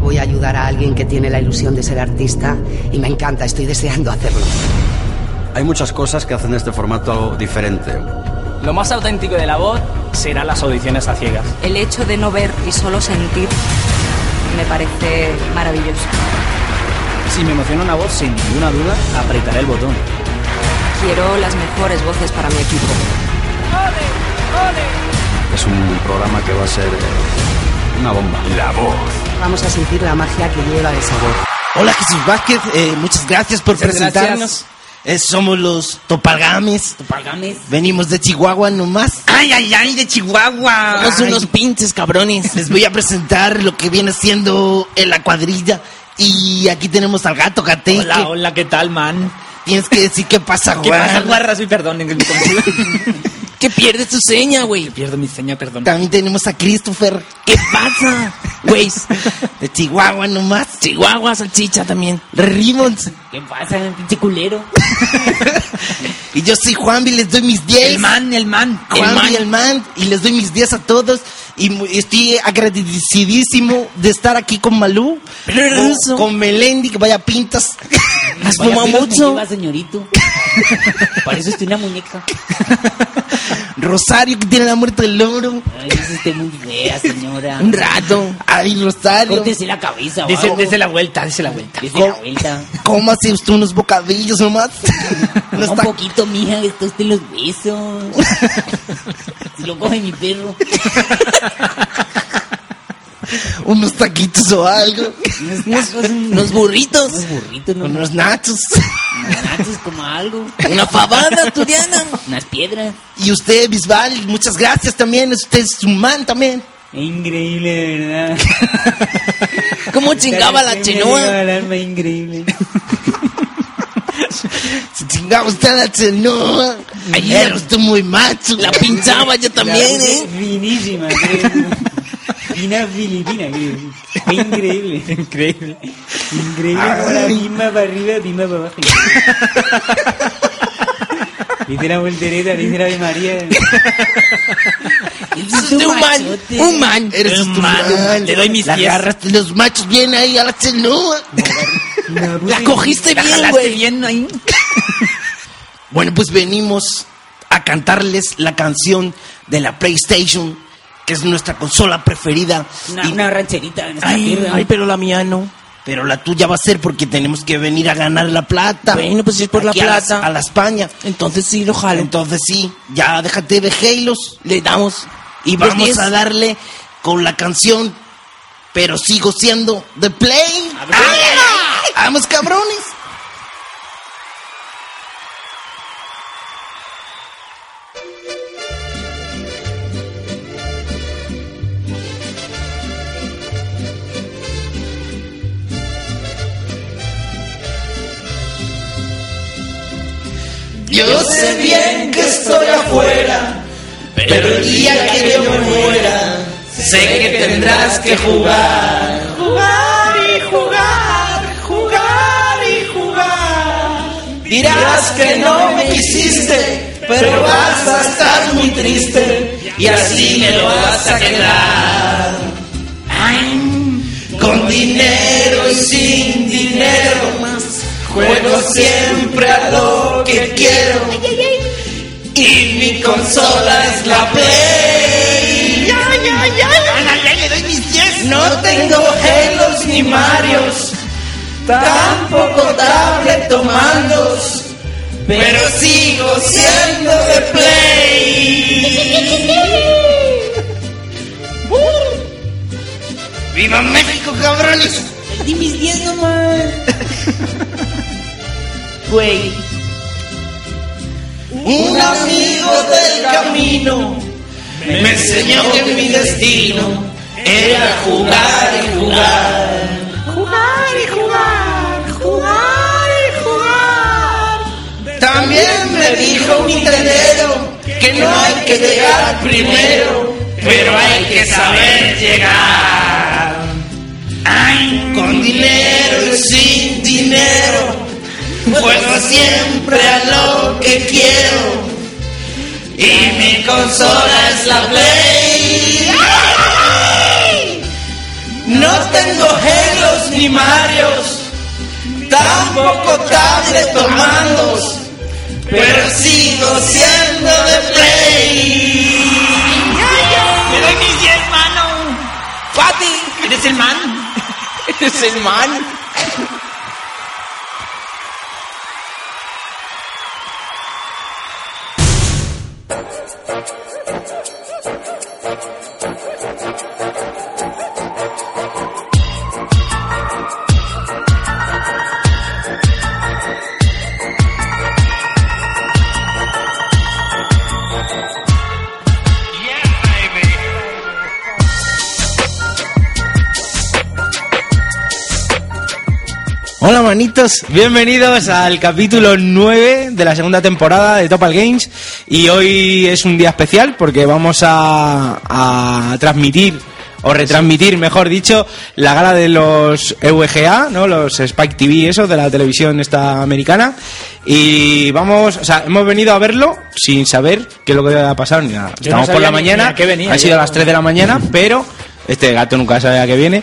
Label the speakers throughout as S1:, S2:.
S1: Voy a ayudar a alguien que tiene la ilusión de ser artista y me encanta, estoy deseando hacerlo.
S2: Hay muchas cosas que hacen de este formato algo diferente.
S3: Lo más auténtico de la voz serán las audiciones a ciegas.
S4: El hecho de no ver y solo sentir me parece maravilloso.
S3: Si me emociona una voz, sin ninguna duda, apretaré el botón.
S4: Quiero las mejores voces para mi equipo.
S2: Es un programa que va a ser eh, una bomba.
S5: La voz.
S1: Vamos a sentir la magia que lleva esa voz.
S6: Hola Jesús Vázquez, eh, muchas gracias por
S3: Muchas
S6: presentarnos.
S3: gracias.
S6: Eh, somos los Topalgames.
S3: Topalgames.
S6: Venimos de Chihuahua nomás.
S5: ¡Ay, ay, ay! ¡De Chihuahua!
S6: Somos
S5: Ay.
S6: unos pinches cabrones. Les voy a presentar lo que viene siendo en la cuadrilla. Y aquí tenemos al gato, gate.
S3: Hola, hola, ¿qué tal, man?
S6: Tienes que decir qué pasa,
S3: ¿Qué
S6: guarra.
S3: pasa, guarras? Uy, perdón. en-
S6: Que pierdes tu seña, güey.
S3: Pierdo mi seña, perdón.
S6: También tenemos a Christopher. ¿Qué pasa, güey? De Chihuahua nomás. Chihuahua, salchicha también. Ribbons.
S3: ¿Qué pasa, pinche culero?
S6: Y yo soy Juan y les doy mis 10.
S3: El man, el man.
S6: Juan y el man, y les doy mis 10 a todos. Y mu- estoy agradecidísimo de estar aquí con Malú,
S7: Pero era
S6: con,
S7: eso.
S6: con Melendi, que vaya pintas. Las fuma mucho.
S7: Lleva, señorito. Para eso estoy una muñeca.
S6: Rosario, que tiene la muerte del loro.
S7: Ay, no se esté muy fea, señora.
S6: Un rato. Ay, Rosario.
S7: Córtese la cabeza,
S3: Dice,
S7: guau.
S3: dice la vuelta, dice la vuelta.
S7: Dese la vuelta.
S6: Cómase usted unos bocadillos nomás. No
S7: Un
S6: está.
S7: poquito, mija, esto usted los besos. Si lo coge mi perro.
S6: Unos taquitos o algo.
S7: Unos tacos, un-
S6: Unos burritos.
S7: unos burritos, unos
S6: Unos nachos.
S7: nachos como algo.
S6: Una fabada asturiana.
S7: Unas piedras.
S6: Y usted, Bisbal, muchas gracias también. Usted es un man también.
S7: Increíble, de verdad.
S6: ¿Cómo chingaba la chinoa?
S7: increíble.
S6: Se chingaba usted la chinoa. Ayer era usted muy macho. La pinchaba yo ¿eh?
S7: Finísima, Fina filipina, Increíble. Increíble. Increíble.
S3: Ah,
S6: Ahora
S7: misma para arriba, misma para abajo. Dice la voltereta, dice la de María.
S6: Eres usted un man. Un man. Eres
S3: Un
S6: un
S3: man.
S6: man.
S3: Le doy mis
S6: La
S3: pies.
S6: agarraste los machos bien ahí a la chinoa. La cogiste
S3: La
S6: bien,
S3: jalaste
S6: güey.
S3: bien ahí.
S6: Bueno, pues venimos a cantarles la canción de la PlayStation, que es nuestra consola preferida.
S7: Una,
S6: Y-
S7: una rancherita en esta
S6: ay,
S7: tierra.
S6: ay, pero la mía no. Pero la tuya va a ser porque tenemos que venir a ganar la plata.
S7: Bueno, pues si es por la
S6: Aquí a la-
S7: plata.
S6: A la, España.
S7: Entonces sí, lo jalo.
S6: Entonces sí, ya déjate de Halos.
S7: Le damos.
S6: Y
S7: Los
S6: vamos
S7: diez.
S6: a darle con la canción, pero sigo siendo The Play.
S7: A ver.
S6: ¡Ay, ay, ay! ¡Vamos, cabrones! Yo sé bien que estoy afuera, pero el día que yo me muera, sé que tendrás que jugar. Dirás que no me quisiste, pero vas a estar muy triste y así me lo vas a quedar. Con dinero y sin dinero más, juego siempre a lo que quiero. Y mi consola es la Play. No tengo Halos ni Marios, tampoco tablet tomandos, pero sigo siendo de Play. ¡Viva México, cabrones!
S7: Di mis 10 nomás. Güey.
S6: Un amigo del camino me enseñó que mi destino era jugar y jugar. Jugar y jugar, jugar y jugar. También me dijo mi tendero que no hay que llegar primero, pero hay que saber llegar. Ay, con dinero y sin dinero, juego siempre a lo que quiero. Y mi consola es la Play. No tengo gelos ni marios, tampoco tablets o mandos, pero sigo siendo de play.
S5: ¡Me doy mis 10, mano! ¡Pati! ¡Eres el man!
S6: ¡Eres el man!
S8: Hola manitos, bienvenidos al capítulo 9 de la segunda temporada de Topal Games y hoy es un día especial porque vamos a, a transmitir o retransmitir, mejor dicho, la gala de los E EVGA, ¿no? Los Spike TV, eso, de la televisión esta americana. Y vamos, o sea, hemos venido a verlo sin saber qué es lo que había pasado ni nada. Estamos
S3: sabía
S8: por la
S3: ni- ni
S8: mañana,
S3: a qué venía
S8: ha sido a
S3: yo.
S8: las 3 de la mañana, pero este gato nunca sabe a qué viene.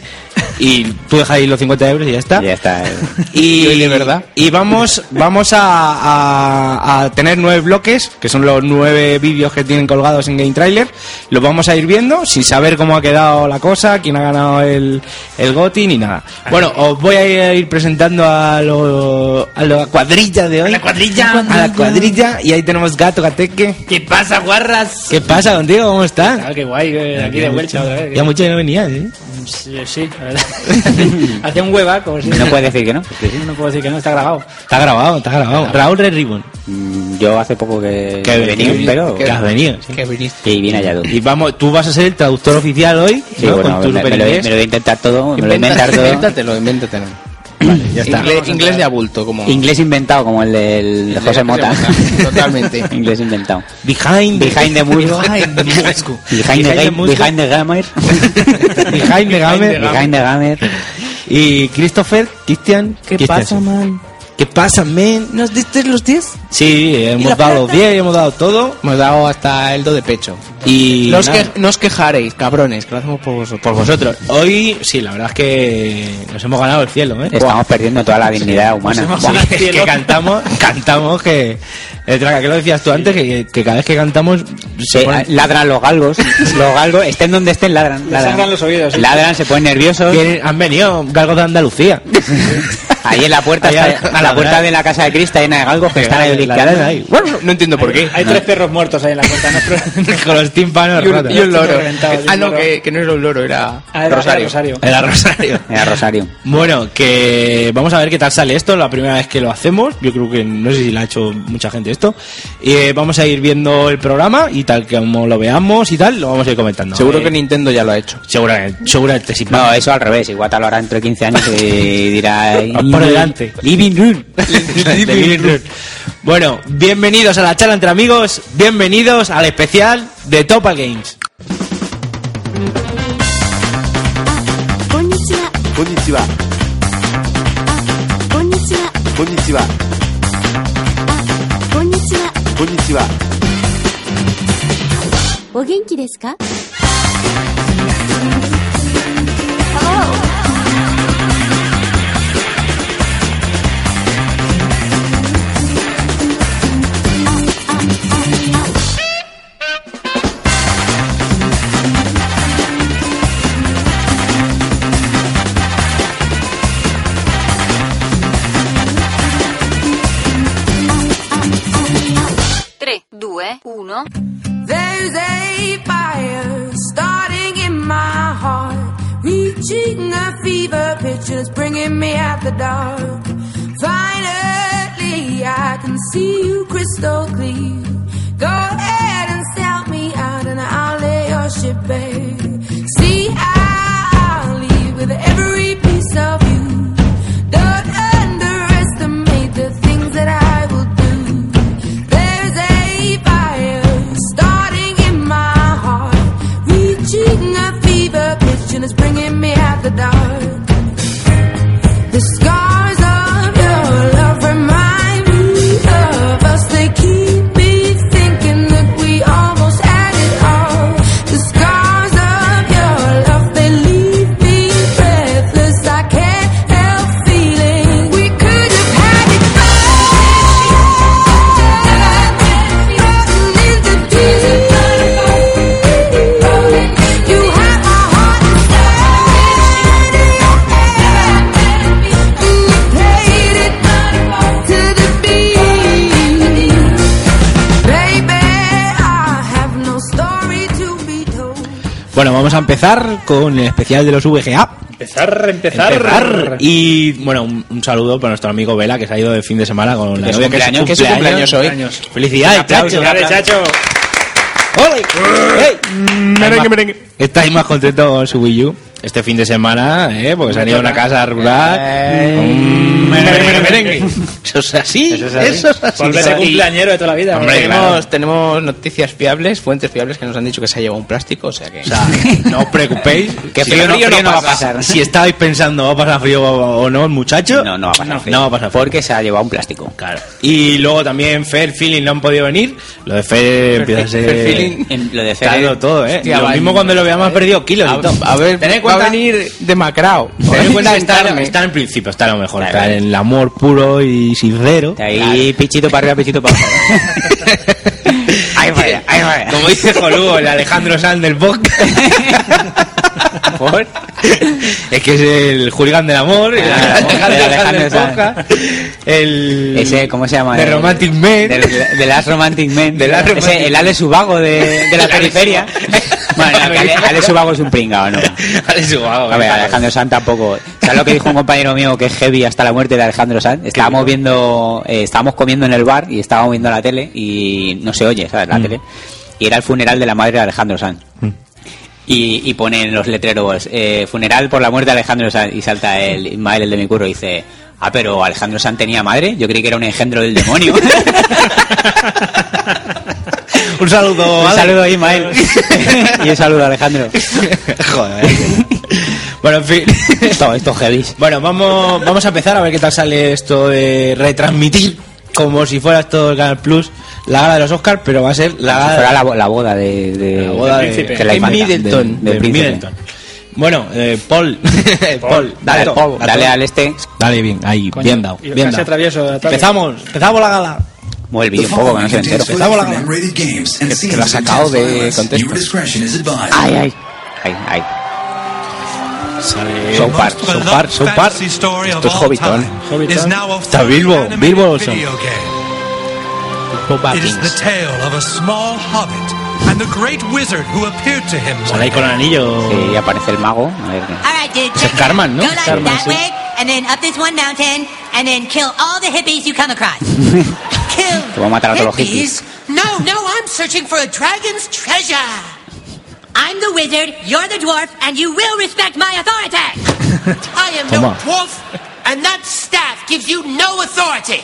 S8: Y tú dejas ahí los 50 euros y ya está.
S9: Ya está. eh.
S8: Y,
S9: Hoy de verdad.
S8: y vamos, vamos a, a- a tener nueve bloques, que son los nueve vídeos que tienen colgados en Game Trailer. Los vamos a ir viendo sin saber cómo ha quedado la cosa, quién ha ganado el, el GOTI ni nada. Bueno, os voy a ir presentando a, lo- a la cuadrilla de hoy.
S5: ¡La cuadrilla!
S8: A la cuadrilla. Y ahí tenemos Gato Gateque.
S5: ¿Qué pasa, guarras?
S8: ¿Qué pasa contigo? ¿Cómo estás?
S3: Ah, qué guay, eh, aquí de vuelta otra vez.
S8: Ya mucho que no venías, ¿eh?
S3: Sí, sí, la verdad. Hace un huevaco. sí.
S9: No puedes decir que no.
S3: Sí, No puedo decir que no, está grabado.
S8: Está grabado, está grabado. Raúl Red Ribbon.
S9: Mm, Yo hace poco que,
S8: Que
S9: venía,
S8: venís,
S9: pero...
S8: que has venido. sí.
S9: Que Y bien hallado.
S8: Y vamos, tú vas a ser el traductor oficial hoy,
S9: Sí,
S8: ¿no?
S9: bueno,
S8: con tu
S9: me, me lo,
S8: superinglés.
S9: me lo voy a intentar todo, me lo voy a inventar todo.
S10: Invéntatelo, invéntatelo.
S9: Vale, ya está.
S10: Inglés, inglés de abulto, como.
S9: Inglés inventado, como el del
S10: de
S9: José Mota.
S10: Totalmente.
S9: Inglés inventado.
S8: Behind,
S9: Behind the Musgo.
S8: Behind the Musgo.
S9: Behind the, game,
S8: Musgo.
S9: behind the Gamer.
S8: Behind the Gamer.
S9: Behind the Gamer.
S8: Y Christopher, Christian.
S7: ¿Qué pasa,
S8: Christensen.
S7: man?
S8: ¿Qué pasa, men?
S7: ¿Nos diste los 10?
S8: Sí, hemos dado los 10, hemos dado todo.
S10: Hemos dado hasta el do de pecho.
S8: Y
S10: No os,
S8: nada,
S10: que- no os quejaréis, cabrones, que lo hacemos por vosotros.
S8: por vosotros. Hoy, sí, la verdad es que nos hemos ganado el cielo, ¿eh?
S9: Estamos perdiendo toda la dignidad humana.
S8: Buah, es que cantamos, cantamos que... eh, Traca, que lo decías tú antes, que, que cada vez que cantamos...
S9: Se-
S8: ponen-
S9: ladran los galgos. Los galgos, estén donde estén, ladran.
S3: sangran los oídos, sí.
S9: Ladran, se ponen nerviosos.
S8: Vienen- han venido galgos de Andalucía.
S9: Ahí en la puerta,
S8: Ahí
S9: está-
S8: a-
S9: a,
S8: a
S9: la puerta
S8: ladrar.
S9: de la casa de Crista llena de galgos que están ahí
S8: La-
S9: que ladran.
S8: la- ahí.
S10: No entiendo por qué.
S3: Hay tres perros muertos ahí en la puerta. No es pro-
S8: Con los tímpanos
S10: Y un,
S8: rotos.
S10: y un loro.
S3: Reventado, y un
S10: Ah, no,
S3: loro.
S10: que, que no era un loro, era
S3: Ah, era- era
S10: Rosario.
S3: Rosario.
S8: Era Rosario.
S9: Era Rosario.
S8: Bueno, que vamos a ver qué tal sale esto, la primera vez que lo hacemos. Yo creo que no sé si lo ha hecho mucha gente esto. Y eh, vamos a ir viendo el programa y tal como lo veamos y tal, lo vamos a ir comentando.
S10: Seguro
S8: Eh,
S10: que Nintendo ya lo ha hecho.
S8: Seguramente, seguramente sí.
S9: No, eso al revés. Iguata lo hará dentro de 15 años y dirá... eh,
S8: Por delante.
S9: Living room.
S8: De Living Room. Bueno, bienvenidos a la charla entre amigos, bienvenidos al especial de Topal Games.
S4: Tres, dos, uno.
S11: There's a fire starting in my heart, reaching a fever pitch, and it's bringing me out the dark. Finally, I can see you crystal clear. Go ahead and sell me out, and I'll lay your ship bare. See, I'll leave with every piece of you. Don't underestimate the things that I will do. There's a fire starting in my heart, reaching a fever pitch, and it's bringing me out the dark. The scars of your love remind me of us. They keep me thinking that we almost had it all. The scars of your love, they leave me.
S8: Bueno, vamos a empezar con el especial de los VGA.
S12: Empezar, empezar.
S8: Empezar. Y bueno, un, un saludo para nuestro amigo Vela que se ha ido de fin de semana con la
S10: Que es
S8: novia que es su
S10: cumpleaños, que es su cumpleaños hoy.
S8: Felicidades,
S10: Un aplauso,
S8: Chacho.
S10: un aplauso.
S12: Chacho.
S8: ¡Ole! ¡Ey!
S12: Mm, Merengue,
S8: Estáis
S12: merengue.
S8: más- Estáis más contentos con su Wii U este fin de semana, ¿eh? Porque se han ido a una casa rural. Mm, merengue, merengue. Eso es así. Eso es así.
S10: Volver de
S3: cumpleañero de toda la vida.
S10: Hombre,
S8: Hombre,
S10: tenemos,
S8: claro.
S10: tenemos noticias fiables, fuentes fiables que nos han dicho que se ha llevado un plástico, o sea que...
S8: no os preocupéis.
S10: Que
S8: Si
S10: frío no- frío no
S8: va a
S10: pasa.
S8: pasar. Si estáis pensando, ¿va a pasar frío o o no, muchacho? No, no va a
S9: pasar frío.
S8: No va a pasar Porque se ha llevado un plástico. Claro. Y luego también Fer, Feeling no han podido venir. Lo de Fer empieza a ser...
S9: Fair Feeling, en- lo de Fer-
S8: Claro, todo, ¿eh?
S9: Hostia,
S8: lo
S9: va-
S8: mismo cuando lo veamos perdido kilos y todo.
S10: A ver,
S8: Tened en
S10: va
S8: cuenta-
S10: a venir demacrado.
S8: Tened en cuenta que está, está en el principio, está a lo mejor, está en el amor puro y sincero. Ahí, pichito para arriba, pichito para abajo. ahí vaya, ahí vaya. Como dice Jolugo, el Alejandro Sanz del podcast. Por- es que es el hooligan del amor, el Alejandro, Sanz del podcast. El...
S9: Ese, ¿cómo se llama?
S8: The
S9: El-
S8: Romantic Men.
S9: del- De las Romantic Men.
S8: De Last Romantic
S9: Ese, el Ale Subago de, de la
S8: El Ale
S9: periferia. Bueno, no, que Ale, Ale Subago es un pringao, ¿no?
S8: Ale Subago.
S9: A ver, Alejandro Sanz tampoco. ¿Sabes lo que dijo un compañero mío que es heavy hasta la muerte de Alejandro Sanz? Estábamos viendo, eh, estábamos comiendo en el bar y estábamos viendo la tele y no se oye, ¿sabes? La
S13: Mm.
S9: tele. Y era el funeral de la madre de Alejandro Sanz. Y, y ponen los letreros, eh, funeral por la muerte de Alejandro Sanz. Y salta el Ismael, el de mi curro, y dice, ah, pero Alejandro Sanz tenía madre. Yo creí que era un engendro del demonio.
S8: un saludo.
S9: Un saludo a Ismael. Oh, y un saludo a Alejandro.
S8: Joder. Bueno, en fin. Esto, esto heavy. Bueno, vamos, vamos a empezar a ver qué tal sale esto de retransmitir como si fuera esto el Canal Plus, la gala de los Oscars, pero va a ser la
S9: Como si fuera
S8: gala
S9: la, bo- Ah. la boda de, de,
S8: la boda
S9: de-
S8: de,
S9: de la infanta,
S8: Middleton.
S9: de- del
S8: de
S9: príncipe.
S8: Middleton. Bueno, eh, Paul. Paul,
S9: Dale,
S8: dato,
S9: Paul,
S8: dato.
S9: dale al este.
S8: Dale bien, ahí,
S9: Coño,
S8: bien dado.
S9: y el
S8: Bien
S9: casi
S8: dado.
S9: atravieso de ataque.
S8: Empezamos, empezamos la gala.
S9: Mueve el vídeo un poco, que no se me entero.
S8: Empezamos la gala.
S10: Que lo ha sacado de contexto.
S9: Ay, ay. Ay, ay.
S8: South Park, South Park, South Park. Esto es Hobbiton. Está Bilbo, Bilbo Olson.
S14: It is the tale of a small hobbit and the great wizard who appeared to him.
S8: Sale ahí con el anillo.
S9: Sí, Eh, aparece el mago. A ver.
S15: All right, dude.
S9: Eso es Cartman, ¿no?
S15: Go like
S9: Cartman,
S15: that
S9: sí.
S15: way, and then up this one mountain, and then kill all the hippies you come across. kill
S9: Te voy a matar a todos los hippies.
S15: hippies? No, no, I'm searching for a dragon's treasure. I'm the wizard, you're the dwarf, and you will respect my authority. I am
S6: Toma.
S15: dwarf, and that staff gives you no authority.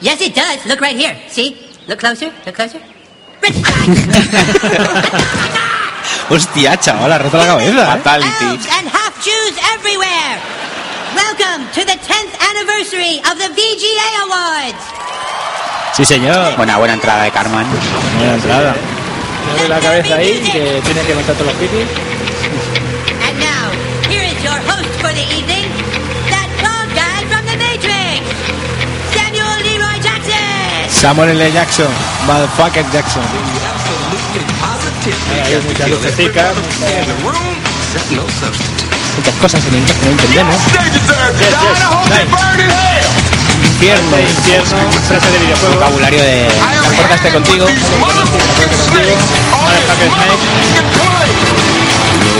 S15: Yes, it does. Look right here. See? Look closer. Look closer.
S8: Hostia, chaval, ha roto la cabeza. Fatality.
S15: Jews and half Jews everywhere. Welcome to the 10th anniversary of the VGA Awards.
S8: Sí, señor.
S9: Buena, buena entrada de Carman.
S8: Buena entrada.
S3: Dale la cabeza ahí, que tiene que matar todos los pipis.
S15: And now, here is your host for the evening, that bald guy from the Matrix, Samuel Leroy Jackson.
S8: Samuel L. Jackson. Motherfucker Jackson.
S3: Ahí hay muchas lucecicas.
S10: Muchas cosas en inglés que no entendemos.
S8: Infierno.
S3: Infierno. Frase de videojuego.
S9: Vocabulario de... Este
S10: Las puertas te contigo.
S2: know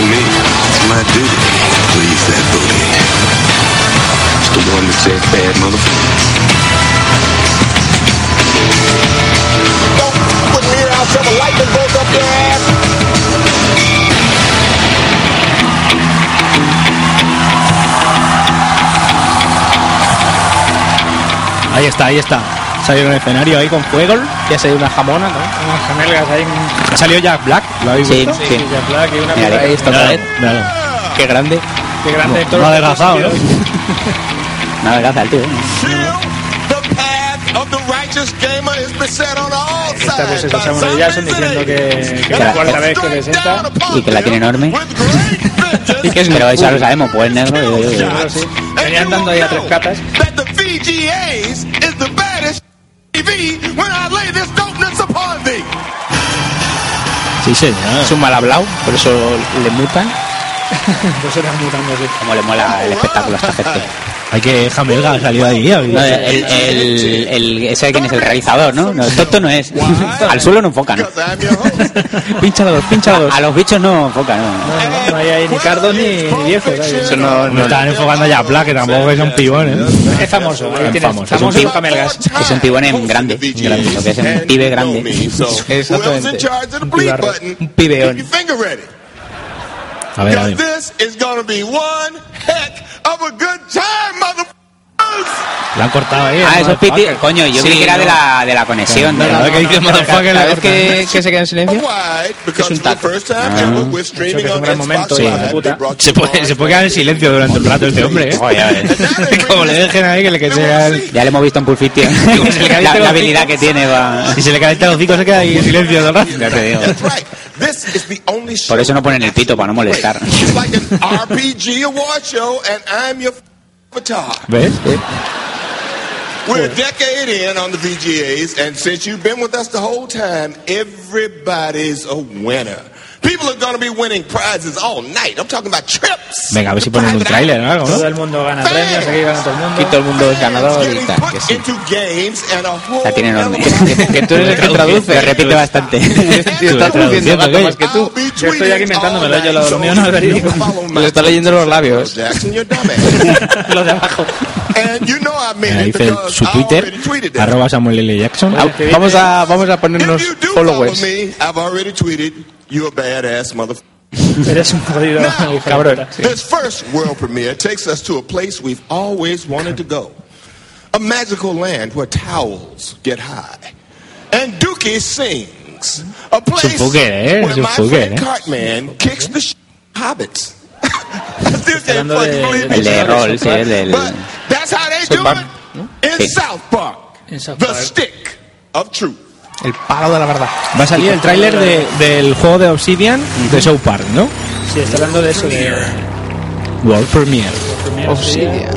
S2: me. It's my duty to please that booty. It's the one that said bad motherfucker.
S8: Ahí está, ahí está. Salió en el escenario ahí con fuego. Ya se dio una jamona, ¿no?
S3: Unas gemelgas ahí.
S8: Ha salido Jack Black. ¿Lo habéis
S3: Sí,
S8: visto?
S3: sí, sí, Jack Black y una
S8: Mira,
S3: mujer
S8: ahí está otra vez.
S10: Qué grande.
S3: Qué grande
S8: No,
S3: todo
S8: no
S3: lo
S8: ha
S3: que
S8: adelgazado, ¿eh?
S3: consiguió.
S9: Nada, gracias al tío. ¿eh?
S3: Esta pues es la Samuel Jackson diciendo que, que es la cuarta vez que presenta.
S9: Y que la tiene enorme. y que es Pero eso lo sabemos, pues negro. yo- yo- yo.
S3: Claro, sí. Venía andando ahí a tres catas.
S6: VGAs is the baddest TV when I lay this dopeness upon thee.
S8: Sí, señor.
S10: Es un mal hablado, por eso le mutan.
S3: Dos horas mutando así.
S9: Como le mola el espectáculo a esta gente.
S8: Hay que Jamelga ha salido ahí. ha habido-
S9: No, el, el, el- ese quién es el realizador, ¿no? no tonto no es. Al suelo no enfoca, ¿no? pincha los pincha A los bichos no enfoca, no.
S3: No hay ahí ni cardo ni, ni viejo. claro.
S8: no, estaban enfocando ya a Pla, que tampoco es un pibón, ¿eh?
S3: Es famoso. ahí tienes,
S9: famoso.
S3: famoso
S9: Es un
S3: los camelgas.
S9: Es un pibón en grande, grande, lo que es un pibe grande.
S13: Exactamente. Un pibarro.
S9: Un pibeón.
S13: Finger ready.
S8: A ver, a ver.
S13: This is gonna be one heck of a good time, mother.
S8: La han cortado ahí.
S9: Ah,
S8: el
S9: eso es piti.
S8: motherfucker.
S9: Coño, yo
S8: Sí,
S9: creí que era
S8: no.
S9: de la, de la conexión.
S8: Claro, que dice motherfucker, la
S10: Cada vez que,
S8: cortan.
S10: que se queda en silencio,
S13: Because for the first time
S8: Ah.
S13: ever, we're streaming on Xbox Live. They brought
S8: Se puede, se puede quedar en silencio durante un rato este hombre, ¿eh? Como le dejen ahí que le que sea el-
S9: Ya le hemos visto en Pulp Fiction.
S8: calienta
S9: la,
S8: el
S9: la
S8: hocico.
S9: habilidad que tiene va.
S8: Si se le calienta los hocico se queda ahí en silencio todo el rato.
S9: Ya te digo.
S13: This is the only show.
S9: Por eso no ponen el pito, para no molestar.
S13: It's like an RPG award show, and I'm your avatar.
S8: ¿Ves?
S13: We're a decade in on the VGAs, and since you've been with us the whole time, everybody's a winner. People are going to be winning prizes all night. I'm talking about trips.
S8: Venga, a ver si ponen un tráiler o algo,
S3: Todo
S8: ¿no?
S3: el mundo gana premios, aquí gana todo el mundo.
S8: Aquí todo el mundo es ganador y
S13: Getting
S8: tal, que
S13: put into games and a whole
S9: La tiene enorme.
S13: element-
S9: Que tú eres el que traduce. Lo repite bastante.
S10: estás traduciendo gato más que tú.
S3: Yo estoy aquí inventándomelo, yo lo, lo mío no es verídico.
S10: Lo está leyendo los labios.
S3: lo de abajo.
S8: Ahí dice el- su Twitter, arroba Samuel L. Jackson.
S10: Ah, Vamos a, vamos a ponernos
S13: For
S10: followers.
S13: me, I've already tweeted, you a badass motherfucker.
S3: Eres un jodido
S10: Cabrón.
S13: This first world premiere takes us to a place we've always wanted to go. A magical land where towels get high. And Dookie sings. A place
S8: Supoker, eh,
S13: where my
S8: supoker,
S13: friend
S8: eh.
S13: Cartman kicks the sh- hobbits. I still can't
S3: hablando
S13: fucking
S3: de-
S13: believe
S9: El de
S13: it.
S9: rol, sí, el del.
S13: But that's how they do it in
S9: Sí.
S13: South Park. the stick of truth.
S10: El palo de la verdad.
S8: Va a salir el tráiler de- del juego de Obsidian de South Park, ¿no?
S3: Sí, está hablando de eso. De,
S8: World Premiere.
S10: Obsidian.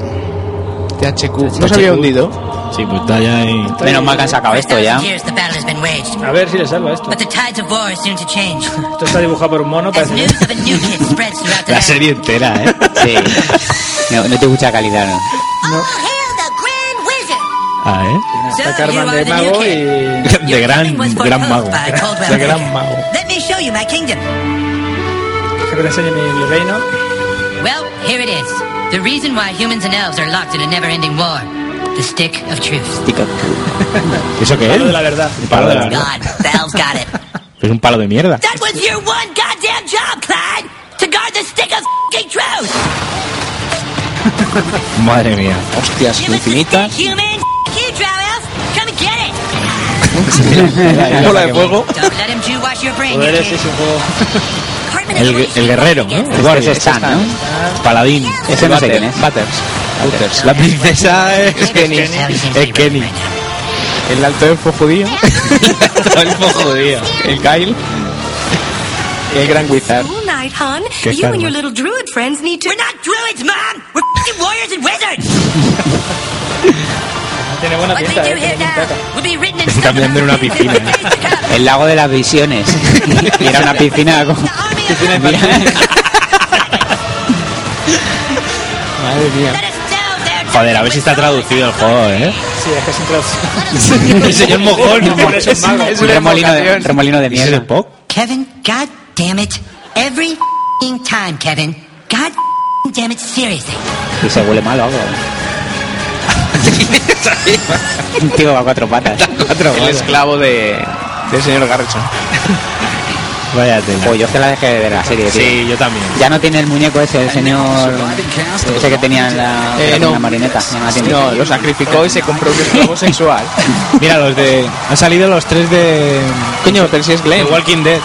S10: THQ. No se había hundido.
S8: Sí, pues está ya ahí.
S9: Menos mal que han sacado esto ya.
S15: Years the battle has been waged,
S3: a ver si le salva esto.
S15: but the tides of war are soon to change.
S3: Esto está dibujado por un mono,
S15: As
S3: parece.
S15: news of a new kid spreads throughout the
S8: La
S15: land.
S8: serie entera, ¿eh?
S9: Sí. No, no te mucha calidad, ¿no?
S15: All hail the Grand Wizard!
S8: Ah,
S3: Está Carmen de mago y...
S8: ¿eh? De gran, gran mago.
S3: De gran mago.
S15: Let me show you my kingdom.
S3: Que te enseñe mi, mi reino.
S15: Well, here it is. The reason why humans and elves are locked in a never-ending war. The stick of truth.
S8: ¿Eso qué
S3: Palo de
S8: es?
S3: la verdad.
S8: El palo de la verdad.
S15: God, the elves got it.
S8: Es un palo de mierda.
S15: That was your one goddamn job, Clyde! To guard the stick of fing truth!
S8: Madre mía.
S10: Hostias
S15: Give us the stick,
S10: infinitas.
S15: human! F- you, drow elf! Come and get it!
S10: Bola de
S8: Oh.
S10: fuego.
S15: Don't let him Jew wash your brain, you
S3: Poderes
S15: kid.
S3: es un juego...
S15: Cartman has
S8: El,
S15: already
S8: el guerrero, ¿no? El guardia.
S9: Ese está, ¿no?
S8: Paladín.
S9: Ese no sé quién es.
S10: Butters. Butters.
S8: La princesa es Kenny. Es Kenny.
S10: El alto elfo judío. el elfo judío. El Kyle. El gran wizard.
S16: All night, hon.
S10: Qué
S16: you
S10: calma.
S16: and your little druid friends need to.
S15: We're not druids, Mom! We're f***ing warriors and wizards!
S3: Tiene buena
S15: What we
S3: pinta,
S15: do
S3: eh.
S15: here
S3: Tiene
S15: now
S3: pintaca.
S15: will be written in
S8: Se
S15: stone
S8: cambian de una
S15: about the
S8: piscina. eh.
S15: days to come.
S9: El lago de las visiones. Y era una piscina con...
S8: Madre mía.
S15: Let us know there,
S8: Joder, a ver si está traducido el juego, ¿eh?
S3: Sí, es que es un trozo.
S8: El señor mojón.
S3: Es un mago.
S10: Es
S9: Un
S10: una
S9: remolino de,
S10: invocación.
S9: remolino de
S8: ¿Y ese es
S9: mierda.
S8: el Pop?
S15: Kevin, god damn it. Every f***ing time, Kevin. God f***ing damn it, seriously.
S9: Y se huele mal o algo. Un tío a cuatro patas.
S10: El esclavo de... Del señor Garrison.
S8: Vaya tela.
S9: O Pues yo es que la dejé de ver la serie, tío.
S8: Sí, yo también.
S9: Ya no tiene el muñeco ese, el señor... Ese que tenía en la, que
S10: Eh,
S9: era como
S10: no.
S9: una marioneta. Ya no la tiene.
S10: No, lo sacrificó y se compró un esclavo sexual.
S8: Mira, los de. Han salido los tres de.
S10: Coño, pero si es
S8: de
S10: Glenn.
S8: Walking Dead.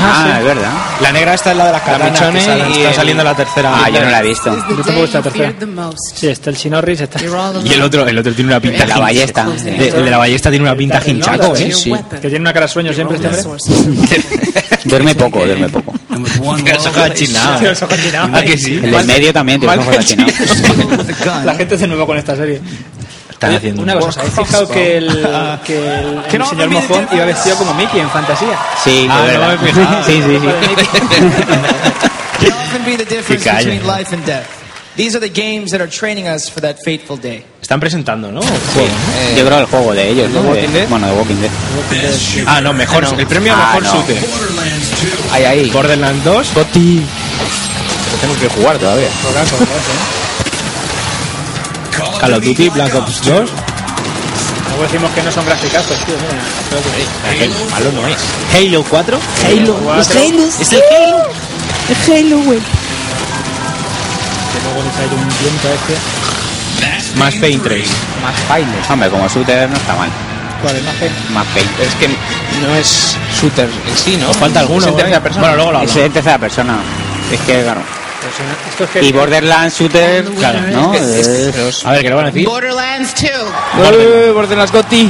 S9: Ah, es verdad.
S8: La negra está en la de las katanas.
S10: Michonne
S8: que sale-
S10: y
S8: está
S10: el-
S8: saliendo la tercera.
S9: Ah, yo no la he visto.
S3: No te gusta la tercera. Sí, está el Shinorris, está...
S8: Y el otro, el otro tiene una pinta.
S9: De la
S8: hin-
S9: ballesta.
S8: de- el de la ballesta tiene una pinta hinchaco, ¿eh?
S3: Sí. Que tiene una cara de sueño siempre este hombre.
S9: Duerme poco, duerme poco.
S8: Los ojos achinados.
S3: Los ojos achinados.
S8: ¿A Ah, que sí?
S9: El del medio también tiene los ojos achinados.
S3: La gente se nueva con esta serie.
S8: Están haciendo Ah.
S3: Una cosa, ¿habéis fijado que el, que el, el señor Mojón iba vestido como Mickey en fantasía?
S9: Sí, de
S8: Ah, no
S9: verdad.
S8: me he fijado.
S9: sí, sí, sí.
S8: Que callen.
S17: These are the games that are training us for that fateful day.
S8: Están presentando, ¿no?
S9: Eh, Yo creo el juego de ellos, ¿no?
S8: Walking
S9: De- bueno, de Walking Dead.
S8: Ah, no, mejor,
S9: Ah, no.
S8: el premio a
S9: Ah,
S8: mejor
S9: no.
S8: shooter.
S9: Ahí, ahí.
S8: Borderlands 2.
S9: Goti.
S10: Tengo que jugar todavía.
S3: ¿eh?
S8: Call of Duty, Black Ops 2.
S3: Luego decimos que no son graficazos, tío. ¿eh? mira. Creo que sí.
S10: Malo no es.
S8: Halo 4.
S3: Halo. Es Halo.
S8: Es el Halo.
S7: Es Halo, güey.
S3: Que luego le sale un viento a este.
S8: Más Pain 3.
S9: Más bailes. Hombre, como shooter no está mal.
S3: ¿Cuál es más fe?
S9: Más Pain.
S10: Es que no es shooter en sí, ¿no?
S9: Os falta alguno,
S10: Es en
S9: ¿eh?
S10: tercera persona.
S9: Bueno, luego lo hablamos. Es en tercera persona. Es que, claro.
S3: Esto es que...
S9: Y Borderlands Shooter, claro, ¿no? Eh,
S8: A ver, ¿qué le van a decir?
S6: Borderlands 2.
S10: Eh, Borderlands Gotti.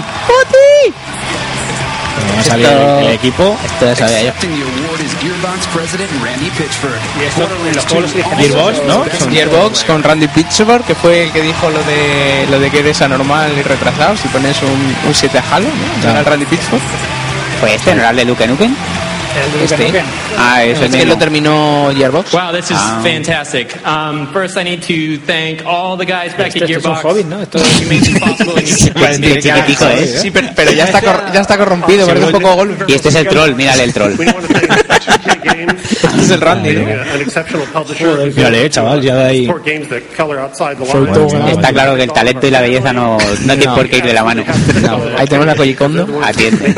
S8: Va a salir el, el equipo.
S10: Esto ya sabía yo.
S18: Accepting the award is Gearbox president Randy Pitchford. Borderlands two also
S10: Gearbox, ¿no?
S18: best
S10: Gearbox con Randy Pitchford, que fue el que dijo lo de lo de que eres anormal y retrasado si pones un, un 7 a Halo, ¿no?
S9: Ya.
S10: Era el Randy Pitchford.
S9: Pues este, ¿no era el de Duke Nukem?
S10: Este.
S9: Ah, eso
S10: Es que lo terminó Gearbox.
S19: Wow, this is fantastic. Um, first, I need to thank all the guys back
S3: Esto,
S19: at
S3: esto este, es un
S19: Gearbox.
S3: hobby, ¿no? Esto
S19: You made this possible and you
S9: Tiene chiquitico, ¿eh?
S10: Sí, pero, pero ya, está cor- ya está corrompido, parece un poco golpe.
S9: Y este es el troll, mírale el troll.
S10: Este es el Randy, ¿no?
S20: An exceptional publisher who
S8: Mírale, eh, chaval, ya de ahí.
S20: support games that color outside the
S8: Soy
S20: lines.
S9: Está claro que el talento y la belleza no, no tienen por qué ir de la mano.
S10: Ahí tenemos a Koji Kondo.
S9: Atiende.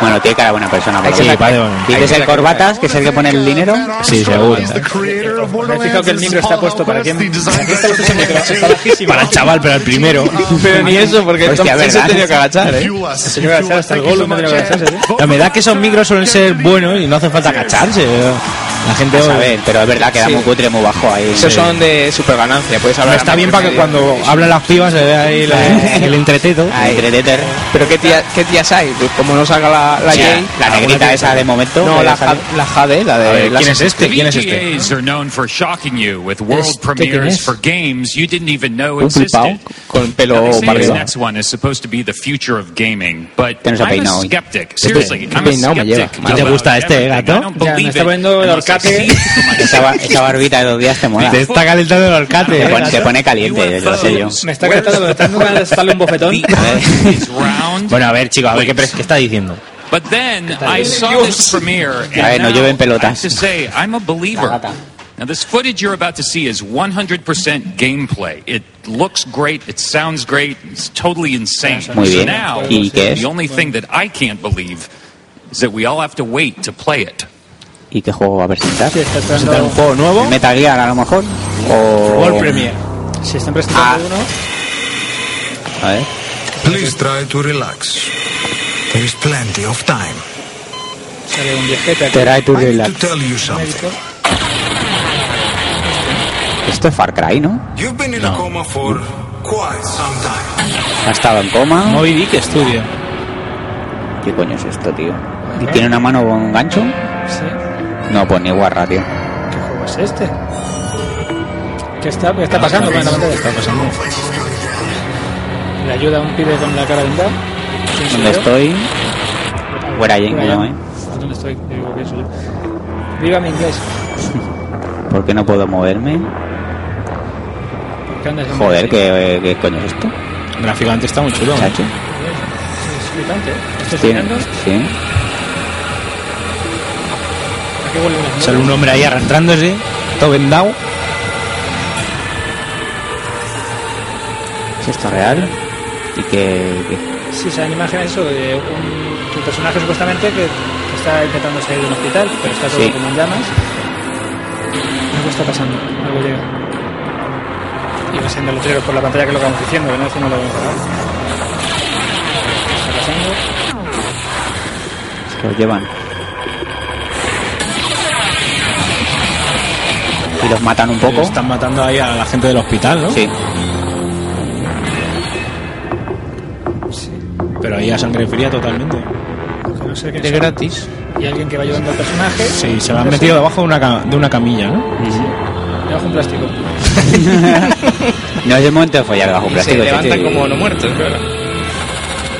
S9: Bueno, tiene cara de buena persona. por lo
S8: Sí,
S9: menos.
S8: vale, bueno.
S9: Dices el corbatas, que es el que pone el dinero.
S8: Sí, seguro.
S3: ¿eh? Me he fijado que el micro está puesto para quién. ¿Para quién está puesto ese micro? Está bajísimo.
S8: Para el chaval, pero el primero.
S10: Pero ni eso, porque
S8: Hostia,
S10: Tom Hanks se
S8: ¿verdad?
S10: tenía que agachar, ¿eh?
S3: El señor García hasta el gol, tendría que agacharse, ¿sí?
S8: La verdad es que esos micros suelen ser buenos y no hace falta agacharse. La gente.
S9: A saber, pero es verdad que da
S8: Sí.
S9: muy cutre, muy bajo ahí.
S10: Esos son de super ganancia, puedes
S8: Pero
S10: hablar.
S8: está
S10: a
S8: bien para que
S10: micro medio.
S8: cuando hablan las pibas se vea ahí la- el entreteto.
S9: Ahí, Predator.
S10: Pero ¿qué, tía- qué tías hay? Pues como no salga la, la
S9: Sí,
S10: Jane.
S9: la
S10: alguna
S9: negrita
S10: tía-
S9: esa de momento,
S10: No,
S9: que
S10: la,
S9: ya sale.
S10: Ja- la Jade, la de.
S9: A ver,
S10: la
S8: ¿quién es este?
S14: The
S8: ¿Quién es este?
S14: VGAs are known for shocking you with world
S10: Este, ¿quién
S14: premieres
S10: es?
S14: for games you didn't even know
S10: Un flipao,
S14: existed.
S10: con
S14: Now,
S10: pelo
S14: they say
S10: para
S14: this
S10: arriba.
S14: next one is supposed to be the future of gaming, but
S9: Tenemos
S14: I'm
S9: a
S14: a
S9: peinado hoy.
S14: skeptic.
S9: Este-
S14: Seriously, I'm
S9: ¿qué
S14: a
S9: peinado me lleva?
S14: skeptic.
S9: ¿Y te
S14: about
S9: gusta este, eh,
S14: everything.
S9: gato?
S14: I don't
S3: Ya,
S14: believe
S3: me está
S14: it
S3: poniendo el
S14: unless I see it
S3: horcate.
S14: for myself.
S9: Esa, ba- esa barbita de dos días te mola.
S8: Te
S9: Te
S8: está calentando el alcate. ¿eh?
S9: pone, te pone caliente, lo sé yo.
S3: Me está cantando, me está dando ganas de darle un bofetón.
S8: Bueno, a ver, chicos, a ver qué, pre- qué está diciendo.
S14: But then I saw this premiere, and
S8: Ay, no
S14: now I
S8: llueven
S14: have
S8: pelotas.
S14: to say I'm a believer. Now, this footage you're about to see is 100% gameplay. It looks great. It sounds great. It's totally insane.
S9: Muy
S14: So
S9: bien.
S14: now,
S9: ¿Y qué es?
S14: the only thing that I can't believe is that we all have to wait to play it.
S9: ¿Y qué juego va a presentar?
S3: Sí, está
S8: ¿Presentar
S3: esperando...
S8: un juego nuevo?
S9: Metal Gear, a lo mejor. O...
S8: World Premiere.
S3: Si están presentando uno...
S9: A ver.
S14: Please try to relax.
S2: There is plenty of time.
S3: Sale un viejete aquí.
S9: Try to
S2: I need
S9: relax.
S2: to tell you something.
S9: Esto es Far Cry, ¿no?
S2: You've been in a coma for quite some time.
S9: Ha estado en coma.
S8: Moby Dick Studio. ¿Eh?
S9: ¿Qué coño es esto, tío? ¿Y tiene una mano con un gancho?
S3: Sí.
S9: No, pues ni guarra, tío.
S3: ¿Qué juego es este? ¿Qué está, qué está pasando con la pantalla?
S8: Está pasando.
S3: Le ayuda a un pibe con la cara vendada. ¿Quién soy
S9: ¿Dónde
S3: yo?
S9: estoy? Fuera Jane,
S3: Por allá.
S9: no, ¿eh?
S3: ¿Dónde estoy? Te digo que soy yo. Viva mi inglés.
S9: ¿Por qué no puedo moverme?
S3: ¿Qué andas en
S9: Joder,
S3: Brasil?
S9: ¿qué, qué coño es esto?
S8: Gráficamente está muy chulo.
S9: Chacho.
S3: Es flipante. ¿eh? ¿Estás
S9: Tiene-
S3: soñando?
S9: Sí.
S3: ¿A qué huele una
S8: Sale un hombre ahí arrastrándose, todo vendado.
S9: ¿Es esto real? ¿Y qué, qué?
S3: Sí, salen imágenes eso de un, tu personaje supuestamente que está intentando salir de un hospital, pero está todo
S9: Sí.
S3: como en llamas. Algo está pasando, algo llega. Y va siendo letreros por la pantalla que es lo que vamos diciendo, que no decimos lo que vamos a hablar. Está pasando.
S9: Se los llevan? Y los matan un poco.
S8: Están matando ahí a la gente del hospital, ¿no?
S9: Sí.
S8: Pero ahí a sangre fría totalmente.
S3: que No sé quién
S10: De
S3: son.
S10: gratis.
S3: Y alguien que va ayudando al personaje.
S8: Sí, se lo han metido debajo de una, ca- de una camilla, ¿no?
S3: Debajo un plástico.
S9: No es el momento de follar bajo
S10: Y se
S9: plástico.
S10: levantan
S9: chacho, y-
S10: como no muertos, claro.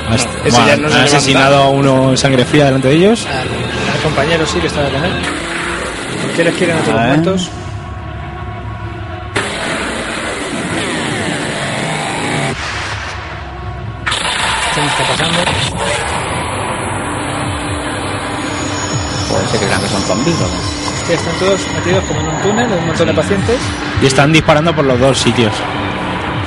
S8: Has-
S10: eso
S8: Buah,
S10: ya no se
S8: han
S10: levanta.
S8: asesinado a uno en sangre fría delante de ellos.
S3: Al, al compañero sí que estaba con él. ¿Por qué les quieren a todos
S8: A ver.
S3: muertos?
S9: zombies o
S3: Hostia, están todos metidos como en un túnel, un montón de pacientes. eh,
S8: Y están disparando por los dos sitios.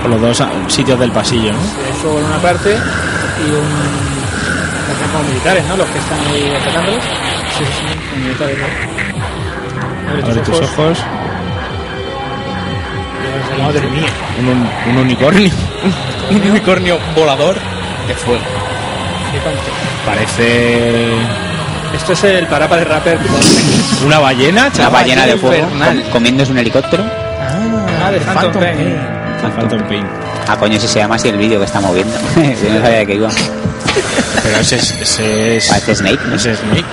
S8: Por los dos ah, sitios del pasillo, ¿no?
S3: Hay fuego en una parte y un. Están como militares, ¿no? Los que están ahí atacándolos. Sí, sí, sí, como militares, ¿no? Abre,
S8: Abre tus ojos.
S3: Madre mía.
S8: Un, un- un unicornio. un unicornio volador de fuego.
S3: Qué tonto.
S8: Parece
S3: Esto es el parapa de rapper.
S8: una ballena,
S9: Una
S8: chaval.
S9: ballena de fuego
S8: Infernal.
S9: com- comiéndose un helicóptero.
S3: Ah, de Phantom Pain.
S8: Phantom Pain.
S9: Ah, coño, si se llama así el vídeo que está moviendo. Yo no sabía de qué iba.
S8: Pero ese es. Ese es
S9: Parece Snake, ¿no?
S8: Ese es Snake.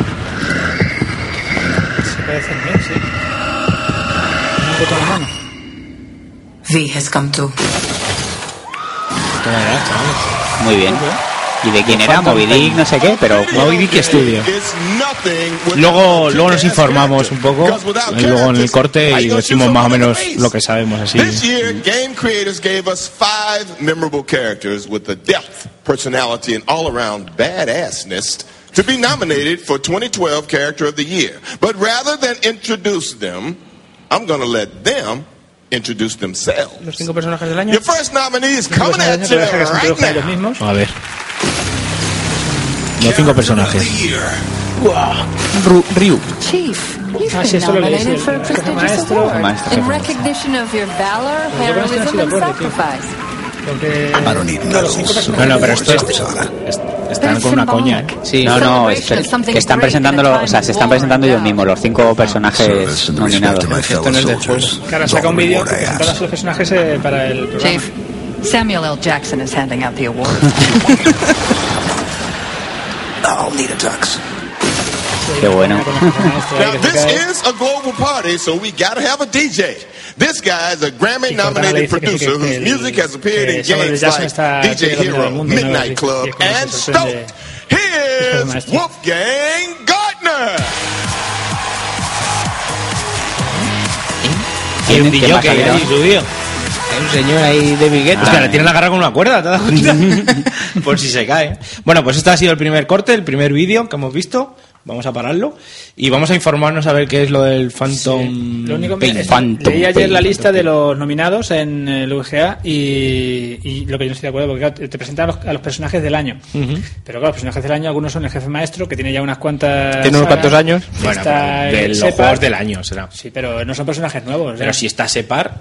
S3: Se parece a mí, sí. Una foto en la mano.
S16: V has come to.
S9: Muy bien. ¿Y de quién era?
S8: Phantom
S9: Moby Dick,
S8: Pain.
S9: no sé qué, pero.
S8: Moby Dick Studio. Luego, luego nos informamos un poco, y luego en el corte y decimos más o menos lo que sabemos así.
S13: This year, game creators gave us five memorable characters with the depth, personality, and all around badassness to be nominated for 2012 Character of the Year. But rather than introduce them, I'm going to let them introduce themselves.
S3: Los cinco personajes del año.
S13: Your first nominee is coming at
S3: personajes del
S13: you
S3: año, pero deja que se
S13: right
S3: introduzcan
S13: now.
S3: ellos mismos.
S8: A ver. Los cinco personajes. Ryu.
S21: Chief, you've
S3: Ah, sí,
S21: been
S3: esto lo leí, sí,
S21: nominated for a
S3: el jefe
S21: prestigious
S3: maestro.
S21: award
S3: El maestro,
S21: in
S3: jefe
S21: recognition of your valor,
S3: Pero yo creo que esto no
S21: heroism,
S3: ha sido
S21: and
S3: acorde, tío.
S21: sacrifice.
S3: Porque.
S8: No, no, pero esto Este es- est- están con una coña, ¿eh?
S9: Sí, no, no, es que, que están presentándolo, o sea, se están presentando ellos mismos, los cinco personajes nominados.
S3: Claro, saca un vídeo para presentar a sus personajes eh, para el programa.
S21: Chief, Samuel L. Jackson is handing out the award.
S2: I'll need a tux.
S9: Qué bueno.
S13: Now, this is a global party, so we gotta have a DJ. This guy is a Grammy nominated
S3: dice que sí, que
S13: producer whose
S3: el-
S13: music has appeared
S3: que
S13: in
S3: Samuel
S13: games
S3: Jackson
S13: like
S3: está
S13: DJ
S3: dominando el
S13: Hero,
S3: mundo, ¿no?
S13: Midnight Club,
S3: Y es que
S13: and
S3: se sorprende.
S13: Stoked. Here's Wolfgang Gardner.
S8: Hay un
S9: ¿Quién- quién va a
S8: DJ
S9: salir
S8: ahí,
S9: ahora?
S8: judío.
S9: Hay un señor ahí de biguete.
S8: Hostia, le tienen agarrado con una cuerda, ¿te das cuenta? Por si se cae. Bueno, pues este ha sido el primer corte, el primer vídeo que hemos visto. Vamos a pararlo y vamos a informarnos a ver qué es lo del Phantom.
S3: Lo único que
S8: Pain.
S3: me-
S8: Mm, Phantom
S3: leí ayer
S8: Pain.
S3: la lista de los nominados en el VGA y, y lo que yo no estoy de acuerdo, porque claro, te presentan a los, a los personajes del año. Pero claro, los personajes del año, algunos son el jefe maestro, que tiene ya unas cuantas.
S8: ¿Tiene unos
S3: sagas.
S8: cuantos años? Bueno,
S3: Está
S8: pero de
S3: el
S8: los
S3: Shepard.
S8: juegos del año será.
S3: Sí, pero no son personajes nuevos.
S8: Pero
S3: ¿eh?
S8: si está Separ,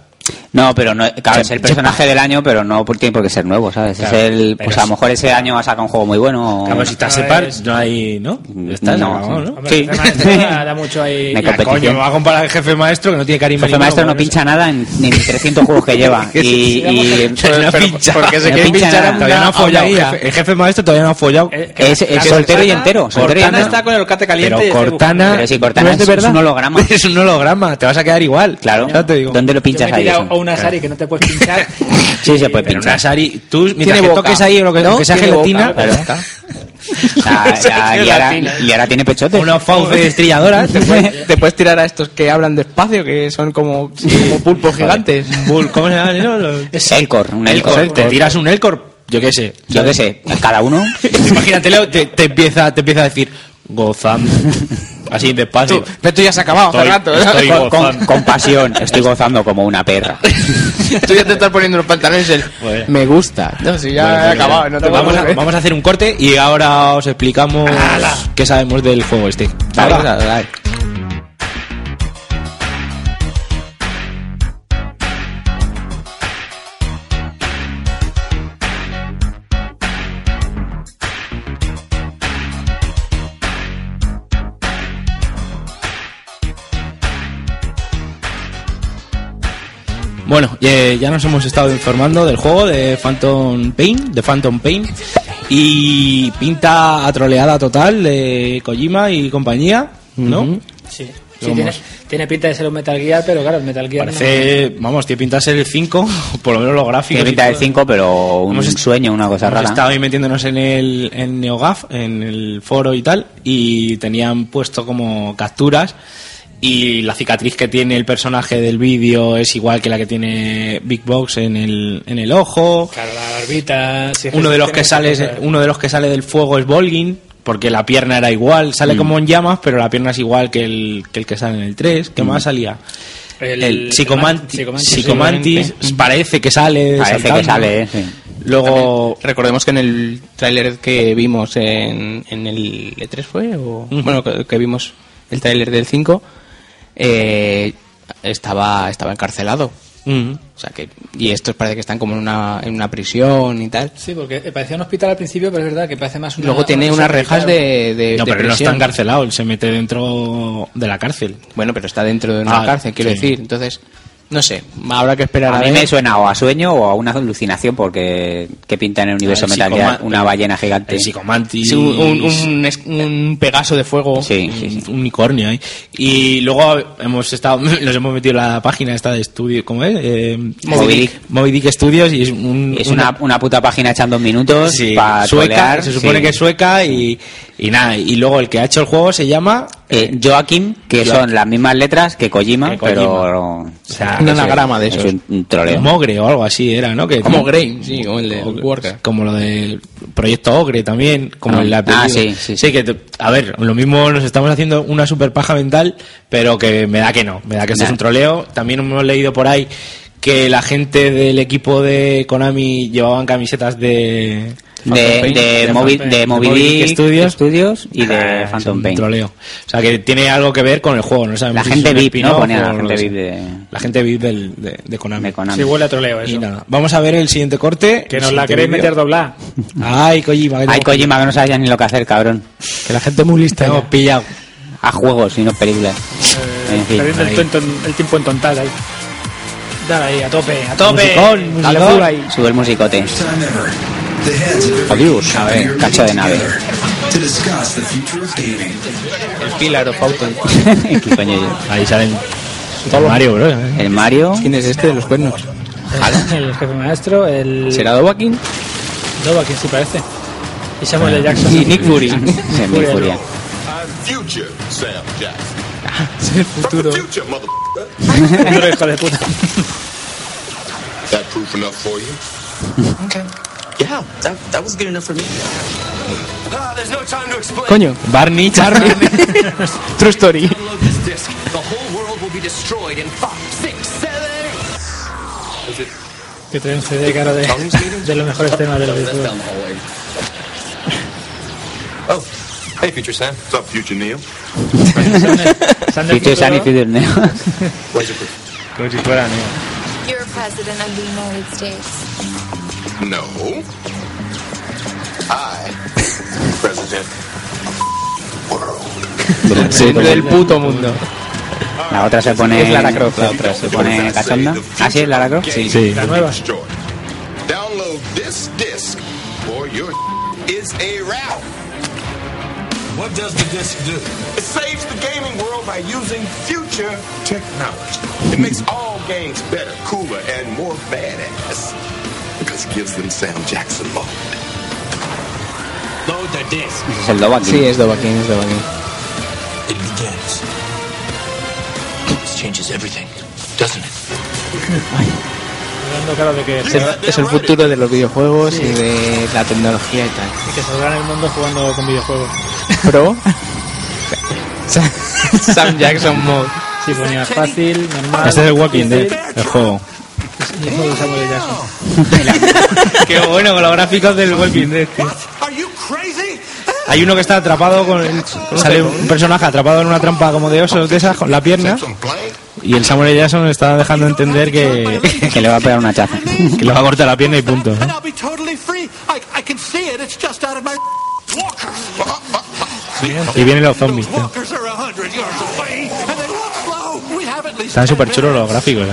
S9: No, pero no, claro, es el personaje del año, pero no por- tiene por qué ser nuevo, ¿sabes?
S8: Claro,
S9: es el,
S8: pero
S9: pues a lo
S8: sí.
S9: mejor ese año ha sacado un juego muy bueno. o-
S8: claro, si está Separ, no hay, ¿no? Ya Está
S9: No,
S8: acabado, ¿no?
S9: sí.
S3: El jefe maestro da, da mucho ahí.
S9: Me
S8: Ah, coño,
S9: competición.
S8: me va a comparar al jefe maestro que no tiene carisma.
S9: Jefe maestro no pincha nada en, en 300 juegos que lleva. Y, y-
S8: no pincha. Porque se
S9: No
S8: quiere
S9: pincha
S8: pinchar
S9: nada.
S8: Todavía no ha follado. Eh, El jefe, el jefe maestro todavía no ha follado.
S3: Eh,
S9: Es, es soltero y entero. Soltero y
S8: Cortana
S9: entero.
S8: está
S3: con el cate
S8: Pero Cortana,
S9: Pero si Cortana
S8: ¿no
S9: es,
S8: de
S9: es
S8: verdad?
S9: un holograma.
S8: Es un holograma, te vas a quedar igual.
S9: Claro.
S8: Ya te digo.
S9: ¿Dónde lo
S3: Yo
S9: pinchas
S3: me he
S9: ahí?
S3: tirado
S9: eso?
S3: a una Sari que no te puedes pinchar.
S9: Sí, pues se puede
S8: Pero una
S9: pinchar.
S8: Sari, tú mientras
S9: Tiene
S8: que
S9: boca.
S8: toques ahí o lo que,
S9: No,
S8: aunque sea
S9: tiene boca,
S8: gelatina,
S9: claro.
S8: ya está.
S9: Ah, ya, y, ahora, y ahora tiene pechote.
S8: una fauce estrelladora.
S10: ¿Te puedes, te puedes tirar a estos que hablan despacio, que son como, como pulpos gigantes.
S8: Bull, ¿Cómo se llama? ¿No? Lo-
S9: Elcor, un Elcor.
S8: Elcor, Te tiras un Elcor, yo qué sé.
S9: Yo qué sé, cada uno.
S8: Imagínate, Leo, te, te empieza, te empieza a decir gozando. Así despacio.
S10: Pero tú ya has acabado hace
S8: Estoy-
S10: rato, ¿no?
S8: estoy
S10: Con-
S9: Con, con- con pasión, estoy gozando como una perra. Pues,
S10: Tú ya te estás poniendo los pantalones el... Me gusta. No, si ya
S8: Bueno,
S10: he acabado.
S8: bueno,
S10: No te
S8: vamos, a,
S10: preocupes.
S8: vamos a hacer un corte y ahora os explicamos qué sabemos del juego este.
S9: Dale,
S8: Ahora.
S9: dale, dale.
S8: Bueno, eh, ya nos hemos estado informando del juego de Phantom Pain, de Phantom Pain, y pinta a troleada total de Kojima y compañía, ¿no?
S3: Ujú. Sí, sí
S8: Vamos.
S3: tiene, tiene pinta de ser un Metal Gear, pero claro, el Metal Gear. no-
S8: Parece, vamos, tiene pinta de ser el 5, por lo menos los gráficos.
S9: Tiene
S8: y
S9: pinta del
S8: todo.
S9: 5, pero un
S8: Hemos est-
S9: sueño, una cosa
S8: Hemos
S9: rara.
S8: estado ahí metiéndonos en el en NeoGAF, en el foro y tal, y tenían puesto como capturas. Y la cicatriz que tiene el personaje del vídeo es igual que la que tiene Big Box en el, en el ojo.
S3: Claro, la barbita. sí,
S8: Uno de los
S3: tiene
S8: que sale,
S3: muchas cosas.
S8: uno de los que sale del fuego es Volgin, Porque la pierna era igual, sale como en llamas, pero la pierna es igual que el que, el que sale en el 3. ¿Qué más salía? El, psicomantis,
S3: Psicomantis,
S8: Psicomantis,
S3: seguramente.
S8: parece que sale.
S9: Parece que
S8: saltando.
S9: sale, sí.
S8: Luego.
S10: Recordemos que en el tráiler que vimos en, en el E3 fue, o, bueno, que, que vimos el tráiler del 5, eh, estaba, estaba encarcelado. O sea que, y estos parece que están como en una, en una prisión y tal.
S3: Sí, porque eh, parecía un hospital al principio, pero es verdad que parece más una.
S10: Luego tiene unas rejas de, de-
S8: no,
S10: de
S8: pero él no está
S10: prisión.
S8: encarcelado, él se mete dentro de la cárcel.
S10: Bueno, pero está dentro de una
S8: Ah,
S10: cárcel, quiero
S8: sí.
S10: decir. Entonces, no sé, habrá que esperar a,
S9: A mí
S8: ¿eh?
S10: ver.
S9: me suena o a sueño o a una alucinación porque que pinta en el universo
S10: Ah, el
S9: Metal
S10: psicoma-
S9: Gear una ballena gigante.
S8: el psicomantis.
S10: Sí, un, un- un es- un pegaso de fuego.
S9: Sí,
S8: Un unicornio ahí. Y luego hemos estado, nos hemos metido en la página esta de estudio, ¿cómo es? Eh,
S9: Moby Dick.
S8: Moby Dick Studios y es un-
S9: Es una, una puta página hecha en dos minutos
S8: sí,
S9: para
S8: sueca, se supone que es sueca y, y nada, y luego el que ha hecho el juego se llama
S9: Joaquim, Eh, que son las mismas letras que Kojima,
S8: Que Kojima.
S9: pero...
S8: sea,
S9: eso
S8: un
S9: es-
S8: anagrama de
S9: es
S8: esos.
S9: un- un troleo.
S8: Mogre o algo así era, ¿no? Que
S10: Como Grey, sí, como el de Warcraft.
S8: como lo de Proyecto Ogre también, como
S9: Ah,
S8: el lápiz.
S9: ah, sí, sí,
S8: que, te- a ver, lo mismo nos estamos haciendo una super paja mental, pero que me da que no, me da que esto es
S9: Nah.
S8: un troleo. También hemos leído por ahí que la gente del equipo de Konami llevaban camisetas de...
S9: De, de, Moby, de Moby Dick
S8: Studios.
S9: Studios y de
S8: Ah, es
S9: Phantom
S8: un
S9: Pain.
S8: troleo. O sea, que tiene algo que ver con el juego, no sabemos
S9: La
S8: si es
S9: gente
S8: un
S9: VIP, ¿no?
S8: spin-off
S9: Ponía la
S8: o
S9: gente
S8: lo que
S9: VIP
S8: sea.
S9: de...
S8: La gente VIP del- de, de Konami.
S9: De Konami.
S3: Sí, huele a troleo eso.
S8: Y nada, vamos a ver el siguiente corte.
S3: Que nos la queréis
S8: queréis
S3: meter doblada.
S8: Ay, Kojima. que te
S9: Ay,
S8: hemos-
S9: Kojima, que no sabía ni lo que hacer, cabrón.
S8: Que la gente es muy lista. Hemos pillado.
S9: A juegos y no películas. en fin.
S3: Perdiendo el,
S9: ahí.
S3: tiempo en- el tiempo en tontal ahí. Dale ahí, a tope, a tope.
S9: Musicón,
S3: Dale
S9: musicón.
S3: full ahí.
S9: Sube el musicote. Adiós, a ver, cacho de nave.
S10: El Pillar of Autumn.
S9: ¿Qué coño yo?
S8: Ahí salen. El Mario, bro.
S9: El Mario.
S10: ¿Quién es este de los cuernos?
S3: El jefe maestro, el.
S10: ¿Será Dobakin?
S3: Doba, que sí parece. Y Samuel L. Jackson.
S10: Y Nick Fury.
S9: Sí, muy furia.
S13: Future Sam Jackson.
S10: Es el futuro.
S13: Future mother.
S3: Otro hijo de puta.
S13: That proof enough for you?
S18: Okay. Yeah, that, that was good enough for me. Ah, there's no time to explain.
S10: Coño.
S8: Barney. Barney.
S10: True story.
S18: Download this disc. The whole world will be destroyed in five, six, seven. Is it
S3: Que trae un CD cara de, de los mejores temas de los videojuegos.
S13: Oh, hey, Future Sam. What's up, Future Neil?
S3: Sander
S9: Future Sun y
S3: Futuro,
S9: Future Neo.
S13: What's your proof?
S3: Como si fuera, amigo.
S1: You're president of the United States.
S13: No. I, President
S10: Del puto mundo.
S9: La otra se pone.
S10: Es Lara Croft, la otra.
S9: Se pone cachonda. ¿Ah, sí, es Lara Croft? Sí.
S13: La Destroyed. Download this disc or your is a route. What does the disc do? It saves the gaming world by using future technology. It makes all games better, cooler, and more badass. Because it gives them Sam Jackson mode.
S18: load the disc?
S9: Ese es el Doba
S10: Sí, es Dobakin, es Dobakin.
S18: It begins. This changes everything, doesn't it?
S3: Dando cara de que,
S10: Es el, es el futuro de los videojuegos y de la tecnología y tal.
S3: que saldrá en el mundo jugando con videojuegos.
S10: Pro. Sa- Sam Jackson Mode.
S3: Sí, ponía fácil, normal.
S8: Este es el Walking Dead, el juego.
S3: Y el juego de Samuel L. Jackson.
S8: Qué bueno con los gráficos del Walking Dead. tío. Hay uno que está atrapado con. el- sale un personaje atrapado en una trampa como de osos de esas con la pierna. Y el Samuel L. Jackson está dejando entender que,
S9: Que le va a pegar una chaza.
S8: que le va a cortar la pierna y punto. ¿no?
S18: I'll be totally free. I, I can see it. It's just out of my
S8: Y vienen los zombies. tío.
S18: walkers are a hundred yards away, and they look slow. We have at least
S8: Están súper chulos los gráficos. ¿eh?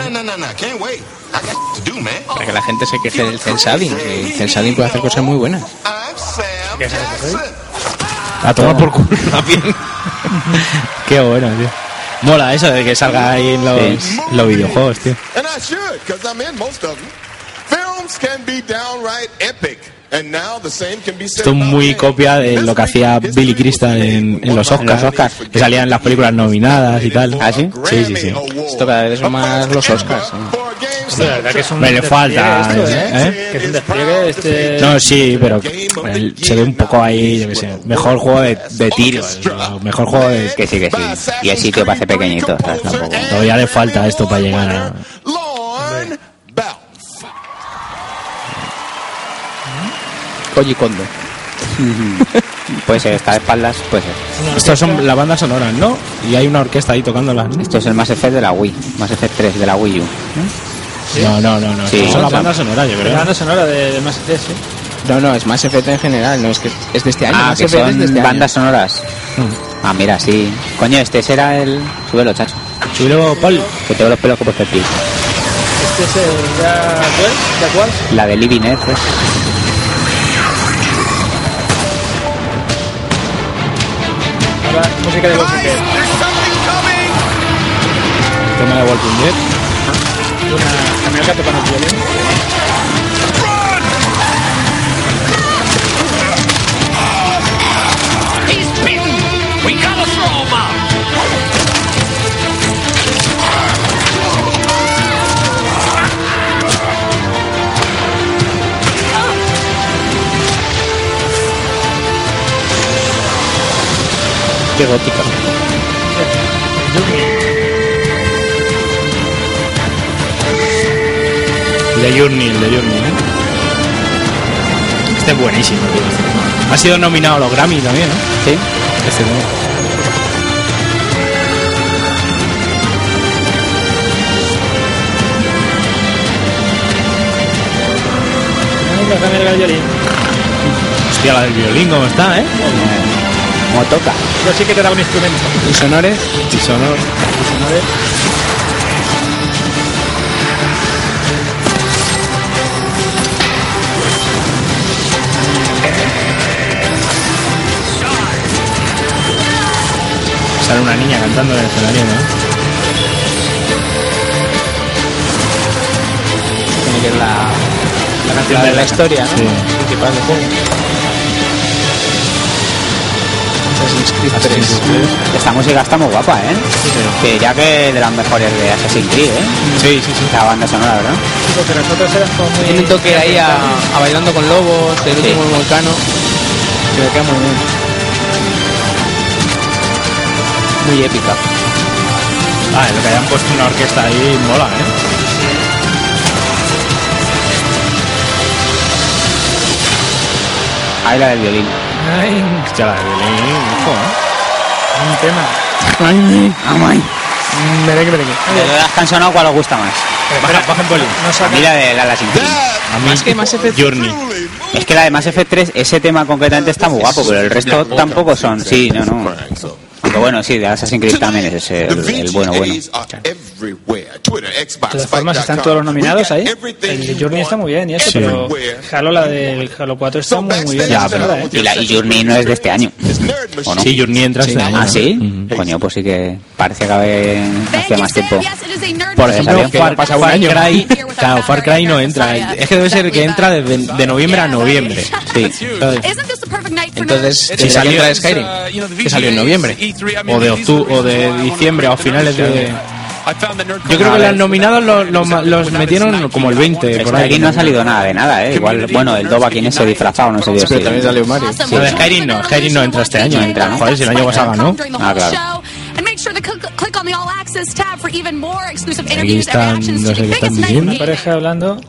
S13: No, no, no, no, can't wait. I got to do, man.
S9: Oh.
S10: Para que la gente se queje del Censadin. que El Censadin puede hacer cosas muy buenas.
S13: I'm Sam Jackson.
S8: A tomar por culo la pierna. Qué bueno, tío. Mola eso de que salga ahí en los,
S9: Sí.
S8: en los videojuegos, tío.
S13: And I should, because I'm in most of them. Films can be downright epic. And now the same can be said
S8: Esto es
S13: about
S8: muy copia de lo que hacía Billy Crystal en, en los Oscars. Que salían las películas nominadas y tal. ¿Ah, sí? Sí, sí, Esto cada vez son más los Oscars.
S3: Hombre, la verdad que es un
S8: Me le falta,
S3: despliegue esto,
S8: ¿eh?
S3: Que es un despliegue este...
S8: No, sí, pero el- se ve un poco ahí, yo qué sé. Mejor juego de, de tiro. el Mejor juego de...
S9: Que sí, que sí. Y el sitio para hacer pequeñito. ¿sabes? Tampoco.
S8: Todavía le falta esto para llegar a...
S10: Koji Kondo.
S9: puede ser, está de espaldas, puede ser.
S8: Estas son las bandas sonoras, ¿no? Y hay una orquesta ahí tocándolas.
S9: Esto es el Mass Effect de la Wii, Mass Effect 3 de la Wii U.
S8: No, no, no, no.
S9: Sí,
S8: Estas son
S9: o
S8: las
S9: sea,
S8: bandas sonoras, yo
S3: La
S8: creo.
S3: banda sonora de, de Mass Effect, sí.
S10: No, no, es más efecto en general, no es que es de este año.
S9: Ah,
S10: Mass
S9: que
S10: Effect es
S9: son
S10: de este año.
S9: bandas sonoras. Ah, mira, sí. Coño, este será el... Súbelo, chacho.
S8: Súbelo, Paul.
S9: Que tengo los pelos como este tío.
S3: Este es el... ¿Ya cuál? ¿Ya cuál?
S9: La de Living Earth. ¿eh?
S3: Ahora, música de Walking Dead.
S8: Tema de Walking Dead.
S3: Una camioneta tocando el violín.
S6: He's bitten. We gotta throw him out.
S10: Qué gótica.
S8: The Journey, The Journey, ¿eh? Este es buenísimo, tío. Ha sido nominado a los Grammy también, ¿no? Sí. Este tema.
S3: Ay, La camioneta del violín.
S8: Hostia, la del violín, ¿cómo está, eh?
S9: Como toca.
S3: Yo sí que te da un instrumento.
S8: ¿Y sonores? Y sonor. Sale una niña cantando en el escenario, ¿no?
S10: Tiene que ver la, la canción de la historia, ¿no?
S8: Sí.
S10: Principal del juego. Assassin's Creed
S9: Assassin's Creed. Esta música está muy guapa, ¿eh? Que ya que de las mejores de Assassin's Creed, ¿eh?
S8: Sí, sí, sí.
S9: La banda sonora, ¿verdad?
S3: Porque nosotros éramos como muy...
S10: Tiene un toque ahí a, a Bailando con Lobos, el último volcano. Que le queda muy bien. Muy épica.
S8: Ah, lo que hayan puesto una orquesta ahí mola, ¿eh?
S9: Ahí la del violín.
S3: Ay,
S8: Hostia, la del violín, ojo, ¿eh?
S3: un tema.
S8: Ay,
S9: Amai.
S3: Merengue, merengue.
S9: De las canciones, ¿cuál os gusta más?
S8: Baja, baja en poli.
S9: Mira de la Assassin's Creed.
S8: A mí,
S10: Más que más efecto.
S8: Journey.
S9: Es que la de Mass Effect 3, ese tema concretamente Este está muy guapo, pero el resto tampoco son. Sí, no, no. Pero bueno, sí, de Assassin's Creed también es ese, el, el bueno, bueno.
S13: De
S3: todas formas, están todos los nominados ahí. El de Journey está muy bien y eso,
S9: Sí.
S3: pero Halo, la del Halo 4, está muy, muy bien.
S9: Ya,
S3: la
S9: pero.
S3: verdad, ¿eh?
S9: Y, la, y Journey no es de este año. ¿O no?
S8: Sí, Journey entra este año.
S9: Ah,
S8: ¿no?
S9: sí. Coño, pues sí que parece que hace hace más tiempo.
S8: Por
S9: Porque
S8: ejemplo,
S9: salió.
S8: Far, Far Cry, claro, Far Cry no entra. eh. Es que debe ser que entra desde de noviembre a noviembre.
S9: Sí.
S8: Entonces,
S10: Entonces,
S8: si salió
S10: de Skyrim,
S8: que salió en noviembre, o de octu- o de diciembre, a finales de. Yo creo que los nominados los, los, ma- los metieron como el 20 por ahí.
S9: Skyrim no ha salido nada de nada, ¿eh? Igual, bueno, el Doba quien se disfrazado, no sé Dios.
S10: Pero también salió Mario.
S9: Sí.
S8: No, de Skyrim no, Skyrim no entra este año.
S9: No entra, ¿no?
S8: Joder, si el año pasado ganó.
S5: during the
S9: Ah,
S5: whole
S9: claro.
S5: show. And make sure to click, click on the All Access tab for even more exclusive
S8: Aquí
S5: interviews and
S8: están,
S5: reactions
S8: no
S5: to the
S8: sé qué están
S5: biggest night
S8: diciendo.
S5: in
S3: Pareja hablando.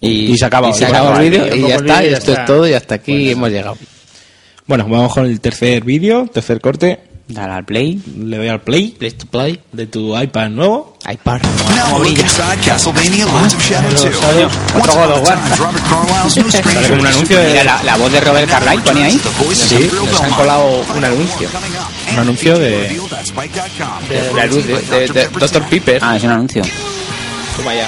S10: Y,
S8: Y se acaba
S10: y se
S8: otro.
S10: acaba el vídeo
S3: Acabó
S10: y
S3: el
S10: ya está.
S3: vídeo y
S10: Y
S3: ya
S10: esto
S3: está.
S10: es todo y hasta aquí hemos llegado.
S8: Pues Bueno, vamos con el tercer vídeo, tercer corte.
S9: Dale al play.
S8: Le doy al play.
S10: Play to play.
S8: De tu iPad nuevo.
S10: iPad.
S18: Now look inside Castlevania Lords of Shadow 2. Once upon a time, Robert Carlyle's new
S8: Sale como un
S18: stranger
S8: anuncio de.
S9: Mira, la, la voz de Robert Carlyle ponía ahí.
S8: Sí, nos han colado un anuncio. Un anuncio de.
S10: De la luz de, de- de Dr. Piper.
S9: Ah, es un anuncio.
S10: Toma ya.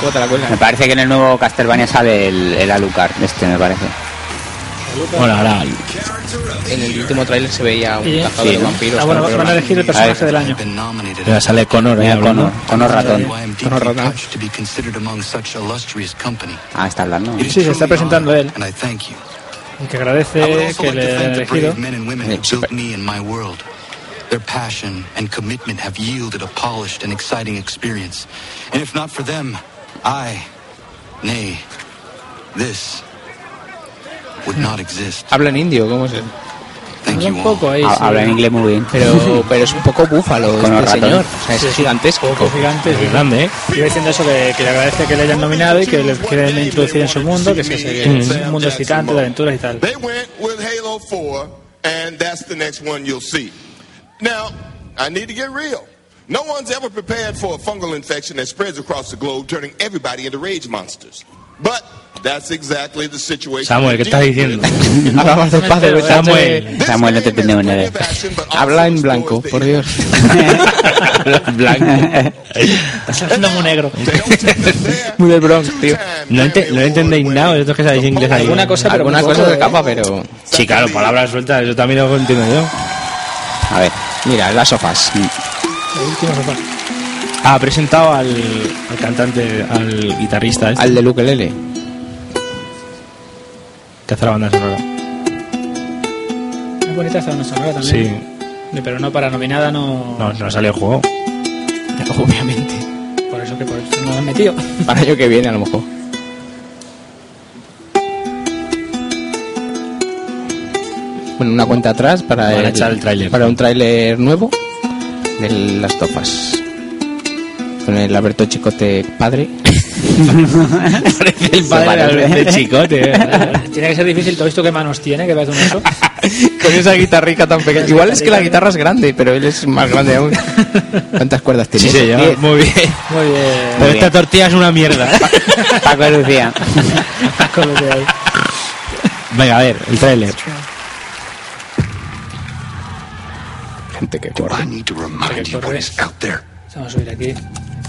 S10: ¿Cómo te la
S9: Me
S10: cuelgan?
S9: parece que en el nuevo Castlevania sale el, el Alucard, este me parece.
S10: Bueno, ahora en el último tráiler se veía un
S3: Sí.
S10: cazador
S3: Sí,
S10: de
S3: ¿no?
S10: vampiros.
S3: Ah, bueno,
S10: con
S3: van a
S10: pelo
S3: elegir el
S10: largo.
S3: personaje del año.
S10: Mira, sale Connor, ahí
S9: Mira,
S10: hablando.
S9: Connor, Connor ratón.
S6: Why I'm
S10: Connor
S6: deeply
S10: ratón.
S6: touched to be considered among such illustrious company.
S9: Ah, está hablando.
S3: Sí, se está presentando él.
S6: And I thank you.
S3: Y que
S6: I would
S3: agradece
S6: also
S3: que
S6: like
S3: le
S6: to
S3: hayan
S6: thank the
S3: elegido.
S6: brave men and women who built me and my world. Their passion and commitment have yielded a polished and exciting experience. And if not for them, I, nay, this would not exist.
S10: Habla en indio, ¿cómo es él?
S6: Habla
S10: un poco
S8: Ah,
S9: Ha- Habla en inglés muy bien.
S10: Pero, pero es un poco búfalo
S9: Con los
S10: este
S9: ratones.
S10: señor. O sea, es
S3: Sí, sí.
S10: gigantesco.
S3: Poco gigante, sí.
S8: ¿eh?
S3: Iba diciendo eso de que le agradece que le hayan nominado y que le quieren introducir en su mundo, que es, que se-
S13: Mm.
S3: es un mundo excitante de aventuras y tal.
S13: They went with Halo 4, and that's the next one you'll see. Now, I need to get real. No one's ever prepared for a fungal infection that spreads across the globe, turning everybody into rage monsters. But that's exactly the situation.
S9: Samuel, ¿qué estás diciendo?
S10: Habla más despacio, vete a
S9: Samuel. Samuel, no te entendemos nada.
S10: Habla en blanco, por Dios.
S9: Blanco.
S3: Está siendo muy negro.
S10: Muy del Bronx, tío.
S8: No, ente- no entendéis nada, vosotros que sabéis inglés ahí. Ah,
S10: Alguna cosa, pero Alguna muy cosa poco, de ¿eh? capa, pero-
S8: Sí, claro, palabras sueltas, eso también lo entiendo yo.
S10: A ver, mira, las sofás.
S9: Mm.
S8: Ha presentado al, al cantante, al guitarrista. Este,
S10: Al de Ukelele.
S8: Que hace la banda sonora.
S3: Es bonita esta banda sonora
S8: Sí.
S3: también. Sí. Pero no, para nominada no...
S8: No, no salió el juego.
S10: Obviamente.
S3: Por eso que por eso no la han metido.
S10: Para el año que viene, a lo mejor. Bueno, una cuenta atrás para,
S8: Van a echar el tráiler.
S10: para un tráiler nuevo de las topas. Con el Alberto Chicote padre.
S8: el padre de Chicote. ¿eh?
S3: Tiene que ser difícil todo esto que manos tiene, que veas un eso.
S10: Con esa guitarrica tan pequeña. Igual es que la guitarra es grande, pero él es más grande aún. ¿Cuántas cuerdas tiene?
S8: Sí, señor,
S10: Diez.
S8: muy bien.
S3: Muy bien.
S8: Pero esta tortilla es una mierda.
S9: Paco Lucía.
S3: Con lo que hay.
S8: Venga, a ver, el tráiler.
S10: Gente que
S6: I need to remind you what is out there.
S3: Vamos a subir aquí.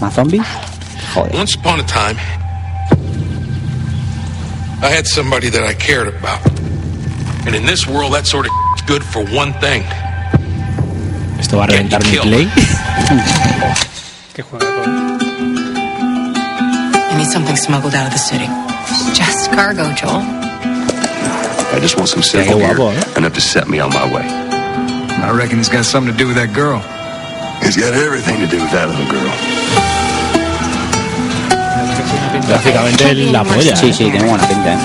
S9: ¿Más zombies?
S2: Once upon a time, I had somebody that I cared about. And in this world, that sort of is good for one thing.
S8: Esto va a reventar mi play.
S3: Que juega con...
S15: I need something smuggled out of the city. Just cargo, Joel.
S22: I just want some simple beer, enough to set me on my way. I reckon it's got something to do with that girl. It's got everything to do with that little girl.
S8: Gráficamente la polla.
S9: Sí, sí, tiene buena pinta. ¿eh?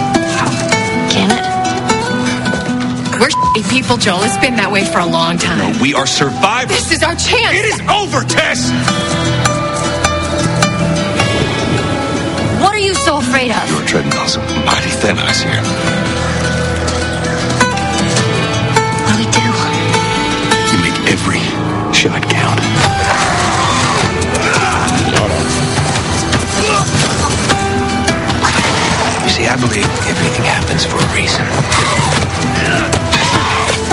S15: Can it? We're shitty people, Joel. It's been that way for a long time.
S2: We are survivors.
S15: This is our chance.
S2: It is over, Tess!
S23: What are you so afraid of?
S22: You're treading on some mighty thin ice here.
S23: What do we do?
S22: You make every shot count. You see, I believe everything happens for a reason.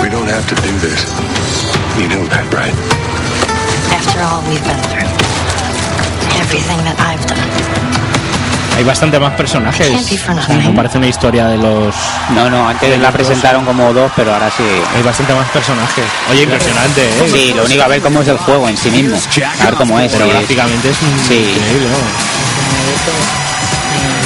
S24: We don't have to do this. You know that, right?
S15: After all we've been through, everything that I've done.
S8: Hay bastante más personajes. O sea, no parece una historia de los.
S9: No, no, antes la presentaron como dos, pero ahora sí.
S8: Hay bastante más personajes. Oye, impresionante, ¿eh?
S9: Sí, lo único a ver cómo es el juego en sí mismo. A ver cómo es. eh,
S8: Pero
S9: sí.
S8: gráficamente es un-
S9: Sí.
S8: increíble.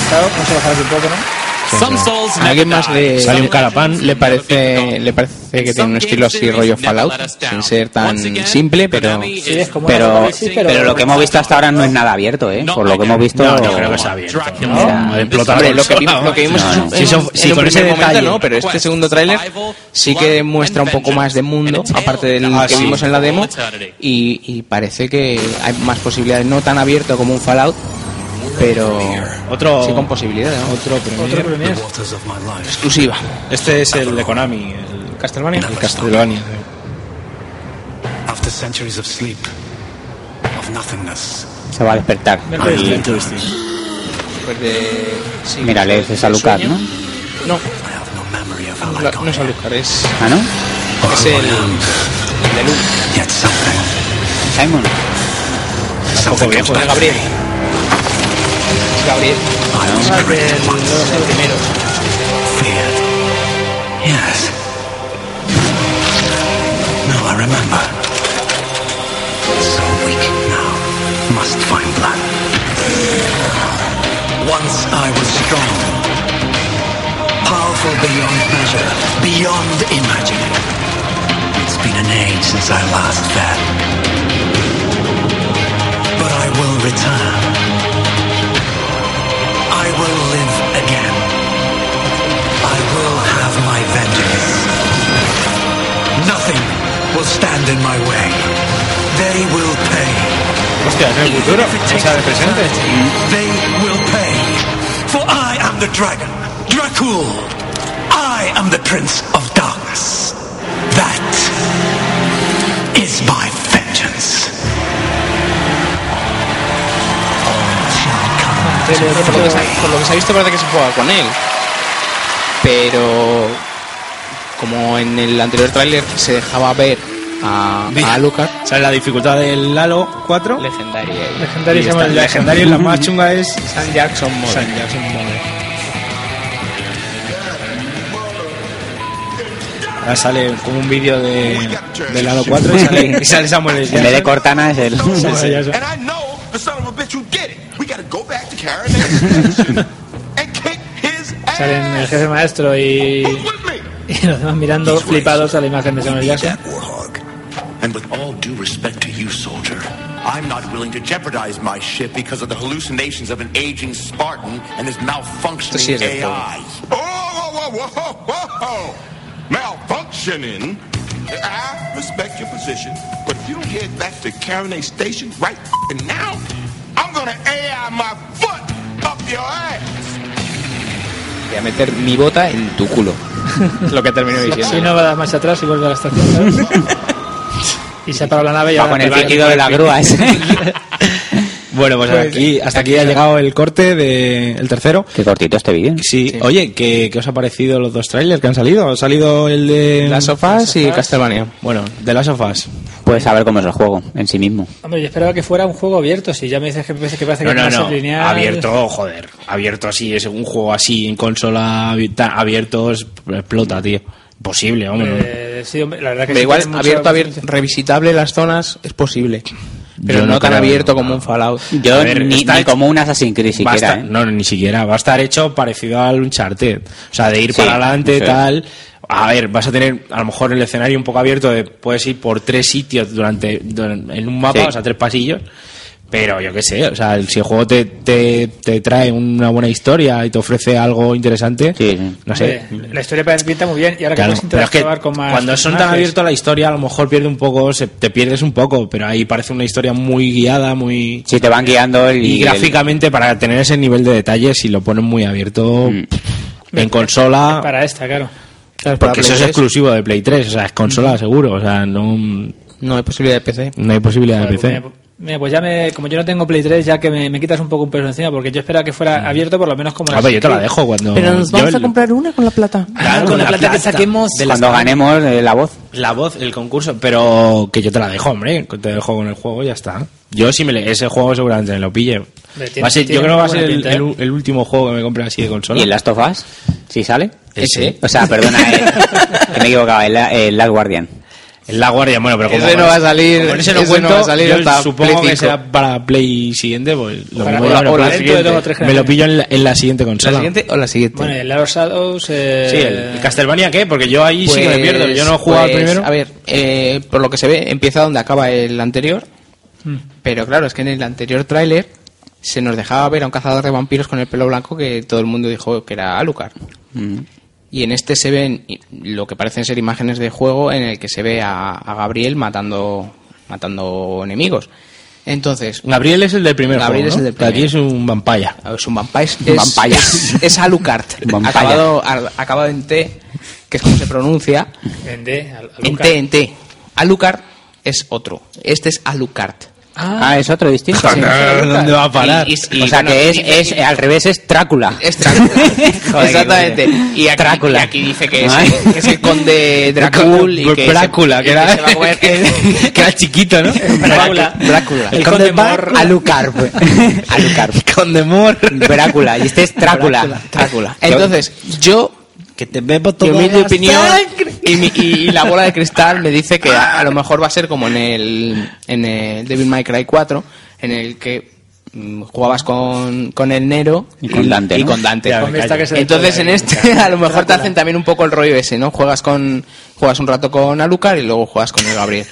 S3: Claro, vamos a bajar aquí un poco, ¿no?
S10: Some souls ¿A alguien más le
S8: Sale un carapán.
S10: le parece le parece que tiene un estilo así rollo Fallout sin ser tan simple pero
S9: Pero, pero lo que hemos visto hasta ahora no es nada abierto, ¿eh? Por lo que hemos visto.
S8: No, yo creo que es abierto. No, explotar
S10: Hombre,
S8: el
S10: lo que
S8: sol,
S10: vimos, lo que vimos
S8: no,
S10: es
S8: no.
S10: un-
S8: Si
S10: en
S8: son-
S10: un
S8: si con
S10: primer
S8: ese
S10: momento,
S8: detalle-
S10: no, pero
S9: Pues,
S10: este segundo tráiler sí que muestra un poco más de mundo aparte del
S8: Ah,
S10: que
S8: sí.
S10: vimos en la demo y, y parece que hay más posibilidades no tan abierto como un Fallout pero
S8: Otro-
S10: sí con posibilidades ¿no?
S8: Otro premier.
S10: exclusiva
S8: Este es el de Konami, el Castlevania. Pues
S10: el Castlevania
S6: After centuries of sleep, of nothingness.
S9: Se va a despertar. Y-
S10: Pues de- sí.
S9: Mira, le dices a Lucas, ¿no?
S10: No. La- no es Alucard, es.
S9: Ah, ¿no?
S10: Es el. el de Luz.
S9: Simon.
S10: Es un poco viejo, es Gabriel. Es Gabriel.
S9: Ah,
S10: Es el primero.
S2: Yes. No, I remember. So weak now. Must find blood. Once I was strong. Powerful beyond measure. Beyond imagining. It's been an age since I last fed. But I will return. I will live again. I will have my vengeance. Nothing will stand in my way. They will pay.
S8: Hostia, es el futuro, esa del presente.
S2: They will pay. For I am the dragon, Dracul. I am the prince of darkness. That is my vengeance.
S10: Pero por lo que se ha- por lo que se ha visto parece que se juega con él. Pero como en el anterior tráiler se dejaba ver a, a Alucard.
S8: ¿Sabes la dificultad del Halo 4?
S10: Legendaria.
S8: Legendario,
S10: Y
S8: se llama
S10: está-
S8: el legendario, la más chunga es
S10: San Jackson Mode.
S8: San Jackson Mode. Ahora sale como un vídeo de, del Halo 4 y sale, y sale Samuel L.
S9: En vez de Cortana es el.
S8: Sí,
S3: Pues
S8: sí.
S3: Salen el jefe maestro y, y los demás mirando flipados a la imagen de
S10: Uh,
S3: Samuel Jackson.
S11: And with all due respect to you, soldier, I'm not willing to jeopardize my ship because of the hallucinations of an aging Spartan and his
S10: Esto
S11: malfunctioning
S10: sí es de todo.
S11: AI.
S13: Malfunctioning. I respect your position, but if you don't get back to Carronade Station right f***ing now, I'm gonna AI my foot up your ass.
S10: Voy a meter mi bota en tu culo. lo que termino diciendo.
S3: Si no va a dar más atrás y vuelve a la estación. ¿sabes? y se ha parado la nave y
S9: Va
S3: ahora
S9: con el
S3: va-
S9: fingido de la grúa ese.
S8: ¿eh? Bueno, pues,
S9: Pues,
S8: aquí, hasta aquí ha llegado el corte del tercero. Qué cortito este vídeo. Sí. Oye, ¿qué, qué os ha parecido los dos trailers que han salido? Ha salido el de... Las sofás y Castlevania. Bueno, de las sofás.
S9: Puedes saber cómo es el juego en sí mismo.
S3: Hombre, yo esperaba que fuera un juego abierto. Si ya me dices que, parece que parece
S8: No,
S3: que
S8: no,
S3: es
S8: no.
S3: más lineal.
S8: Abierto, joder. Abierto así, es un juego así en consola abierta- abierto, es- explota, tío. Imposible, hombre.
S3: Eh,
S8: Mm.
S3: sí, hombre, la verdad que
S10: Pero
S3: sí
S10: igual
S3: tiene mucha-
S10: abierto, abierto, revisitable las zonas es posible. Pero
S8: Yo
S10: no,
S8: no
S10: tan
S8: creo,
S10: abierto como un Fallout.
S8: Yo A ver, ni- está ni hecho-
S10: como un Assassin's Creed
S8: Va a
S9: ¿eh?
S8: estar- No, ni siquiera. ¿eh? Va a estar hecho parecido al Uncharted. O sea, de ir
S10: Sí,
S8: para adelante,
S10: sí.
S8: tal. A ver, vas a tener a lo mejor el escenario un poco abierto. De, puedes ir por tres sitios durante, duran- en un mapa,
S10: Sí.
S8: o sea, tres pasillos. Pero yo qué sé, o sea, si el juego te, te, te trae una buena historia y te ofrece algo interesante, no sé.
S3: Hombre, la historia parece- pinta muy bien y ahora
S8: Claro,
S3: que puedes
S8: pero es que
S3: interactuar con más.
S8: cuando son tan
S3: personajes,
S8: abiertos a la historia, a lo mejor pierde un poco, se- te pierdes un poco, pero ahí parece una historia muy guiada, muy...
S9: Sí, te van guiando el...
S8: Y
S9: el-
S8: gráficamente, para tener ese nivel de detalle, si lo ponen muy abierto
S9: Mm.
S8: en consola,
S3: Para esta, claro.
S8: porque eso es exclusivo de Play 3, o sea, es
S3: Mm.
S8: consola seguro, o sea, no...
S10: No hay posibilidad de PC.
S8: No hay posibilidad de
S3: Joder,
S8: PC.
S3: pues mira, mira, pues ya me, como yo no tengo Play 3, ya que me, me quitas un poco un peso encima, porque yo esperaba que
S9: Mm.
S3: fuera abierto por lo menos como...
S8: Ah, pero yo te la dejo cuando...
S3: Pero nos
S8: yo
S3: vamos
S8: el-
S3: a
S10: comprar una con la plata.
S8: Claro,
S3: con la plata que saquemos-
S8: de las-
S9: Cuando ganemos eh, la voz.
S8: La voz, el concurso, pero que yo te la dejo, hombre, que te dejo con el juego y ya está. Yo si me le- ese juego seguramente me lo pille.
S9: tiene-
S8: Va a ser- yo creo
S9: tiene
S8: que va a
S9: buena
S8: ser el,
S9: pinta, ¿eh?
S8: el- el último juego que me compré así de consola.
S9: ¿Y el Last of Us? ¿Sí sale?
S8: Ese.
S9: O sea, perdona, eh, que me he equivocado, el, el Last Guardian.
S8: El Last Guardian, bueno, pero
S10: Ese no va a salir-
S8: como en ese no
S10: ese
S8: cuento,
S10: no va a salir
S8: yo
S10: hasta
S8: supongo
S10: Play
S8: que
S10: 5.
S8: será para Play siguiente, pues lo
S10: Ojalá-
S8: mismo ya
S10: o la-
S8: me lo
S10: o la
S8: pillo.
S10: siguiente, dos o tres
S8: Me lo pillo en la, en la siguiente consola.
S10: ¿La siguiente o la siguiente?
S3: Bueno, el Lord of Shadows... eh,
S8: Sí, el, el Castlevania qué, porque yo ahí sí que me pierdo, yo no he jugado al
S10: pues,
S8: primero.
S10: A ver, eh, por lo que se ve, empieza donde acaba el anterior. Pero claro, es que en el anterior tráiler se nos dejaba ver a un cazador de vampiros con el pelo blanco que todo el mundo dijo que era Alucard.
S8: Mm.
S10: Y en este se ven i- lo que parecen ser imágenes de juego en el que se ve a, a Gabriel matando, matando enemigos. Entonces,
S8: Gabriel es el del primer juego,
S10: Gabriel es el
S8: ¿no?
S10: del
S8: Que aquí
S10: primer. Ah,
S8: es un vampaya.
S10: Es un vampire. Es,
S8: Un vampire.
S10: es- es Alucard.
S8: Vampire.
S10: Acabado, ar- acabado en T, que es como se pronuncia.
S3: En D, al- al
S10: En
S3: Lucas.
S10: T, en T. Alucard es otro. Este es Alucard.
S3: Ah,
S9: es otro distinto.
S10: Sí.
S9: ¿Dónde va a
S10: parar?
S9: o sea,
S10: bueno,
S9: que es,
S10: y-
S9: es al revés, es Drácula.
S10: Es Drácula.
S9: Joder,
S10: Exactamente.
S9: qué coño.
S10: Y aquí,
S9: Drácula.
S10: y aquí dice que es,
S9: Ay.
S10: que es el conde Dracul. Y que
S8: Drácula,
S10: se,
S8: que
S10: y
S8: era-
S10: se va a comer-
S8: Que era chiquito, ¿no?
S10: Drácula.
S9: Drácula.
S10: El conde Mor.
S9: Alucard. pues. Alucard.
S8: Conde Mor.
S9: Drácula. Y este es Drácula. Drácula.
S10: Entonces, yo
S25: Que te bebo
S10: Yo
S25: toda
S10: mi
S25: la
S10: opinión
S25: sangre.
S10: y, mi- y- y la bola de cristal me dice que a, a lo mejor va a ser como en el, en el Devil May Cry 4, en el que mm, jugabas con, con el Nero y
S9: con Dante,
S10: y
S9: ¿no?
S10: con Dante.
S9: Ya, me callo.
S10: Entonces en este a lo mejor te hacen también un poco el rollo ese, ¿no? Juegas con juegas un rato con Alucard y luego juegas con el Gabriel.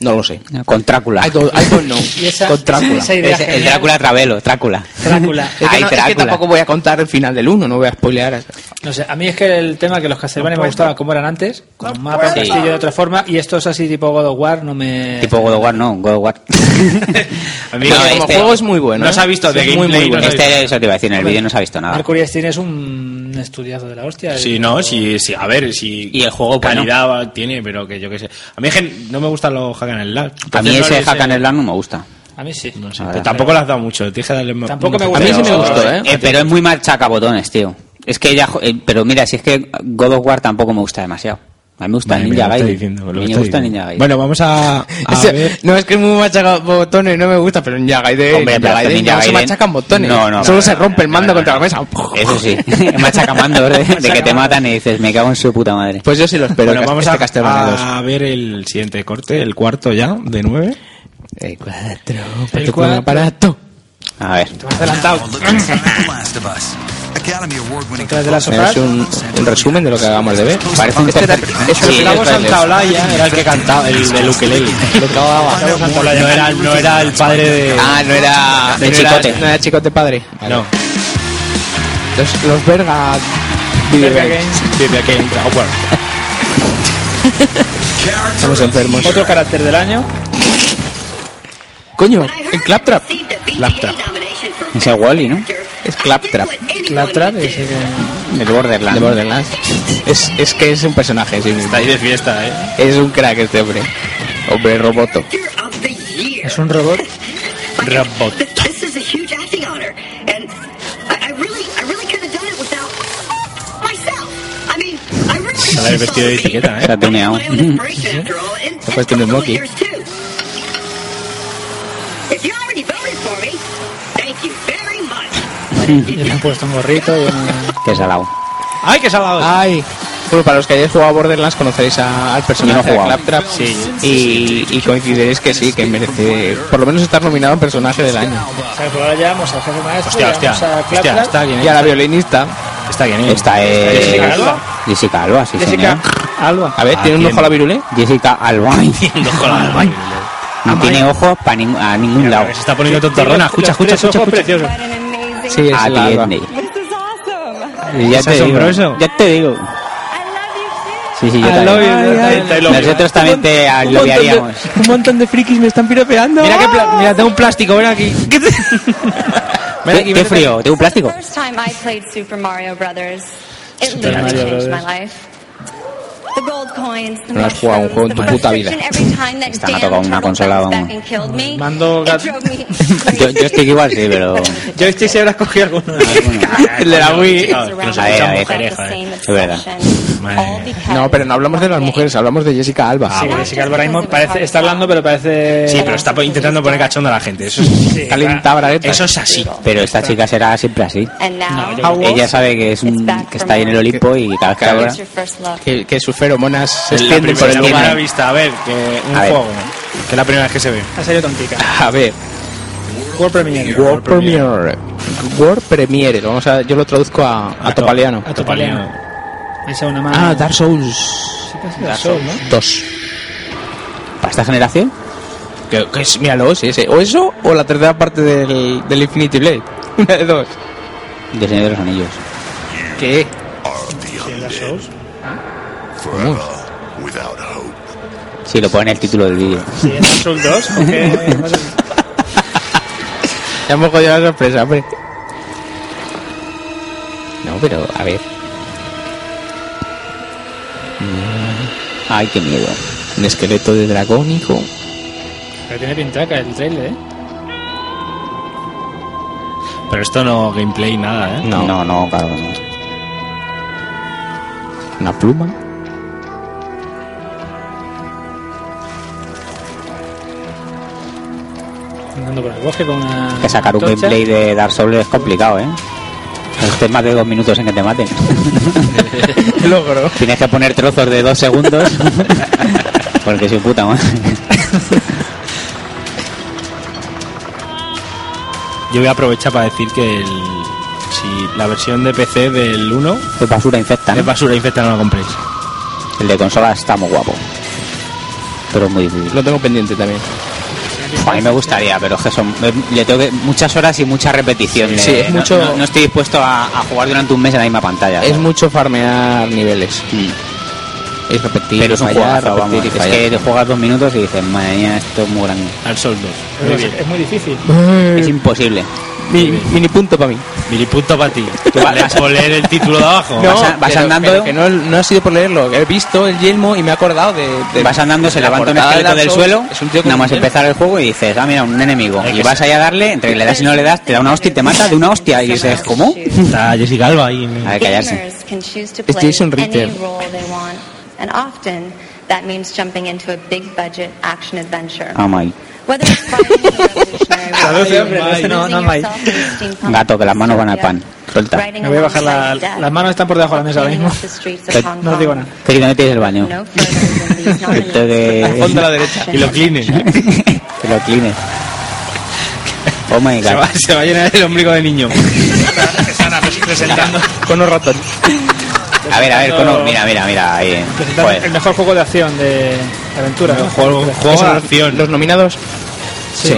S10: No lo sé.
S9: Con Drácula.
S10: I don't, I don't know.
S9: Y esa-
S10: con Drácula.
S9: esa idea Es- el genial. Drácula Ravelo, Drácula.
S10: Drácula. Es que,
S9: Ay,
S10: no- es que
S9: Drácula.
S10: tampoco voy a contar el final del 1, no voy a spoilear.
S3: No sé, a mí es que el tema que los Castlevania me gustaban como eran antes, con mapa,
S9: puedo.
S3: castillo de otra forma, y estos así tipo God of War no me...
S9: Tipo God of War, no, God of War.
S3: Porque como juego es muy bueno,
S9: este No
S3: ¿eh?
S9: se ha visto de
S3: Es muy, muy
S9: gameplay.
S3: bueno.
S9: Este, eso te iba a decir, en el vídeo no se ha visto nada.
S3: Mercury Steam es un estudiazo de la hostia.
S8: Sí, no, sí, sí, a ver, si y el juego calidad Ah, va- tiene, pero que yo qué sé. A mí es que no me gustan los hack and slash.
S9: A mí
S8: Entonces, no
S9: ese
S8: les-
S9: hack and slash no me gusta.
S3: A mí sí.
S8: no sé, pero tampoco lo has dado mucho, tienes que darle más- mucho-
S9: Eh, pero es muy machaca botones, tío. Es que ya, jo- eh, pero mira, si es que God of War tampoco me gusta demasiado. A mí me gusta
S8: Madre mía,
S9: Ninja
S8: lo está
S9: Gaiden.
S8: diciendo, lo
S9: A mí me
S8: está
S9: gusta
S8: diciendo.
S9: Ninja Gaiden.
S8: Bueno, vamos a, a
S10: O sea,
S8: ver.
S10: no es que es muy machacado botones, no me gusta, pero en Yagaide,
S9: Hombre, pero hacer Ninja
S10: no se
S9: Gaiden-
S10: machacan botones.
S9: No, no,
S10: solo
S9: no,
S10: se rompe el mando contra la mesa.
S9: Eso sí, machacamando de, de que te matan y
S8: Mm.
S9: dices, me cago en su puta madre.
S10: Pues yo sí lo espero.
S8: Bueno, vamos a-
S9: Castlevania
S8: a, ver el siguiente corte, el cuarto ya, de nueve.
S10: El cuatro,
S8: el
S10: con el aparato.
S9: A ver.
S3: Adelantado.
S10: Es un, un resumen de lo que acabamos de ver.
S9: Parece un
S10: este era,
S9: tercer-
S10: este
S8: Sí,
S10: era el
S8: Gustavo
S10: tráiler.
S8: Santaolalla Ah, era el que cantaba, el de ukelele. No era, no era el padre de...
S10: Ah, no era
S8: De
S10: no era-
S8: Chicote.
S10: No era Chicote padre.
S8: No.
S10: Los, los verga. Video
S8: Verga
S10: games.
S8: Video games. Ah, bueno.
S10: Estamos enfermos.
S3: Otro carácter del año.
S10: Coño, el Claptrap.
S8: Claptrap.
S9: Es el Wally, ¿no?
S10: Es Claptrap.
S3: Claptrap es el...
S10: El Borderlands. Es, es que es un personaje, sí. Está
S8: ahí de fiesta, eh.
S10: Es un crack este hombre. Hombre roboto.
S3: Es un robot.
S8: Robot.
S26: This is a huge acting honor, and I, I really, I really could have done it without myself. I mean, I really.
S8: Sale el vestido de etiqueta, eh.
S9: Está tuneado.
S10: Se ha puesto un smoking.
S26: If you already voted for me, thank you very much.
S3: Yo le he puesto un gorrito y una- Ah,
S9: Qué salado.
S8: ¡Ay, qué salado!
S10: ¡Ay! Bueno, para los que hayáis jugado a Borderlands conoceréis a- al
S9: Yo no
S10: personaje
S9: he
S10: de
S9: jugado.
S10: Claptrap y, y coincidiréis que sí, que merece por lo menos estar nominado en personaje del año.
S3: O sea, pues ahora llevamos al jefe maestro,
S10: Hostia, hostia,
S3: llevamos a
S10: hostia,
S3: Claptrap.
S10: está
S8: ¿eh?
S10: bien. Y a la violinista.
S8: Está bien.
S9: Esta es...
S8: Eh,
S10: Jessica Alba.
S9: Jessica Alba, sí,
S10: Jessica
S9: señor.
S3: Alba.
S10: A ver, ¿tiene un
S9: quién?
S10: ojo a la virulé?
S9: Jessica Alba. No tiene ojos para a ningún lado.
S8: Se está poniendo tontorrona. Escucha, escucha, escucha.
S3: preciosos.
S10: Sí, es
S9: A
S10: la
S9: ti,
S10: Alba.
S9: Edney. Ya
S8: Es
S9: te digo.
S8: asombroso.
S9: Ya te digo. Sí, sí, yo
S8: I love you,
S9: también.
S8: I love you.
S9: Nosotros también te
S10: Un montón, de,
S9: alobiaríamos.
S10: un montón de frikis me están piropeando. Mira, que pla- mira, tengo un plástico, ven aquí. Ven
S9: ¿Qué,
S10: aquí,
S9: qué
S10: ven aquí.
S9: frío? ¿Tengo un plástico?
S15: First time I played Super Mario Brothers, it
S9: Super
S15: literally
S9: Mario
S15: changed my
S9: Brothers.
S15: life. The gold coins, the
S9: No has jugado a un juego en
S15: mushrooms,
S9: tu
S15: the
S9: puta vida.
S15: frustration every time that
S9: Esta me ha
S15: damn
S9: tocado una
S15: turtle
S9: consola,
S15: comes
S9: vamos.
S15: back and killed me.
S3: Mando
S15: It
S3: gato.
S15: drove me
S9: Yo, yo estoy igual, sí, pero.
S3: Yo
S8: este
S3: estoy si habrás cogido alguno.
S10: El de la Wii.
S9: A ver, a ver. Es verdad.
S10: No, pero no hablamos de las mujeres, hablamos de Jessica Alba.
S8: Ah,
S3: Sí, pero Ah, sí que Álvaro Aimo parece, está hablando, pero parece...
S8: Sí, pero está po- intentando poner cachón a la gente. Eso es, ¿eh? eso es así.
S9: Pero esta chica será siempre así.
S15: And
S10: Ah,
S15: now
S9: Ella sabe que es un, que está ahí en el Olimpo y cada vez que
S15: it's
S9: ahora.
S15: your first love.
S10: Que, que sus feromonas se
S8: Es la
S10: extienden por
S8: primera,
S10: el
S8: la primera
S10: mundo.
S8: vista. A ver, que un
S10: A ver.
S8: juego. Que es la primera vez que se ve.
S3: Ha salido tontica.
S10: A ver.
S3: World Premiere.
S10: World Premiere. World Premiere. lo Vamos a, yo lo traduzco a, a topaliano.
S3: A Topaliano. Esa una mano.
S10: Ah, Dark Souls.
S3: Dark Souls, ¿no?
S10: 2.
S9: ¿Para esta generación?
S10: Que, que es, míralo, sí, ese. O eso, o la tercera parte del, del Infinity Blade. Una de dos.
S9: Del Señor de los Anillos.
S10: ¿Qué?
S9: Sí, lo pone en el título del vídeo.
S3: Sí, Dark Souls 2. ¿o qué? No sé.
S10: Ya hemos cogido la sorpresa, hombre. No, pero a ver.
S9: Ay, qué miedo.
S10: Un esqueleto de dragónico.
S3: Pero tiene pintaca el trailer, ¿eh?
S8: Pero esto no gameplay nada, ¿eh?
S10: No.
S9: No, no, claro. no.
S10: Una pluma.
S3: Andando por el bosque con una...
S9: Que sacar un
S3: antorcha.
S9: gameplay de Dark Souls es complicado, ¿eh? Este es más de dos minutos en que te maten. Logro. Tienes que poner trozos de dos segundos. porque soy puta madre.
S8: Yo voy a aprovechar para decir que el, si la versión de PC del 1
S9: es basura infecta.
S8: Es basura infecta, no la compréis.
S9: El de consola está muy guapo. Pero es muy difícil.
S10: Lo tengo pendiente también.
S9: A mí me gustaría, pero es que son, eh, le tengo que- muchas horas y mucha repetición.
S10: Sí,
S9: eh,
S10: es
S9: no-
S10: mucho-
S9: no, no estoy dispuesto a, a jugar durante un mes en la misma pantalla.
S10: Es mucho farmear niveles. Y repetir,
S9: pero es un
S10: fallar,
S9: juegazo,
S10: repetir
S9: vamos.
S10: y
S9: Es
S10: fallar.
S9: que te juegas dos minutos y dices, madre mía, esto es muy grande.
S8: Al Sol 2.
S3: Pero es, es muy difícil.
S9: Es
S10: Mm.
S9: imposible.
S10: Mi- mini punto para mí.
S8: Mini punto para ti. Vale, por leer el título de abajo.
S10: No,
S9: Vas a- vas
S10: pero-
S9: andando-
S10: pero que no, no ha sido por leerlo. He visto el yelmo y me he acordado de. de-
S9: Vas andando,
S10: de
S9: se
S10: la
S9: levanta un
S10: portada de
S9: esqueleto
S10: Dark
S9: del
S10: Souls.
S9: suelo,
S10: Es un tío con
S9: nada
S10: un
S9: más
S10: yelmo.
S9: empezar el juego y dices, ah, mira, un enemigo. Y vas ahí a darle, entre que le das y no le das, te da una hostia y te mata de una hostia. Y dices, ¿cómo?
S8: Está Jessica Alba ahí.
S9: A ver, callarse.
S6: Gamers can choose to
S9: Es
S6: play
S9: Jason Ritter.
S6: any role they want, and often that means jumping into a big budget action adventure.
S9: Oh, my.
S6: Whether it's fighting a revolutionary war,
S9: Traduce, hombre,
S6: losing
S9: no, no, my.
S6: yourself in a steampunk
S9: Gato, que las manos van al pan. Suelta.
S6: Riding
S3: Me voy a bajar la- las manos están por debajo de la mesa ahora mismo.
S6: the streets of
S9: Que-
S6: Hong
S3: No os digo
S6: Kong.
S3: nada.
S9: Querido, no tienes el baño.
S6: No further than these nominees.
S9: Esto que-
S6: Al fondo a la derecha.
S8: Y lo ¿eh? clines.
S9: Que lo clines. Oh my
S8: Se
S9: god.
S8: va, se va a llenar el ombligo de niño.
S9: Sana presentando. Cono ratón. A ver, a ver, Cono. Mira, mira, mira. Ahí. pues.
S3: Presentar
S9: Joder.
S3: el mejor juego de acción de de aventura. ¿no?
S10: Esos son los- Los nominados.
S9: Sí.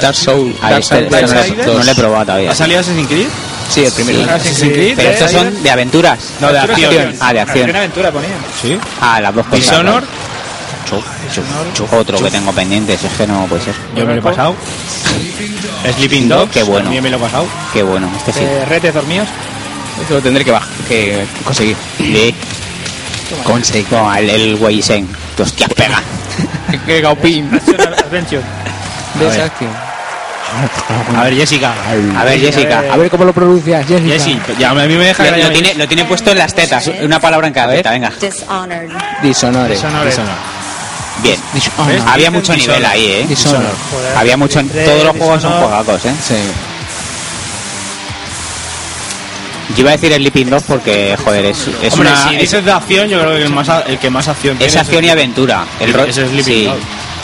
S10: Dark Souls.
S9: Ahí está, este no, lo- no lo he probado todavía.
S8: ¿Ha salido Assassin's Creed?
S10: Sí, el primero.
S9: Sí.
S3: Assassin's Creed,
S9: Pero
S3: ¿eh,
S9: estos
S3: Aider?
S9: son de aventuras.
S3: No, de
S9: Aventuras,
S3: acción.
S9: Ah, de acción.
S3: aventura ponía.
S8: Sí.
S9: Ah, las dos cosas.
S8: Dishonor.
S9: Chuf, chuf, chuf. Otro que tengo pendiente, si es que no puede ser.
S8: Yo me lo he pasado. Sleeping
S9: No,
S8: Dogs.
S9: qué bueno.
S8: También me lo he pasado.
S9: Qué bueno, este sí.
S3: Eh, Retes dormidos.
S10: Eso lo tendré que, bajar, que conseguir.
S9: Sí. Conseguí. No, el, el Weisen. Que hostias pega.
S10: que gaupín.
S3: National Adventure.
S10: De esa acción.
S8: A ver, Jessica.
S9: A ver, Jessica.
S10: A ver cómo lo pronuncias, Jessica.
S8: Jessie, ya a mí me deja
S9: Lo, lo tiene, lo tiene puesto en las tetas. Una palabra en cada teta, venga.
S6: Dishonored.
S9: Ah,
S10: Dishonored.
S9: Bien. ¿Eh?
S10: Dishonored.
S9: Había mucho nivel ahí, ¿eh?
S10: Dishonored.
S9: Había mucho... Todos los juegos son juegazos, ¿eh?
S10: Sí.
S9: Yo iba a decir el Sleeping 2 porque, joder, es, es
S8: Hombre,
S9: una...
S8: si
S9: es-
S8: dices de acción, yo creo que el, más, a- el que más acción tiene
S9: Es acción y aventura. El, ro-
S8: Es el Sleeping
S9: sí.
S8: Dog.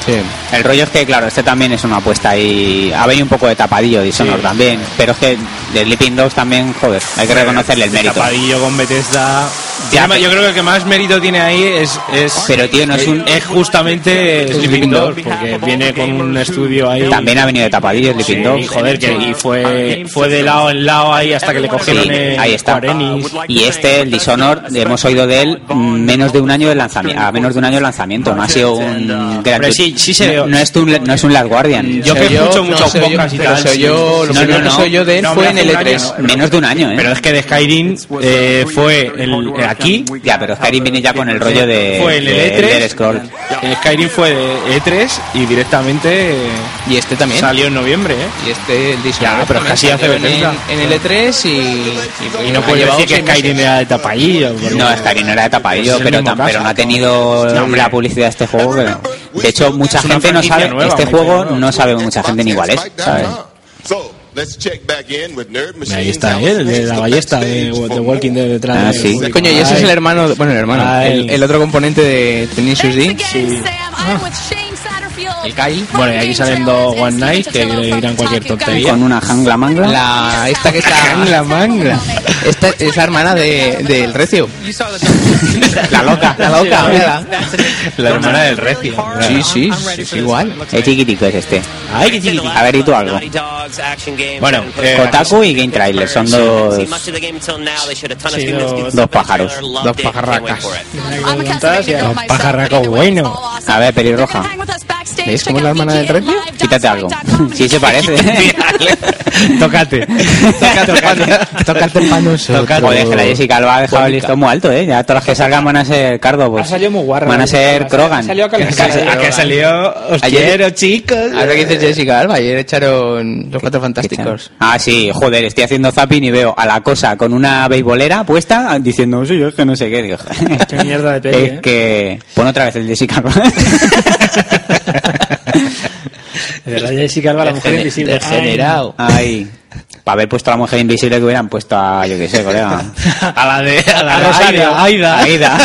S10: Sí.
S9: El rollo es que, claro, este también es una apuesta y ha venido un poco de tapadillo Dishonored
S8: Sí.
S9: también, pero es que de Sleeping 2 también, joder, hay que reconocerle el mérito.
S8: Tapadillo con Bethesda.
S9: Ya,
S8: Encima,
S9: pero-
S8: yo creo que el que más mérito tiene ahí es. es
S9: Pero, tío, no es un-
S8: Es justamente Sleeping Dogs, porque viene con un estudio ahí.
S9: También ha venido de tapadillo Sleeping
S8: Y
S9: 2.
S8: joder, que y fue, fue de lado en lado ahí hasta que le cogieron
S9: Sí,
S8: el
S9: ahí está.
S8: Square Enix.
S9: Y este, el Dishonored, hemos oído de él mm, menos de un año de lanzamiento, a menos de un año de lanzamiento, no ha sido un gran
S8: Hombre, sí, sí se
S9: no,
S8: ve-
S9: no es un, no es un Last Guardian.
S8: Yo
S10: Se
S8: que
S10: oyó-
S8: escucho
S10: no,
S8: muchos
S10: se oyó-
S8: podcasts y
S10: pero
S8: tal.
S10: se oyó- lo primero que se oyó de él fue
S8: hombre,
S10: en
S8: hace
S10: el
S8: un año,
S10: E3.
S8: no, no.
S9: E Menos de un año, ¿eh?
S8: E Pero es que de Skyrim eh, fue el, eh, aquí.
S9: ya, pero Skyrim viene ya con el rollo de,
S8: Fue en el E
S9: de-
S8: E3.
S9: del Eh, scroll.
S8: eh, Skyrim fue de E3 y directamente eh,
S10: Y este también.
S8: salió en noviembre, ¿eh?
S10: Y este, el Dishonored.
S8: Ya, pero es que así hace
S10: en,
S8: Bethesda.
S10: en el E E3 y. Y,
S8: Y no
S10: ha
S8: puede
S10: llevado
S8: decir que
S10: seis meses.
S8: Skyrim era de tapadillo. porque-
S9: No, Skyrim no era de tapadillo,
S8: Pues es el
S9: pero,
S8: mismo
S9: tam- pero
S8: caso.
S9: no ha tenido
S8: No, hombre.
S9: la publicidad de este juego. que- De hecho, mucha
S8: Es una
S9: gente no
S8: franquicia
S9: sabe,
S8: nueva,
S9: este
S8: muy
S9: juego
S8: nueva.
S9: no sabe mucha gente ni igual es, ¿sabes?
S27: So, let's check back in with Nerd Machines.
S8: Ahí está él, de la ballesta de, de Walking Dead detrás.
S9: Ah,
S8: de-
S9: sí.
S10: Coño, y ese es el hermano. Bueno, el hermano.
S8: Ay.
S10: El, el otro componente de Tenacious D.
S28: Again, Sam, I'm with Shane Satterfield.
S10: El Kyle.
S8: Bueno, y aquí salen dos One Night que le dirán cualquier tontería.
S9: Con una jangla mangla.
S10: La, Ah, esta que es la,
S8: manga.
S10: esta es la hermana de, del recio.
S9: La loca,
S10: La loca, mira.
S8: La hermana del recio.
S10: Sí, sí, es igual.
S9: Es chiquitico es este.
S8: Ay, qué chiquitito.
S9: A ver, ¿y tú algo?
S8: Bueno, eh,
S9: Kotaku y Game Trailer son dos,
S3: Sí, dos-
S9: dos pájaros.
S10: Dos pajarracas.
S8: pajarraco bueno.
S9: A ver, pelirroja.
S10: ¿Veis cómo es la hermana del recio?
S9: Quítate algo. Sí se parece.
S8: Tócate.
S10: Tocarte el pano
S9: Joder, que la Jessica lo ha dejado el listón muy alto, ¿eh? Ya todas las que salgan van a ser Cardo,
S3: Ha
S9: pues.
S3: salido muy guarra.
S9: Van a ser
S3: Ha salido-
S9: Krogan.
S3: ha salido a eh.
S8: Que ha salido- que ha salido. Os
S10: Ayer-
S8: quiero, chicos.
S10: Ahora que dices Jessica Alba, ayer echaron los cuatro fantásticos.
S9: Ah, sí, joder, estoy haciendo zapping y veo a la cosa con una beisbolera puesta diciendo, sí, es que no sé qué, digo.
S3: Qué mierda de peli,
S9: Es
S3: ¿eh?
S9: que... Pon otra vez el Jessica Alba.
S3: De verdad, Jessica Alba, la mujer
S10: Degen-
S3: invisible.
S10: Degenerado.
S9: Ay. Para haber puesto a la mujer invisible que hubieran puesto a, yo qué sé, colega.
S4: A la de. A la
S9: A
S4: de
S9: Rosario.
S4: Aida.
S9: Aida.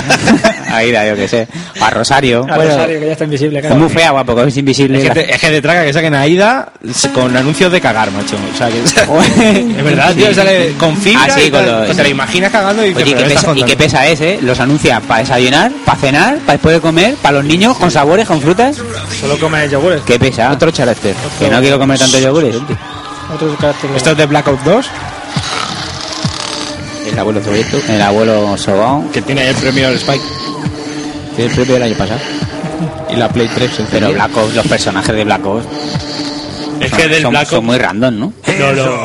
S9: Aida, yo qué sé. A Rosario.
S8: A Rosario, que ya está invisible, claro.
S9: Es muy fea, guapo, porque es invisible.
S8: Es que, te, es que te traga que saquen a Aida con anuncios de cagar, macho. O sea, que- es verdad, tío. Sale con fibra
S9: Así,
S8: y tal,
S9: Ah, con los-
S8: que te la imaginas cagando y dices,
S9: Oye, ¿y
S8: "Pero
S9: qué
S8: me estás
S9: pesa, y qué
S8: contando".
S9: pesa es, eh? Los anuncia para desayunar, para cenar, para después de comer, para los niños, con sabores, con frutas.
S3: Solo come yogures.
S9: Qué pesa. Otro carácter. Que no quiero comer tanto yogures.
S3: Otro carácter.
S9: ¿Esto es de Black Ops 2? El abuelo Toretto, el abuelo Sobao. Que tiene el premio del Spike. Tiene el premio del año pasado. Y la Play 3. Pero Black Ops, los personajes de Black Ops.
S4: Es
S9: son-
S4: que del
S9: Ah, son,
S4: Black
S9: son
S4: Ops-
S9: muy random, ¿no?
S4: No, no.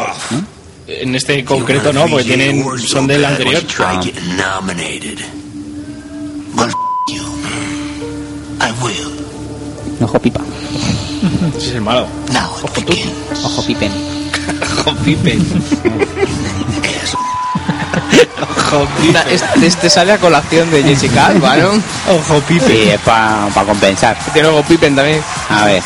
S4: En este concreto no, porque tienen, son del anterior.
S9: Ah.
S11: Nominated. Well, f- you. I will.
S9: Ojo pipa.
S4: Ese es el malo.
S11: Now it begins.
S9: Ojo pipen.
S4: Ojo pipen.
S10: Este, este sale a colación de Jessica Alba, ¿no?
S9: Ojo pipen. Sí, es para compensar.
S10: Tiene luego Pippen también.
S9: A ver.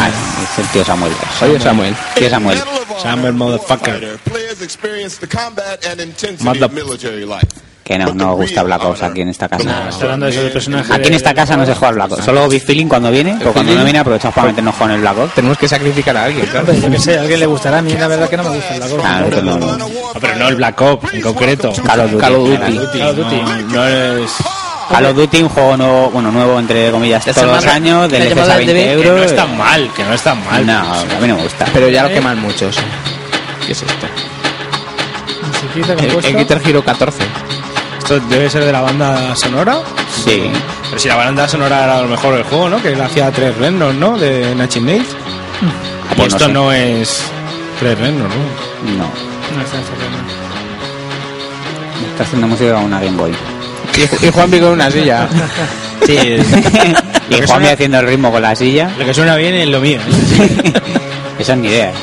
S9: Ah, es el tío Samuel. Soy yo Samuel. Tío Samuel.
S4: Samuel motherfucker.
S13: Players experience the combat and intensity
S9: Mother-
S13: of military life.
S9: Que no, no gusta Black Ops aquí en esta casa.
S3: Está Ah, hablando de
S4: Eh,
S3: eso del personaje.
S9: Aquí en esta casa no se juega al Black Ops. Solo Big Feeling cuando viene, o cuando no viene aprovechamos para meternos con el Black Ops.
S10: Tenemos que sacrificar a alguien, claro.
S3: Hombre, yo qué sé, a alguien le gustará. A mí la verdad que no me gusta la cosa.
S9: Ah, no, no, no.
S4: Ah, pero no el Black Ops en concreto.
S9: Call of Duty. Call of Duty.
S4: No, no es.
S9: Call of Duty, un juego nuevo, bueno, nuevo entre comillas, todos los años, del
S4: que
S9: ECS a 20
S4: Que no
S9: euros.
S4: es tan mal, que no es tan mal.
S9: No, a mí no me gusta.
S10: Pero ya lo
S3: Eh,
S10: queman muchos. ¿Qué es esto? El, el Guitar Hero 14.
S8: Esto debe ser de la banda sonora.
S9: Sí.
S8: Pero si la banda sonora era a lo mejor el juego, ¿no? Que le hacía tres renos, ¿no? De Nachi Nate.
S9: Ah,
S8: Y
S9: pues no
S8: esto
S9: sé.
S8: no, es tres renos, ¿no?
S9: No,
S3: No está está bien.
S9: está haciendo música con una Game Boy.
S10: Y, Juan Vigo en una silla.
S9: Sí. y Juan
S8: suena-
S9: haciendo el ritmo con la silla.
S8: Lo que suena bien es lo mío. ¿eh?
S9: Esa es mi idea. ¿eh?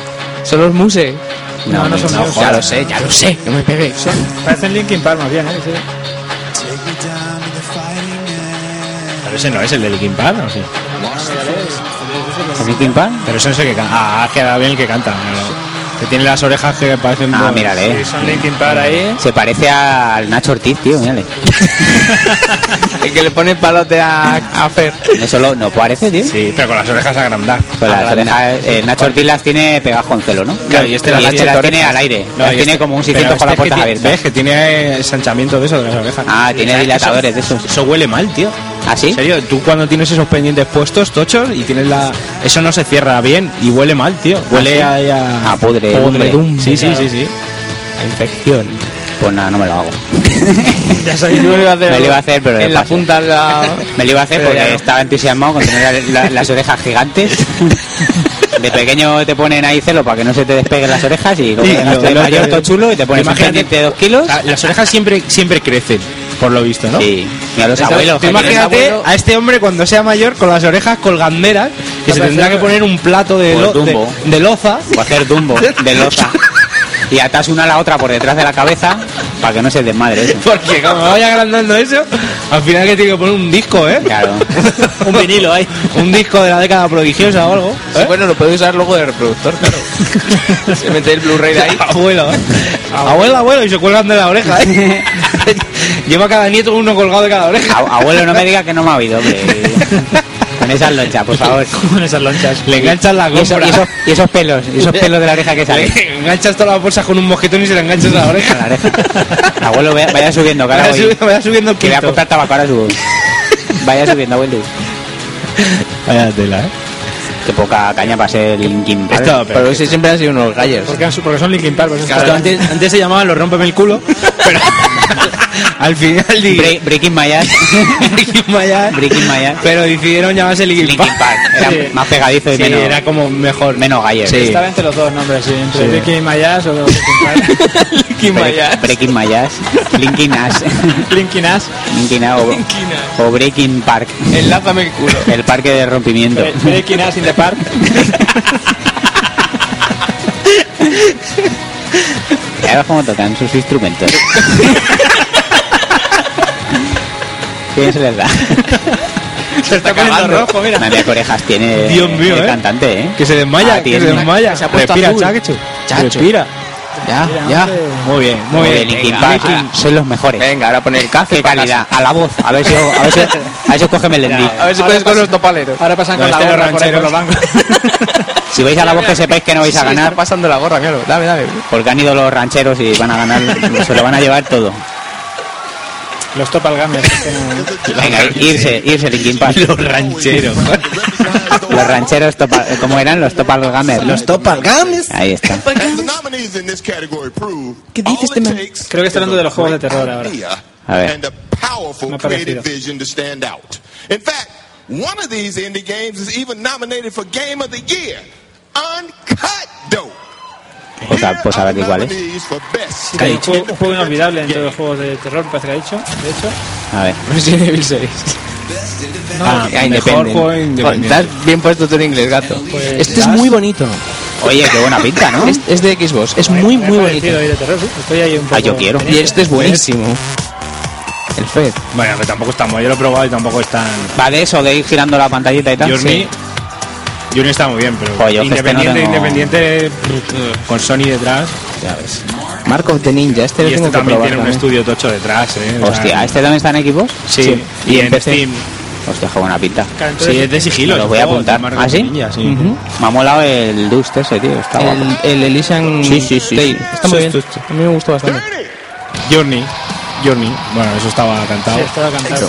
S10: Son los Muse.
S9: No, no,
S3: son
S9: no,
S3: míos.
S9: joder.
S10: Ya lo sé, ya lo sé. No me pegué.
S3: Parecen Linkin Park más bien, ¿eh? Sí.
S4: Pero ese no es el de Linkin Park, ¿o sí?
S9: ¿Es Linkin Park?
S4: Pero ese no es el que canta. Ah, que era bien el que canta.
S8: eh.
S4: ¿no? Que tiene las orejas que parecen.
S9: Ah, mírale.
S3: Sí, son Linkin Park ahí.
S9: Se parece al Nacho Ortiz, tío, mírale.
S10: El que le pone palote a,
S8: Ah,
S10: a Fer.
S9: No solo, no parece, tío.
S4: Sí, pero con las orejas agrandadas.
S9: Pues
S8: Ah,
S9: las orejas, eh, Nacho Ortiz las tiene pegadas con celo, ¿no?
S4: Claro, y este
S9: las,
S4: las tiene-
S9: tiene al aire.
S4: No,
S9: las
S4: y
S9: tiene
S4: este-
S9: como un
S4: pero
S9: 600 con
S4: este
S9: las
S4: que
S9: puertas
S4: tiene-
S9: abiertas.
S8: ¿Ves? Que tiene ensanchamiento de eso, de las orejas.
S9: Ah, tiene dilatadores de esos.
S8: Eso huele mal, tío.
S9: ¿Ah, sí?
S8: En serio, tú cuando tienes esos pendientes puestos, tochos, y tienes la... Eso no se cierra bien y huele mal, tío. Huele
S9: ¿Ah, sí?
S8: a, a...
S9: A podre, hombre.
S8: Sí, sí, sí, sí.
S10: A infección.
S9: Pues nada, no me lo hago.
S8: Ya
S10: me lo iba a hacer.
S9: Me lo iba a hacer, pero
S10: En
S9: de
S10: la
S9: paso.
S10: punta de la...
S9: Me lo iba a hacer
S10: Pero
S9: porque
S10: ya no.
S9: estaba entusiasmado con tener la- la- las orejas gigantes. De pequeño te ponen ahí celo para que no se te despeguen las orejas y luego
S8: Sí,
S9: llegas
S8: lo-
S9: de
S8: lo-
S9: mayor
S8: lo-
S9: todo chulo y te pones un
S8: Imagínate-
S9: pendiente de dos kilos.
S8: Ah, Las orejas siempre, siempre crecen, por lo visto, ¿no?
S9: Sí, mira los
S8: Eso,
S9: abuelos.
S8: tú
S9: que tienen
S8: imagínate
S9: abuelo-
S8: a este hombre cuando sea mayor con las orejas colganderas que se tendrá que poner un plato de,
S9: Pues
S8: lo- de,
S9: Dumbo.
S8: de loza.
S9: o pues hacer Dumbo de loza. Y atas una a la otra por detrás de la cabeza para que no se desmadre. eso.
S8: Porque como vaya agrandando eso, al final que tiene que poner un disco, ¿eh?
S9: Claro.
S8: un vinilo ahí. Un disco de la década prodigiosa o algo. ¿eh?
S10: Sí, Bueno, lo puedes usar luego de reproductor, claro. Se mete el Blu-ray de ahí.
S8: Abuelo, ¿eh? Abuelo, abuelo, y se cuelgan de la oreja, ¿eh? Lleva cada nieto uno colgado de cada oreja.
S9: A- Abuelo, no me digas que no me ha oído, hombre. Con esas lonchas, por favor.
S3: Con esas lonchas.
S8: Le enganchas la
S9: Y, eso-
S8: compra.
S9: y esos, y esos pelos, y esos pelos de la oreja que salen.
S8: Le enganchas todas las bolsas con un mosquetón y se le enganchas a la
S9: A la
S8: oreja.
S9: oreja. Abuelo, vaya, vaya subiendo, cara.
S8: Vaya subiendo, vaya subiendo el
S9: Que voy a
S8: quinto.
S9: comprar tabaco, ahora subo. Vaya subiendo, abuelo.
S8: Vaya tela, ¿eh?
S9: Qué poca caña para ser Linkin Park.
S8: Esto,
S10: Pero ese siempre han sido unos gallos.
S3: Porque, han- porque son Linkin Park. pues,
S8: Esto
S3: está-
S8: antes, antes se llamaban los rompeme el culo, pero al final
S9: Bre-
S8: di-
S9: breaking my ass.
S8: Breaking My Ass,
S9: Breaking my ass.
S8: pero decidieron llamarse Linkin
S9: Linkin
S8: Park.
S9: Park. Era
S3: Sí.
S9: más pegadizo y
S8: Sí,
S9: menos,
S8: era como mejor.
S9: menos galler.
S10: Sí.
S3: Estaba entre los dos nombres, sí. Entre
S8: Sí.
S3: Ricky Mayas o Linkin Park.
S10: Linkin
S9: Bre- Breaking my ass. Linkin ass.
S3: Linkin Ass.
S9: Linkin ass o, o Breaking Park.
S10: Enlázame el culo.
S9: El parque de rompimiento.
S3: Bre- Breaking Ass in the Park.
S9: Y ahora cómo tocan sus instrumentos. ¿Quién se les da?
S8: Se está poniendo rojo, mira.
S9: Nadie orejas tiene
S8: Dios mío,
S9: el
S8: ¿eh?
S9: cantante, ¿eh?
S8: Que se desmaya,
S9: Ah,
S8: que
S9: tiene
S8: se
S9: una-
S8: desmaya.
S10: se ha puesto
S8: Respira,
S10: azul.
S8: chacho.
S10: Chacho.
S8: Respira.
S10: Ya, ya.
S9: Muy bien, muy bien. Linkin Park, sois los mejores.
S10: Venga, ahora poner el café.
S9: Qué
S10: para
S9: calidad.
S10: casa.
S9: A la voz. A ver si, a ver si, a ver si os cógeme el envío.
S10: A ver si puedes con los topaleros. Ahora pasan
S9: con
S3: este
S9: la gorra por ahí por los
S10: bancos.
S9: Si vais a la voz que sepáis que no vais a
S10: Sí,
S9: ganar,
S10: está pasando la gorra, claro. Dame, dame.
S9: porque han ido los rancheros y van a ganar, se lo van a llevar todo.
S3: Los Topal Gamers. es que Este no-
S9: Venga, irse, irse Linkin Park. Los rancheros. los rancheros, topa- ¿cómo eran? Los Topal Gamers. Los Topal Gamers. Ahí está.
S3: ¿Qué dices, este man? Creo que está hablando de los juegos de terror ahora.
S9: A ver.
S13: powerful
S3: Me ha
S13: creative
S3: parecido.
S13: vision to stand out. In fact, one of these indie games is even nominated for Game of the Year. Uncut Dope.
S9: Pues a, pues a ver cuál es.
S13: Nominees for Best.
S3: Sí, un, juego, un juego inolvidable dentro de los juegos de terror, parece que ha dicho. De hecho,
S9: A ver.
S10: Resident Evil 6.
S9: Ah,
S10: ya,
S9: mejor
S10: Independent.
S9: juego independiente.
S10: Estás bien puesto tú en inglés, gato.
S3: Este es muy
S10: bonito.
S9: Oye, qué buena pinta, ¿no?
S10: Es, es de Xbox. Es muy,
S3: me ha
S10: muy bonito.
S3: parecido ahí de terror. sí. Estoy ahí un poco.
S9: Ah, yo quiero.
S10: Y este es buenísimo. El Fed.
S8: Bueno, pero tampoco está muy. Yo lo he probado y tampoco es tan.
S9: Va de eso, de ir girando la pantallita y
S10: Ah,
S9: tal.
S8: Journey. Journey está muy bien, pero.
S9: Joder, yo que este no
S8: independiente,
S9: tengo-
S8: independiente. pff, Con Sony detrás.
S9: Ya ves.
S10: Marco de Ninja. Este lo
S8: y
S10: tengo
S8: este
S10: que
S8: también
S10: probar.
S8: tiene un
S10: también.
S8: estudio tocho detrás, eh. o
S9: Hostia,
S8: sea,
S9: ¿este también está en equipos?
S8: Sí, y en Steam.
S9: Hostia, qué buena pinta.
S8: Sí, es de sigilo.
S9: Lo
S8: el
S9: voy a
S8: juego,
S9: apuntar.
S8: de Marco
S9: ¿Ah, sí?
S8: Ninja, sí.
S9: Ujú. Me ha molado el Dust ese, tío. Está guapo.
S10: El, el Elysian
S9: Sí, sí, sí,
S10: Day.
S9: sí.
S10: Está muy
S9: Sí,
S10: bien.
S9: sí,
S10: A mí me gustó bastante.
S8: Journey. Journey. Bueno, eso estaba cantado.
S3: Sí, estaba cantado.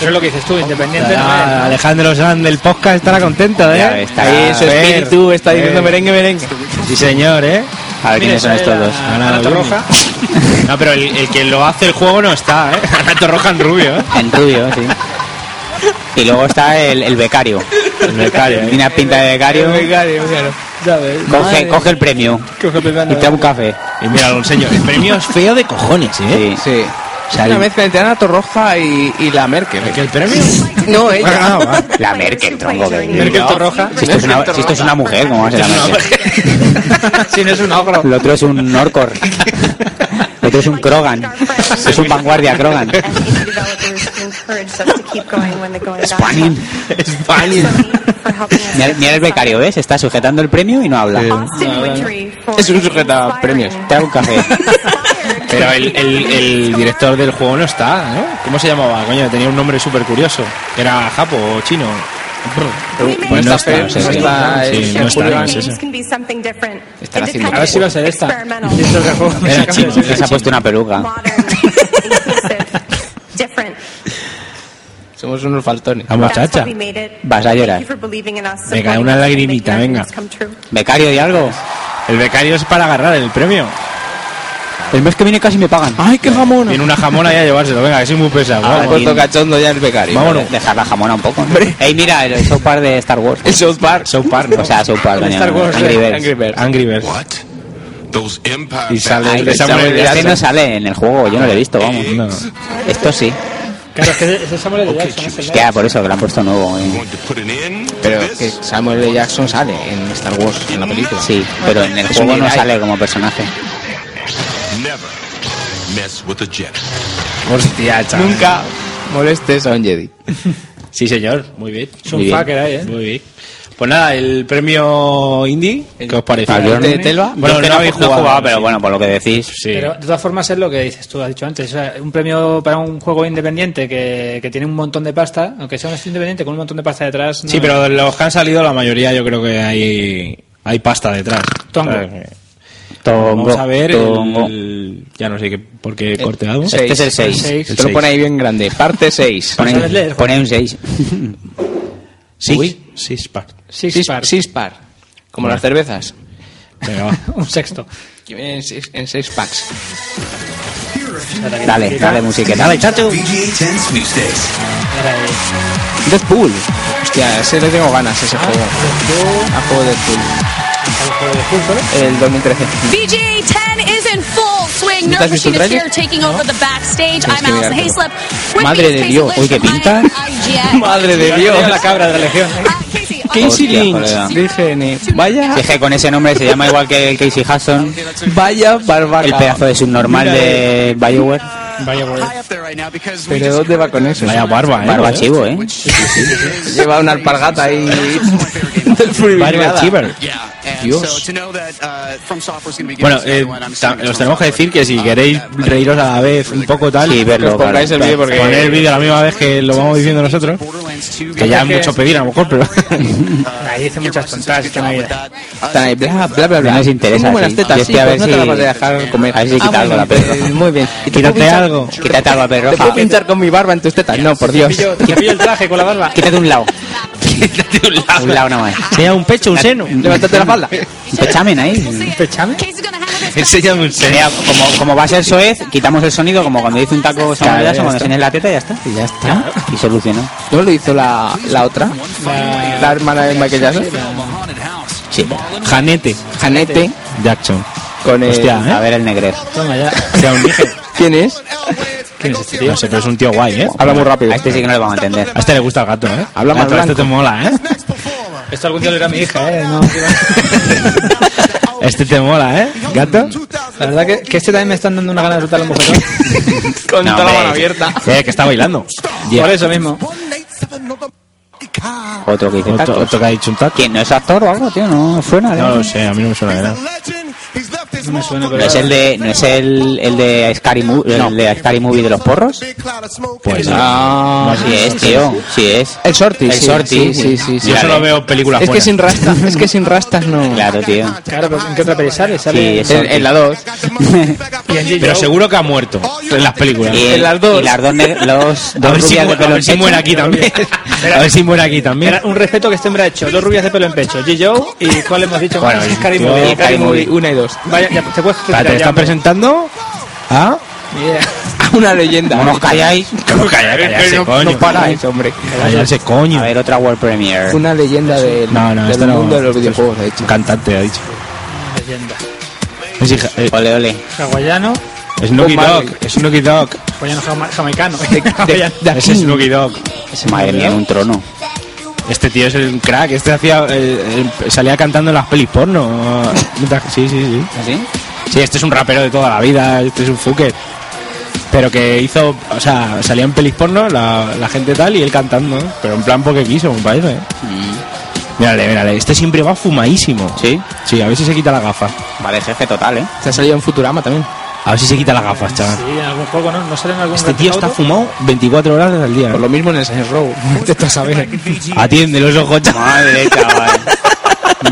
S3: Pero es lo que dices tú, independiente.
S29: Ah,
S3: no es,
S29: Alejandro Sanz del podcast estará contento,
S9: Ya
S29: ¿eh?
S9: ves, está
S29: Ahí su
S9: Fer,
S29: espíritu está
S9: Fer.
S29: diciendo merengue, merengue. Sí, señor, ¿eh?
S9: A ver quiénes son
S3: esa
S9: estos
S3: era-
S9: dos.
S3: Ah, Anato
S8: Journey.
S3: Roja.
S8: No, pero el, el que lo hace el juego no está, ¿eh? Anato Roja en rubio, ¿eh?
S9: En rubio, sí. Y luego está el, el becario.
S8: El becario, ¿eh?
S9: Tiene una pinta de becario.
S10: Becario, claro.
S3: Ya ves.
S9: Coge,
S3: Madre.
S9: coge el premio
S3: Coge el
S9: y te da un café.
S8: Y mira, un señor. El premio es feo de cojones, ¿eh?
S9: Sí.
S10: Sí.
S9: O sea,
S10: una
S9: el-
S10: mezcla entre Ana Torroja y, y la Merkel.
S8: ¿Que el premio?
S10: No,
S8: Ah,
S10: ella.
S9: La Merkel, tronco. que-
S3: Merkel Torroja.
S9: Si esto, es una, si esto es una mujer, ¿cómo va a ser la Merkel?
S3: Si no es un ogro.
S9: El otro es un Norcor. El otro es un Krogan. Es un vanguardia Krogan. Spanin.
S30: Spanin.
S9: Mira, mira el becario, ¿ves? Está sujetando el premio y no habla.
S10: Eh, Es un sujeto a premios.
S9: Te da un café.
S8: Pero el, el- el director del juego no está, ¿no? ¿Cómo se llamaba? Coño, tenía un nombre súper curioso. Era japo o chino.
S10: Pues no
S8: no
S10: está,
S8: está,
S10: no está,
S8: Sí, no está, no es ese.
S10: Están haciendo
S3: A ver si va a ser esta.
S9: Era chino. que Se ha puesto una peluca.
S10: Somos unos faltones.
S8: La muchacha.
S9: Vas a llorar.
S8: Venga, una lagrimita, venga.
S9: Becario, di algo.
S8: El becario es para agarrar el premio.
S9: El mes que viene casi me pagan.
S10: ¡Ay, qué jamona!
S8: Tiene una jamona y a llevárselo. Venga, que soy muy pesado.
S10: Ha
S9: Ah,
S8: vamos.
S9: pues,
S10: puesto cachondo ya el becario.
S8: Vámonos.
S9: Dejar la jamona un poco. ¿no? Ey, mira, el South Park de Star Wars.
S10: El South Park.
S8: South Park, ¿no?
S9: O sea, South Park, coño,
S10: Star Wars,
S9: Angry
S10: eh,
S9: Birds.
S10: Angry Birds.
S8: Angry Birds.
S31: What? Those empire
S8: Y sale
S9: Ay,
S8: el de
S9: Samuel
S8: Samuel
S9: L. Jackson no
S8: Jackson.
S9: sale en el juego, yo no lo he visto, vamos.
S8: No.
S9: Esto sí.
S3: Claro, es que ese es Samuel L. Jackson. es el
S9: Ya, por eso que lo han puesto nuevo. eh.
S31: going to put an end to
S10: Pero
S31: this.
S10: que Samuel L. Jackson sale en Star Wars, en la película.
S9: Sí, pero en el
S10: Es
S9: juego
S10: un
S9: no
S10: Jedi.
S9: sale como personaje.
S31: Never mess with a Jedi.
S8: Hostia, chaval.
S10: Nunca molestes a un Jedi.
S8: Sí, señor. Muy bien.
S3: Es un
S9: Muy bien.
S3: fucker ahí, ¿eh?
S8: Muy bien. Pues nada, el premio Indie, ¿qué os parece?
S9: Ah, yo
S10: ¿De Telva?
S8: Bueno,
S9: que
S8: no, habéis jugado,
S9: pero bueno, por lo que decís.
S8: Sí.
S3: Pero de todas formas es lo que dices tú, has dicho antes. o sea, un premio para un juego independiente que, que tiene un montón de pasta, aunque sea un estudio independiente con un montón de pasta detrás. no
S8: Sí,
S3: es-
S8: pero los que han salido, la mayoría yo creo que hay, hay pasta detrás.
S3: Tongo.
S8: Eh,
S9: Tongo,
S8: Vamos a ver el-
S9: tongo.
S8: el- ya no sé qué, por qué corte hago.
S9: Este es el 6.
S3: seis.
S10: Esto lo
S8: seis.
S10: pone ahí bien grande. Parte 6.
S3: ¿Sabes
S9: Pone,
S3: leer, Juan?
S9: pone un 6.
S8: Six,
S10: Uy.
S8: six pack.
S3: Six Park,
S10: Six par. Como las cervezas.
S8: Venga, va.
S3: un sexto.
S10: Que vienen en six- en 6 packs.
S9: Dale, dale musiqueta. Dale, chacho.
S3: Era, eh,
S10: Deadpool. Hostia, ese le tengo ganas,
S9: Ah.
S10: ese juego. A juego Deadpool. El 2013.
S6: VGA 10 is in full swing.
S10: ¿No te
S6: Nerve
S10: has visto el
S6: Machine is
S10: tráiler?
S6: here taking over the backstage.
S10: Tienes
S6: I'm
S10: que
S6: Alison
S10: mirártelo.
S6: Hayslip. with
S10: Madre
S6: me is
S10: de
S6: Casey
S10: Dios,
S6: Lynch
S10: uy, qué
S6: from
S10: pinta.
S6: IGN.
S10: Madre de Dios.
S3: la cabra de la legión.
S6: Ah, Casey,
S10: Casey
S9: Hostia,
S10: Lynch.
S9: colega.
S10: Virgen, eh. Vaya,
S9: Si es que con ese nombre se llama igual que el Casey Hudson,
S10: vaya barbaca.
S9: el pedazo de subnormal de Bioware.
S3: eh.
S10: Pero ¿dónde va con eso?
S8: Vaya barba, ¿eh?
S9: Barba chivo, ¿eh?
S10: Lleva una alpargata ahí. del
S8: Barba
S10: fulminada.
S8: chiver. Dios. Bueno,
S32: Bueno,
S8: eh, ta- os tenemos que decir que si queréis reíros a la vez un poco tal,
S32: Sí, verlo,
S8: os pongáis
S32: claro.
S8: el vídeo porque
S32: Poner
S8: el vídeo a la misma vez que lo vamos diciendo nosotros, que ya es mucho pedir a lo mejor, pero
S3: Ahí dice muchas tontadas esta Navidad.
S10: Está ahí, bla, bla, bla, bla.
S9: No les interesa,
S10: Muy buenas
S9: sí.
S10: tetas,
S9: Yo
S10: sí,
S9: estoy a Ah,
S10: pues
S9: ver
S10: no te
S9: si-
S10: la vas a dejar comer.
S9: A ver si quita algo la
S10: bueno,
S9: pelirroja.
S10: eh, Muy bien. ¿Y te puedo
S9: Quítate
S10: pinchar-
S9: algo. Quítate algo, pelirroja.
S10: Te puedo pintar con mi barba en tus tetas. No, por Dios.
S3: Te pillo el traje con la barba.
S9: Quítate un lado. Quítate un lado. Un lado nomás.
S33: Sea un pecho, un seno.
S10: Levántate la falda.
S9: Un pechamen
S10: ¿Este
S9: ahí.
S3: ¿Pechamen?
S33: Enséñame un seno.
S9: Mira, como, como va a ser soez, quitamos el sonido como cuando dice un taco
S10: Claro,
S9: samuelazo,
S10: ya
S9: cuando
S10: está.
S9: tienes la teta y ya está. Y ya está. Y solucionó.
S10: ¿No lo hizo la, la otra? La, hermana de Michael Jackson.
S9: Sí.
S8: Janete.
S10: Janete.
S8: Jackson.
S10: Con el-
S8: Hostia, ¿eh?
S9: A ver el negrer.
S3: Toma ya.
S8: Sea un dije.
S10: ¿Quién es?
S8: ¿Quién es este tío? No sé, pero es un tío guay, ¿eh?
S10: Habla muy rápido.
S9: A este sí que no le vamos a entender.
S8: A este le gusta el gato, ¿eh?
S10: Habla más
S8: Gato, Este
S10: blanco.
S8: te mola, ¿eh?
S3: Esto algún día lo era mi hija, ¿eh? No,
S8: Este te mola, ¿eh? Gato.
S3: la verdad que, que este también me están dando una gana de soltar un bofetón.
S10: Con
S8: No,
S10: toda la
S8: hombre,
S10: mano abierta.
S8: Eh, que está bailando. Yeah.
S3: Por eso mismo.
S9: Otro que dice
S8: Otro,
S9: tacos.
S8: otro que ha dicho un taco.
S9: ¿Quién no es actor o algo, tío? No suena.
S8: No
S9: ¿eh?
S8: lo sé, a mí no me suena de nada.
S3: No me suena,
S9: ¿No
S3: pero...
S9: es el de, no es el, el de Scary Movie, el de Scary Movie de los porros?
S8: Pues
S10: Ah,
S9: No, sí es, tío, sí es.
S10: El sorti.
S9: El
S10: sí, Sí,
S9: sorti,
S10: sí, sí. sí.
S8: Yo solo veo películas
S10: Es que
S8: buenas.
S10: sin rastas. Es que sin rastas no.
S9: Claro, tío.
S3: Claro, pero ¿en qué otra peli sale?
S9: Sí,
S3: Sale...
S9: es
S10: En,
S9: Sorti.
S10: en la 2.
S3: Y en G.I.
S8: Pero
S3: Joe.
S8: seguro que ha muerto en las películas.
S9: Y, el-
S10: En las dos.
S9: y las dos, ne- los,
S8: A
S9: dos
S8: ver si,
S9: rubias
S8: mu-
S9: de
S8: a
S9: pelo
S8: ver
S9: en
S8: si
S9: pecho.
S8: muere aquí también. A ver si muere aquí también.
S3: Era un respeto que este hombre ha hecho. Dos rubias de pelo en pecho. G. Joe y ¿cuál hemos dicho?
S8: Bueno,
S3: Scary
S8: yo-
S3: Movie.
S10: Scary Movie 1 y 2.
S3: Vaya, ya, te puedes retirar
S8: Espérate, ¿Te
S3: ya,
S8: están
S3: hombre.
S8: presentando? ¿Ah?
S10: Una leyenda.
S9: No nos calláis.
S8: ¿Cómo calla- callarse,
S10: no,
S8: coño?
S10: no paráis, hombre.
S8: Callarse, coño.
S9: A ver, otra World Premiere.
S10: Una leyenda del,
S8: No, no,
S10: del
S8: esto no.
S10: mundo de los videojuegos, ha dicho.
S8: Un cantante, ha dicho. Es, hija- eh,
S9: Ole, ole.
S3: Hawaiano.
S8: es Nookie
S10: Bob
S8: Dog,
S10: Marley.
S8: es Nookie Dog.
S3: Hawaiano jama- jamaicano.
S10: De,
S3: Hawaiano.
S10: de
S8: Ese
S10: aquí.
S8: es Nookie Dog.
S9: Madre mía, un trono.
S8: Este tío es el crack, este hacía, eh, eh, salía cantando en las pelis porno. Sí, sí, sí.
S10: ¿Ah,
S9: ¿Así?
S8: Sí, este es un rapero de toda la vida, este es un fucker. Pero que hizo, o sea, salía en pelis porno la, la gente tal y él cantando, ¿eh? pero en plan porque quiso, me parece. ¿eh?
S10: Mm.
S8: Mírale, mírale, este siempre va fumadísimo.
S9: ¿Sí?
S8: Sí, a ver si se quita las gafas.
S9: Vale, jefe total, ¿eh?
S10: Se Este ha salido en Futurama también.
S8: A ver si se quita las gafas, chaval.
S3: Sí, en algún juego, ¿no? No sale en algún
S8: Este tío
S3: Grand
S8: está
S3: Theft Auto.
S8: fumado 24 horas al día. ¿eh?
S10: Por lo mismo en el Saints Row. Te estás a ver.
S8: Atiende los ojos, chaval.
S9: Madre, chaval.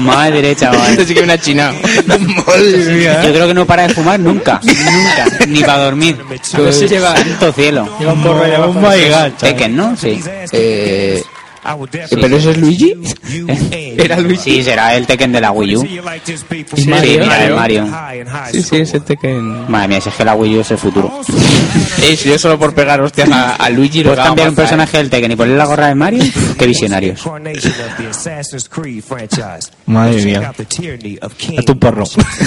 S9: Madre, chaval.
S10: Esto sí que es una china.
S8: Madre mía,
S9: Yo
S8: ¿eh?
S9: creo que no para de fumar nunca, nunca, ni para dormir.
S3: A ver si lleva...
S9: Santo cielo.
S3: Lleva un porro y
S8: Oh my god, chaval.
S9: Tekken, ¿no? Sí.
S10: Eh, ¿Pero eso es Luigi? ¿Era Luigi?
S9: Sí, será el Tekken de la Wii U.
S10: ¿Y
S9: Sí,
S10: Mario?
S9: mira, el Mario.
S10: Sí, sí, ese Tekken.
S9: Madre mía, si es que la Wii U es el futuro.
S10: Eh, si yo solo por pegar hostias a, a Luigi lo
S9: Puedes cambiar un
S10: daba más,
S9: personaje del Tekken y ponerle la gorra de Mario. Qué visionarios.
S8: Madre mía. Hazte un porro.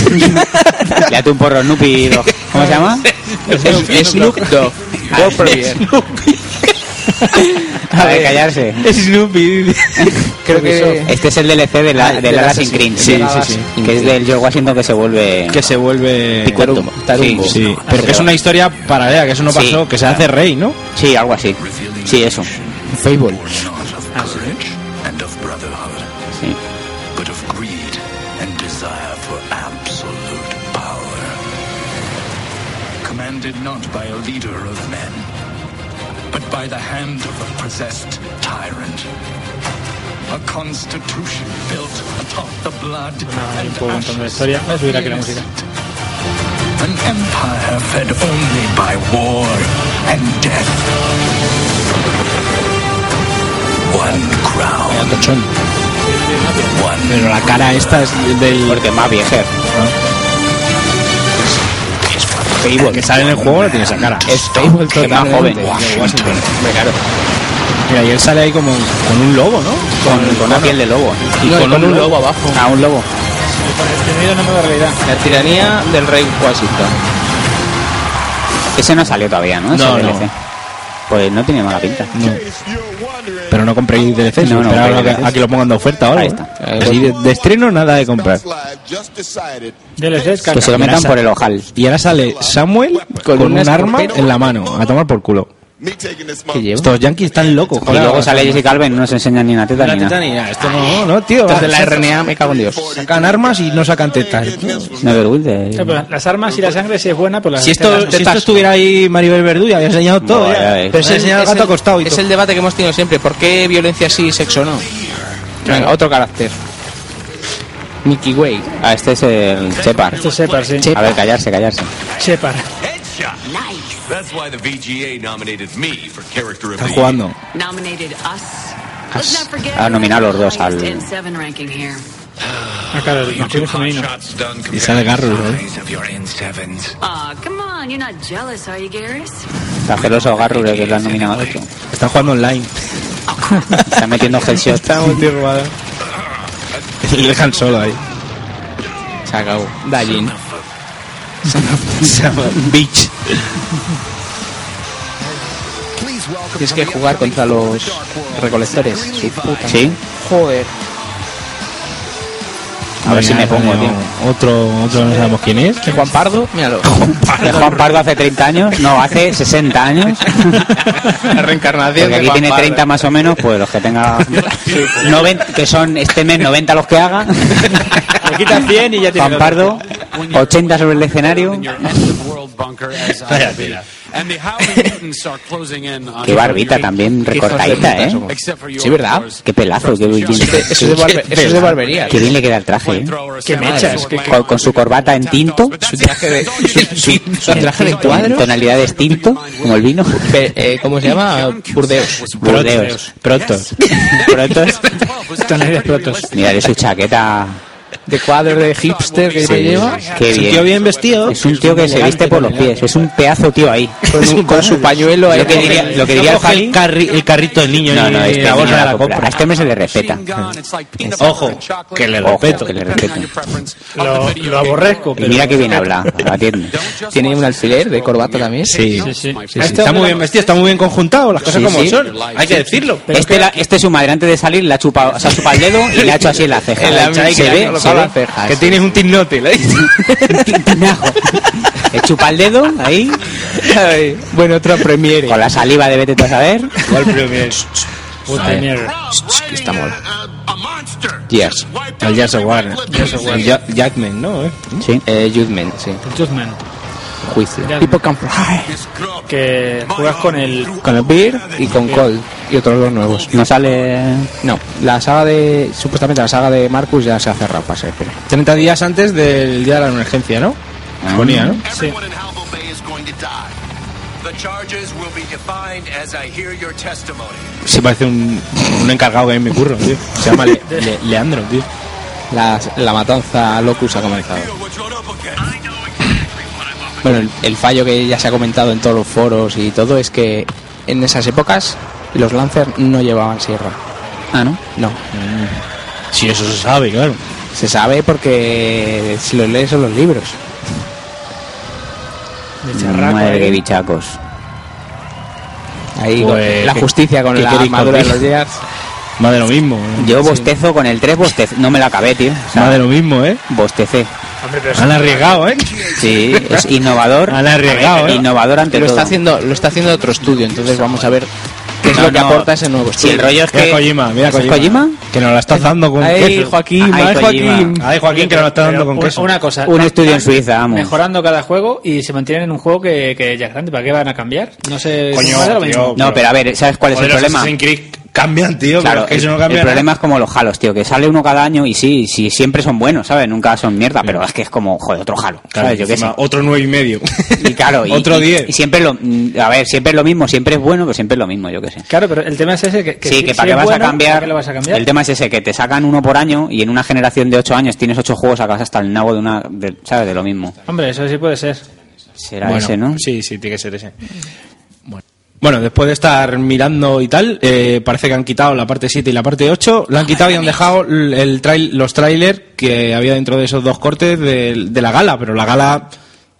S9: Le date un porro Snoopy Dogg. ¿Cómo se llama?
S10: ¿eh? Es Snoop Dogg. World Premiere.
S9: A ver, callarse.
S8: Snoopy.
S10: Creo que...
S9: Este es el DLC de
S8: Ah,
S9: la, del Assassin's Creed.
S10: Sí, sí, sí.
S9: Que es del George Washington que se vuelve...
S8: Que se vuelve...
S9: Picueto.
S10: Tarumbo.
S8: Sí, pero que es una historia paralela, que eso no
S9: Sí.
S8: pasó, que se hace rey, ¿no?
S9: Sí, algo así. Sí, eso.
S10: Fable.
S6: Not of courage and of brotherhood,
S8: Hmm.
S9: Sí.
S6: but of greed and desire for absolute power. Commanded not by a leader of men, but by the hand of a possessed tyrant. A constitution built upon the blood and
S3: un poco montón de
S6: ashes
S3: historia. Voy a subir
S6: of
S3: aquí la
S6: the
S3: música.
S6: innocent. An empire fed only by war and death. One crown. One
S8: Pero la cara esta es del...
S9: Porque más viejer.
S8: El que sale en el juego no tiene esa cara.
S9: Es Fable que más joven.
S8: Washington.
S9: Claro.
S8: Mira, y él sale ahí como con un lobo, ¿no?
S9: Con, con una piel de lobo.
S10: Y con, un lobo abajo.
S9: Ah, un lobo.
S3: Tenido una nueva realidad.
S10: La tiranía del rey Washington.
S9: Ese no salió todavía, ¿no? Ese
S8: No,
S9: DLC.
S8: no.
S9: Pues no tiene mala pinta.
S8: Pero no compréis DLC,
S9: No,
S8: no,
S9: no compréis
S8: a,
S9: DLCs.
S8: que lo pongan de oferta ahora.
S9: Ahí está.
S8: Así Eh, de, de estreno nada de comprar.
S3: DLC,
S9: Que se lo
S8: Mira,
S9: metan
S8: sa-
S9: por el ojal.
S8: Y ahora sale Samuel con,
S10: Con un
S8: un arma
S10: escortero.
S8: en la mano, a tomar por culo.
S13: Me taking this
S9: ¿Qué lleva?
S8: Estos yankees están locos.
S9: Y luego sale Jessica Alba y no nos enseña ni una teta
S8: La
S9: ni nada.
S8: teta ni nada. Esto no, no, tío.
S9: Entonces la
S8: RNA, me cago en Dios. Sacan armas y no sacan tetas.
S9: Una
S8: Eh,
S9: vergüenza.
S3: No, pero las armas y la sangre sí es buena, pero las
S8: Si esto,
S3: tetas-
S8: si esto estuviera ahí Maribel Verdú, ya había enseñado todo.
S9: Vaya,
S8: ya.
S9: eh.
S8: Pero se ha enseñado el gato acostado y
S10: Es
S8: todo.
S10: el debate que hemos tenido siempre. ¿Por qué violencia sí, sexo no? Venga, otro carácter.
S9: Mickey Way. Ah, este es el Shepard. Este
S3: es Shepard, sí.
S9: A ver, callarse, callarse.
S3: Shepard.
S11: Nice. That's why the VGA nominated me for character of the
S9: Están jugando.
S7: Nominated us. Let's not forget
S9: A nominar los dos al.
S7: in seven ranking here.
S3: Ah, claro, el masculino femenino.
S4: Y sale Garrus, ¿no?
S7: Aw, come on, you're not jealous, are you, Garrus?
S9: Está celoso Garrus de que lo han nominado a otro.
S8: Está jugando online.
S9: Está metiendo headshot.
S8: Está multirrobada. Le dejan solo ahí.
S10: Se acabó. Dallin.
S8: Bitch.
S10: Tienes que jugar contra los recolectores. Su puta.
S9: Sí.
S10: Joder.
S9: A ver si me pongo, tío.
S4: Otro, otro no sabemos quién es.
S10: Juan Pardo, míralo.
S9: Juan Pardo hace 30 años, no, hace 60 años.
S10: La reencarnación.
S9: Porque
S10: de
S9: aquí
S10: Juan
S9: tiene
S10: Pardo. pues.
S9: 30 más o menos, pues los que tenga. 90, que son este mes 90 los que haga.
S3: Le quitas 100 y ya tiene
S9: Juan Pardo, 80 sobre el escenario. Qué barbita también recortadita, ¿eh?
S10: Sí, ¿verdad?
S9: Qué pelazo, qué bien.
S10: Eso es de- eso es de barbe- eso es de barbería.
S9: Qué bien le queda el traje, ¿eh?
S10: Qué mechas, qué-
S9: Con, con su corbata en tinto.
S10: Su traje de, su, su- su traje de cuadro.
S9: Tonalidad de tinto, como el vino.
S8: eh,
S9: Pues
S10: ¿Cómo se llama? Burdeos.
S9: Burdeos. Protos. Protos.
S3: Tonalidades protos.
S9: Mira, de su chaqueta.
S10: De cuadro de hipster que se lleva.
S9: Qué
S10: Es un
S9: bien.
S10: tío bien
S9: vestido. Es un tío que se viste por los pies. Es un pedazo tío ahí.
S10: Con, un- con su pañuelo ahí.
S9: Lo que diría, lo que diría el,
S10: Coge
S9: Javi-
S8: carri- el carrito del niño
S9: No,
S8: y-
S9: no,
S8: y
S9: este
S8: la bolsa
S9: niño
S8: de la compra.
S9: A este hombre se le respeta.
S8: Ojo, que le
S9: Ojo,
S8: respeto.
S9: que le respeto.
S3: Lo, lo aborrezco,
S9: Y
S3: pero...
S9: mira que bien habla. Atiende.
S10: Tiene un alfiler de corbata también.
S9: Sí. Este
S3: Sí, sí.
S8: Sí, sí, está muy bien vestido, está muy bien conjuntado, las cosas
S9: Sí,
S8: como
S9: sí.
S8: son. Hay que decirlo.
S9: Este, la- este su madre antes de salir le ha chupado, se ha chupado el dedo y le ha hecho así en la ceja.
S8: El amigo
S9: se
S8: que le ha
S9: ve, se
S8: colocado
S9: ve.
S8: las cejas.
S9: Que
S8: tienes un tinnote, ¿eh?
S9: Le chupa el dedo ahí.
S10: Bueno, otra premiere.
S9: Con la saliva de vete tú a saber.
S8: Igual premier.
S3: Puta
S9: Joder.
S3: mierda.
S10: Que está mola.
S11: uh,
S8: Yes. El Jazz Warner. El Ja- Jackman, ¿no? eh?
S9: Sí.
S10: Eh, Judgment, sí.
S3: Judgment.
S10: Juicio.
S3: Ya-
S10: People come from high.
S3: Que juegas con el...
S10: Con el Beer y con Cold. Y otros dos nuevos.
S9: No sale.
S10: No, la saga de. Supuestamente la saga de Marcus ya se ha cerrado para siempre.
S8: 30 días antes del día de la emergencia, ¿no?
S9: Ah.
S8: Ponía, ¿no?
S11: Everyone in Halvo Bay is going to die. The charges will be defined as I hear your testimony.
S8: Sí, parece un, un encargado que hay en mi curro, tío. Se llama Le- Le- Leandro, tío.
S10: La, la matanza Locus ha comenzado. Bueno, el, el fallo que ya se ha comentado en todos los foros y todo es que en esas épocas los Lancers no llevaban sierra.
S9: Ah, ¿no?
S10: No,
S8: Sí, eso se sabe, claro.
S10: se sabe porque si los lees en los libros. Mm,
S3: De charraco,
S9: Madre que
S3: ahí.
S9: bichacos.
S10: Ahí
S8: Pues,
S10: con- la
S8: ¿qué-
S10: justicia con
S8: qué
S10: la
S8: queréis
S10: armadura de
S8: conmigo?
S10: los Jars.
S8: Más de lo mismo. ¿no?
S9: Yo bostezo con el 3 bostezo. No me la acabé, tío. O sea,
S8: Más de lo mismo, ¿eh?
S9: Bostecé.
S3: Hombre, pero
S8: Han arriesgado, ¿eh?
S9: Sí, es innovador.
S8: Han arriesgado, ¿eh?
S9: Innovador ante
S10: Lo
S9: todo.
S10: está haciendo, lo está haciendo otro estudio, entonces vamos a ver qué es
S9: No,
S10: lo que
S9: no.
S10: aporta ese nuevo
S9: Si
S10: estudio.
S9: el rollo es
S8: Mira
S9: que.
S8: Kojima, mira
S9: ¿Eso es
S8: Kojima.
S9: Kojima?
S8: Que nos la está dando con
S10: Ay,
S8: queso.
S10: Joaquín,
S9: Ay,
S10: ay,
S9: Kojima.
S10: Joaquín.
S8: Ay, Joaquín, que nos la está dando con
S3: Pero
S8: queso.
S3: Una cosa.
S9: Un estudio en Suiza, vamos.
S3: Mejorando cada juego y se mantienen en un juego que, que ya es grande. ¿Para qué van a cambiar? No sé.
S8: Coño,
S3: ¿vale lo
S8: tío.
S3: mismo?
S9: No, pero a ver, ¿sabes cuál es el
S8: Joder, los
S9: problema?
S8: Assassin's Creed cambian, tío,
S9: Claro,
S8: pero es que
S9: el,
S8: eso no
S9: el
S8: cambia. nada.
S9: problema es como los halos, tío, que sale uno cada año y sí, sí, siempre son buenos, ¿sabes? Nunca son mierda, pero es que es como, joder, otro halo,
S8: Claro,
S9: ¿sabes? Yo qué sé.
S8: encima, Otro nueve y medio.
S9: Y claro, y,
S8: Otro
S9: y-
S8: 10.
S9: y siempre lo, mm, a ver, siempre es lo mismo, siempre es bueno, pero siempre es lo mismo, yo qué sé.
S3: Claro, pero el tema es ese que, que
S9: sí,
S3: si-
S9: que
S3: si
S9: para qué
S3: es
S9: vas
S3: bueno,
S9: a cambiar.
S3: ¿para qué lo vas a cambiar?
S9: El tema es ese, que te sacan uno por año y en una generación de ocho años tienes ocho juegos, sacas hasta el nabo de una, de- ¿sabes? De lo mismo.
S3: Hombre, eso sí puede ser.
S9: Será ese, ¿no?
S8: Sí, sí, tiene que ser ese. Bueno. Bueno, después de estar mirando y tal, eh, parece que han quitado la parte 7 y la parte 8. La han quitado y han dejado l- el trail, los trailers que había dentro de esos dos cortes de, de la gala, pero la gala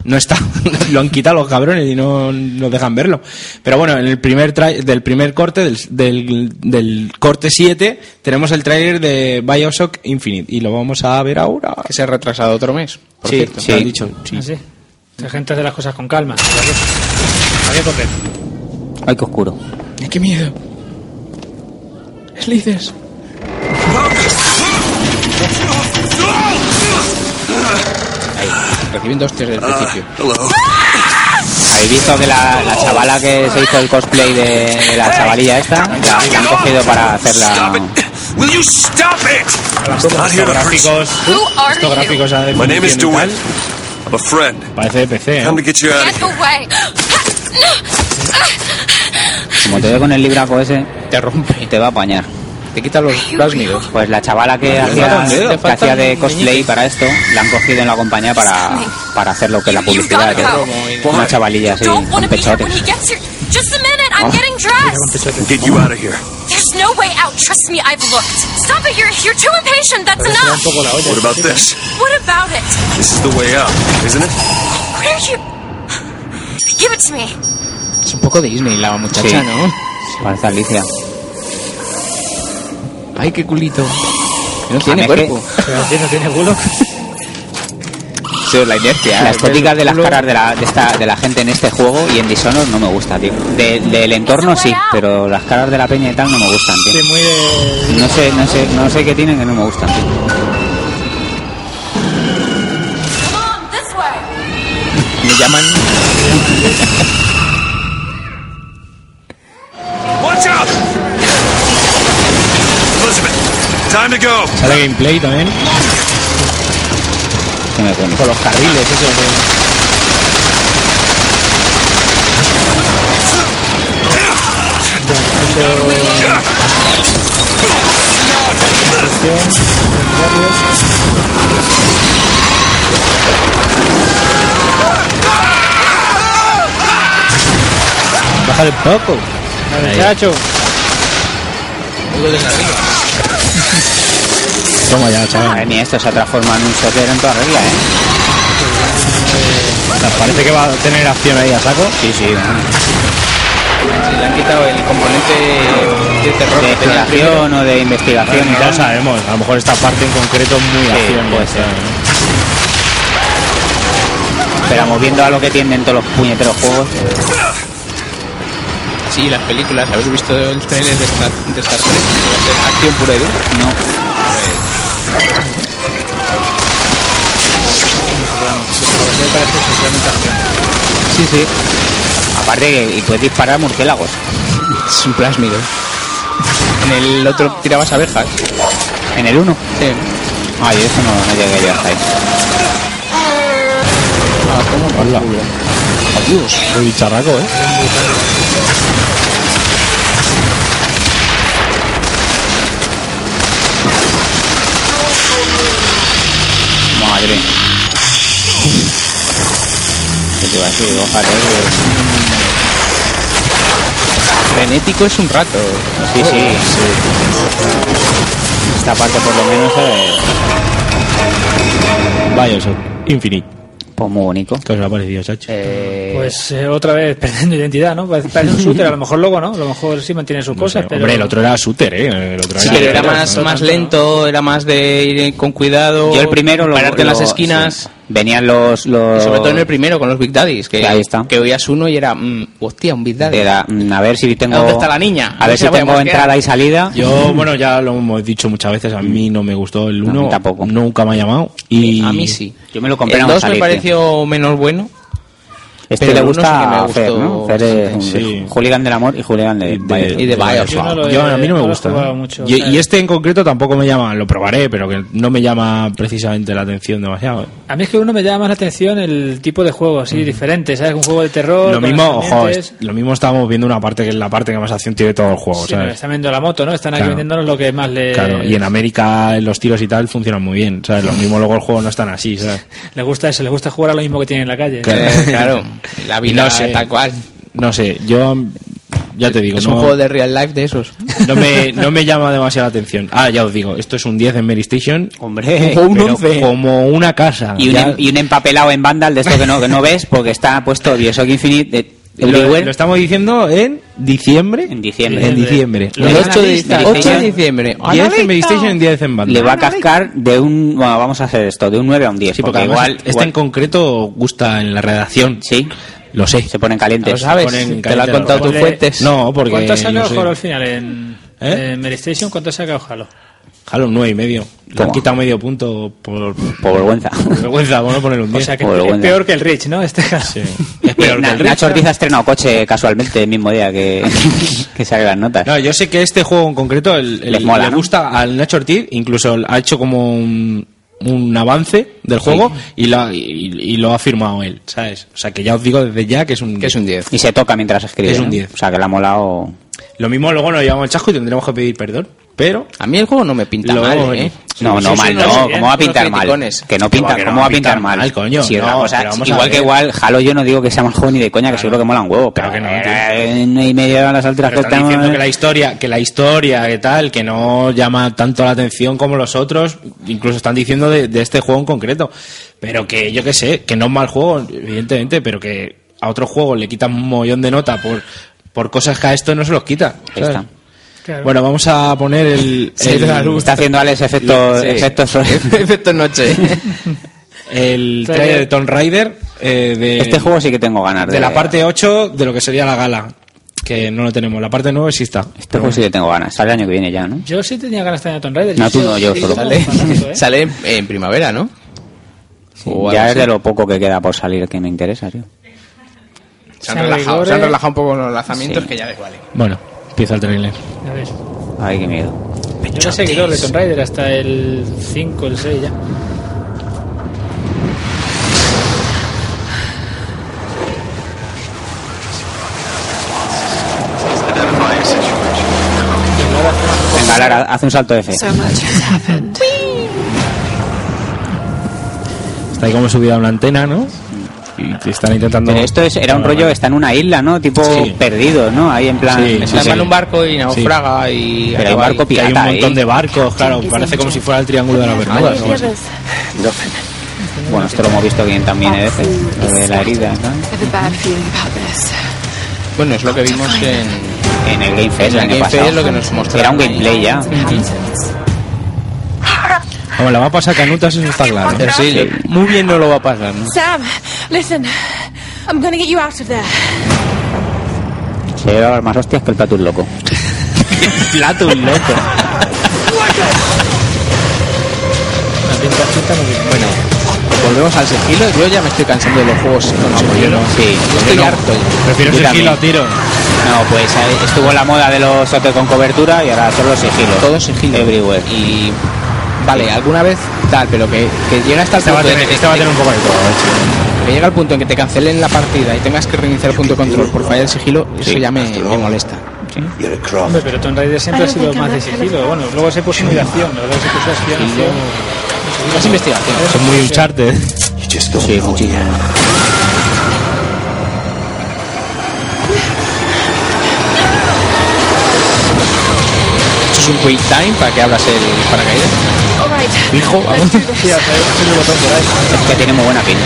S8: no está. Lo han quitado los cabrones y no nos dejan verlo. Pero bueno, en el primer trai- del primer corte, del, del, del corte 7, tenemos el trailer de Bioshock Infinite y lo vamos a ver ahora.
S10: que se ha retrasado otro mes, por
S8: sí,
S10: cierto.
S8: sí. lo han dicho. sí.
S3: Así. La gente hace las cosas con calma. ¿Para qué? ¿Para qué correr?
S9: Ay, qué oscuro.
S10: Ay, qué miedo. Slithers. Ahí, recibiendo hostias del
S2: Ah,
S10: principio.
S9: ¿Habéis visto que la, la chavala que se hizo el cosplay de, de la chavalilla esta? La, la han cogido para hacerla...
S2: Will you stop it?
S8: gráficos, estos gráficos a
S2: My name is
S8: definición y
S2: Duane.
S8: tal,
S2: I'm a friend.
S8: parece de PC. ¿eh?
S2: Come to get you out of
S6: Get away!
S9: Como te veo con el libraco ese, te rompe y te va a apañar. Te quita los plásmidos. Pues la chavala que,
S10: Te falta
S9: hacía,
S10: un dedo,
S9: que
S10: falta
S9: hacía de
S10: un
S9: cosplay
S10: meñique.
S9: para esto, la han cogido en la compañía para, para hacer lo que es la publicidad. Que es una chavalilla así,
S6: Don't
S9: con
S6: want to be here
S9: pechotes.
S6: when he gets here. Just a minute,
S10: Ah.
S6: I'm getting dressed.
S2: Get you out of here.
S6: There's no way out. Trust me, I've looked. Stop it. You're you're too impatient. That's enough.
S2: What about this?
S6: What about it?
S2: This is the way out, isn't it?
S6: What are you? Give it to me.
S10: Es un poco Disney la muchacha,
S9: Sí.
S10: ¿no?
S9: Parece Alicia.
S10: Ay, qué culito. Que No
S9: A mí
S10: tiene
S9: es
S10: cuerpo.
S3: no tiene culo.
S9: la inercia. ¿eh? La estética de las caras de la, de, esta, de la gente en este juego y en Dishonored no me gusta, tío. De- del entorno sí, pero las caras de la peña y tal no me gustan, tío.
S3: Muy de...
S9: No sé, no sé, no sé qué tienen que no me gustan, tío.
S10: Me llaman.
S2: Watch out! Elizabeth, time to go.
S8: Sale gameplay también. Con los carriles, eso. que- Bájale un poco.
S3: Muchacho.
S9: Toma ya, chaval. Madre mía, Eh, esto se ha transformado en un soccer en toda regla, ¿eh?
S8: Parece que va a tener acción ahí a saco.
S9: Sí, sí.
S10: Se le han quitado el componente de terror
S9: De
S10: que tenía el primero.
S9: exploración o de investigación y
S8: Ya lo
S9: tal.
S8: sabemos. A lo mejor esta parte en concreto es muy
S9: Sí,
S8: acción.
S9: puede
S8: o
S10: pues
S8: sea,
S9: ser. Pero moviendo a lo que tienden todos los puñeteros juegos.
S10: Sí, las películas. ¿Habéis visto el trailer de Star, de Star Trek? ¿Va a ser Acción pura y dura.
S9: No.
S10: Sí, sí.
S9: Aparte que y puedes disparar murciélagos.
S10: Es un plásmido. En el otro tirabas abejas.
S9: ¿En el 1?
S10: Sí.
S9: Ay, eso no, no llegué yo hasta ahí.
S10: Ah, ¿cómo?
S8: hola.
S10: Dios.
S8: Uy, charraco, ¿eh?
S9: Madre. ¿Qué te iba a decir? Ojalá que-
S10: Frenético es un rato.
S9: Sí, sí, Esta parte por lo menos es
S8: Vaya, eso. Infinite.
S9: pues, muy bonito.
S8: ¿Qué os ha parecido, chacho?
S3: Pues eh, otra vez perdiendo identidad, ¿no? Parece parece un shooter, a lo mejor luego, ¿no? A lo mejor sí mantiene sus
S8: No sé,
S3: cosas, pero...
S8: Hombre, el otro era shooter, ¿eh? El otro
S10: Sí,
S8: era,
S10: pero era más, más lento, era más de ir con cuidado.
S9: Yo el primero lo...
S10: Pararte en
S9: lo-
S10: las esquinas.
S9: sí. Venían los... los...
S10: Y sobre todo en el primero, con los Big Daddies. Que,
S9: Sí, ahí está.
S10: que oías uno y era, mm, hostia, un Big Daddy.
S9: Era, mm, a ver si tengo...
S10: ¿Dónde está la niña? pues
S9: A ver si
S10: ¿Dónde la voy a
S9: tengo
S10: mosquear?
S9: entrada y salida.
S8: Yo, bueno, ya lo hemos dicho muchas veces, a mí no me gustó el
S9: No, a mí
S8: 1.
S9: tampoco.
S8: Nunca me ha llamado. Y
S10: Eh, A mí sí.
S9: Yo me lo compré
S10: El
S9: nada más
S10: 2 me
S9: salir, tío.
S10: pareció menos bueno.
S9: Este
S10: pero
S9: le
S10: el uno sí que me
S9: gusta a
S10: gustó
S9: Fer, ¿no? Fer es un
S8: bastante. Sí.
S9: hooligan del amor y hooligan de...
S8: de-
S10: Y de Bioshock.
S3: Yo no lo he-
S8: Yo, a mí no me
S3: lo he
S8: gusta. ¿eh?
S3: jugado mucho,
S8: y,
S3: o sea,
S8: y este en concreto tampoco me llama, lo probaré, pero que no me llama precisamente la atención demasiado. ¿eh?
S3: A mí es que uno me llama más la atención el tipo de juego, así, diferente, ¿sabes? Un juego de terror...
S8: Lo
S3: con
S8: mismo, ojo,
S3: ambientes.
S8: es- lo mismo estábamos viendo una parte que es la parte que más acción tiene todo el juego,
S3: Sí, nos
S8: ¿sabes?
S3: están viendo la moto, ¿no? Están aquí
S8: Claro.
S3: vendiéndonos lo que más le,
S8: Claro, y en América los tiros y tal funcionan muy bien, ¿sabes? Lo mismo luego el juego no es tan así, ¿sabes?
S3: le gusta eso, le gusta jugar a lo mismo que tiene en la calle.
S8: Claro.
S10: Eh, claro, la vida
S8: No sé.
S10: tal cual.
S8: No sé, yo ya te digo,
S10: Es
S8: no,
S10: un juego de real life de esos.
S8: no me, no me llama demasiado la atención. Ah, ya os digo, esto es un 10 en Mary Station,
S9: Hombre,
S8: pero
S9: pero
S8: como una casa.
S9: y un,
S8: Ya-
S9: em- y un empapelado en Vandal de esto que no, que no ves porque está puesto Bioshock Infinite de
S8: lo,
S9: Everywhere
S8: lo estamos diciendo en diciembre.
S9: en diciembre.
S8: En diciembre.
S9: Le
S10: El
S9: van a
S10: 8 de,
S9: lista,
S10: diciembre. 8 de
S9: diseñan-
S10: diciembre.
S8: 10 en Mary Station, 10 en Vandal.
S9: Le va a cascar de un... Bueno, vamos a hacer esto, de un 9 a un 10.
S8: Sí, porque
S9: porque
S8: además
S9: igual...
S8: este
S9: igual-
S8: en concreto gusta en la redacción.
S9: Sí.
S8: Lo sé.
S9: Se ponen calientes.
S8: Lo sabes.
S9: Se ponen
S8: Te
S9: lo ha
S8: calientes.
S9: contado tus
S8: Ponle-
S9: fuentes.
S8: No, porque
S3: ¿Cuánto saca
S8: yo sé. ¿Eh?
S3: Halo al final en, en PlayStation? ¿Cuánto saca Halo?
S8: Jalo un 9 y medio. Le han quitado medio punto por...
S9: Por vergüenza.
S8: Por vergüenza, por no poner un 10.
S3: O sea que es peor que el Rich, ¿no? Este Halo.
S9: Es peor que el Nacho Ortiz ha estrenado coche casualmente el mismo día que, que salen las notas.
S8: No, yo sé que este juego en concreto el, el-
S9: Les mola,
S8: le
S9: ¿no?
S8: gusta al Nacho Ortiz, incluso ha hecho como un, un avance del juego y, lo, ha- y, y lo ha firmado él, ¿sabes? O sea, que ya os digo desde ya que es un,
S9: es un 10. Y se toca mientras escribe.
S8: Es un
S9: ¿no?
S8: 10.
S9: O sea, que le ha molado.
S8: Lo mismo luego nos llevamos el chasco y tendremos que pedir perdón, pero...
S10: A mí el juego no me pinta
S8: Lo-
S10: mal, ¿eh?
S9: No,
S10: Sí,
S9: no,
S10: sí,
S9: mal,
S10: sí,
S9: no.
S10: sí,
S9: ¿Cómo va a
S10: eh,
S9: pintar
S10: unos
S9: mal?
S10: criticones.
S9: Que no pinta, ¿cómo va a pintar mal? Sí, otra cosa, igual que igual, Halo yo no digo que sea mal juego ni de coña, que seguro que mola un huevo. Pero eh, no y media a las alturas
S8: Pero
S9: que
S8: están
S9: estamos.
S8: diciendo que la historia, que la historia, que tal, que no llama tanto la atención como los otros, incluso están diciendo de, de este juego en concreto, pero que yo qué sé, que no es mal juego, evidentemente, pero que a otro juego le quitan un mollón de nota por, por cosas que a esto no se los quita. ¿sabes?
S9: está.
S8: Bueno, vamos a poner el,
S9: Sí,
S8: el-
S9: la luz. Está haciendo Alex efectos-
S8: Sí.
S9: efectos sobre-
S10: Efecto noche.
S8: el trailer de Tomb Raider eh, de
S9: Este juego sí que tengo ganas
S8: de la parte 8 de lo que sería la gala, que no lo tenemos. La parte 9 sí está.
S9: Este juego sí que tengo ganas. Sale el año que viene ya, ¿no?
S3: Yo sí tenía ganas de tener a Tomb Raider.
S9: No, tú no, yo
S3: sí,
S9: solo.
S3: como
S9: Sale.
S3: fanático, ¿eh?
S10: Sale en, en primavera, ¿no? O
S9: ya
S10: algo
S9: es de
S10: así.
S9: lo poco que queda por salir que me interesa, tío.
S10: Se han, relajado, se han relajado un poco los lanzamientos
S9: Sí.
S10: que ya les vale.
S8: Bueno, empieza el trailer.
S3: A ver.
S9: Ay, qué miedo.
S3: Yo era seguidor de Tomb Raider hasta el 5, el 6 ya.
S9: Venga, Lara, haz un salto de fe.
S6: So much has happened.
S8: Está ahí como subida a una antena, ¿no? Y te están intentando.
S9: Pero esto es, era un rollo, está en una isla, ¿no? Tipo
S8: Sí.
S9: perdido, ¿no? Ahí en plan.
S8: Sí, sí,
S9: Está
S8: sí.
S9: en un barco.
S10: y
S9: naufraga
S10: y
S9: Pero hay un barco
S8: Que hay un
S9: pirata
S8: montón
S9: ahí.
S8: de barcos, claro. Parece como si fuera el Triángulo de las Bermudas. ¿no?
S9: Bueno, esto lo hemos visto bien también a veces. Lo de la herida, ¿no?
S6: I have a bad feeling about this.
S10: Bueno, es lo que vimos en...
S9: En el Game Fest,
S10: En el
S9: el año
S10: Game Fest
S9: pasado.
S10: es lo que nos
S9: Era
S10: mostraron
S9: un gameplay ya.
S8: Vamos, la va a pasar Canutas, eso está claro.
S10: Sí,
S8: muy bien no lo va a pasar, ¿no?
S11: Sam, listen. I'm gonna get you out of there.
S9: Se lleva a dar más hostias que el Platus loco. Platus loco.
S10: Bueno, volvemos al sigilo. Yo ya me estoy cansando de los juegos con sigilo.
S9: Sí,
S10: Yo estoy
S9: no.
S10: harto. ya.
S8: Prefiero
S9: Yo
S8: sigilo
S9: también.
S8: a tiro.
S9: No, pues eh, estuvo la moda de los hoteles con cobertura y ahora son los sigilos.
S10: Todo sigilo.
S9: Everywhere.
S10: Y... Vale, alguna vez tal, pero que, que llega hasta el
S8: Esta Este va a
S10: punto de
S8: tener,
S10: que-
S8: esta va a tener un poco de todo. ¿eh?
S10: que llega al punto en que te cancelen la partida y tengas que reiniciar el punto de control por fallar el sigilo, eso ya me, me molesta.
S3: Hombre, pero Tomb Raider siempre ha sido más de sigilo. Bueno, luego se puso muy de acción. ¿no? Luego se puso acción. acción.
S10: Más investigación.
S8: Eso es muy Uncharted.
S9: Sí, muchísimo.
S10: Esto es un quick time para que abras el paracaídas.
S11: All right.
S10: Hijo, vamos.
S9: Es que tiene muy buena pinta.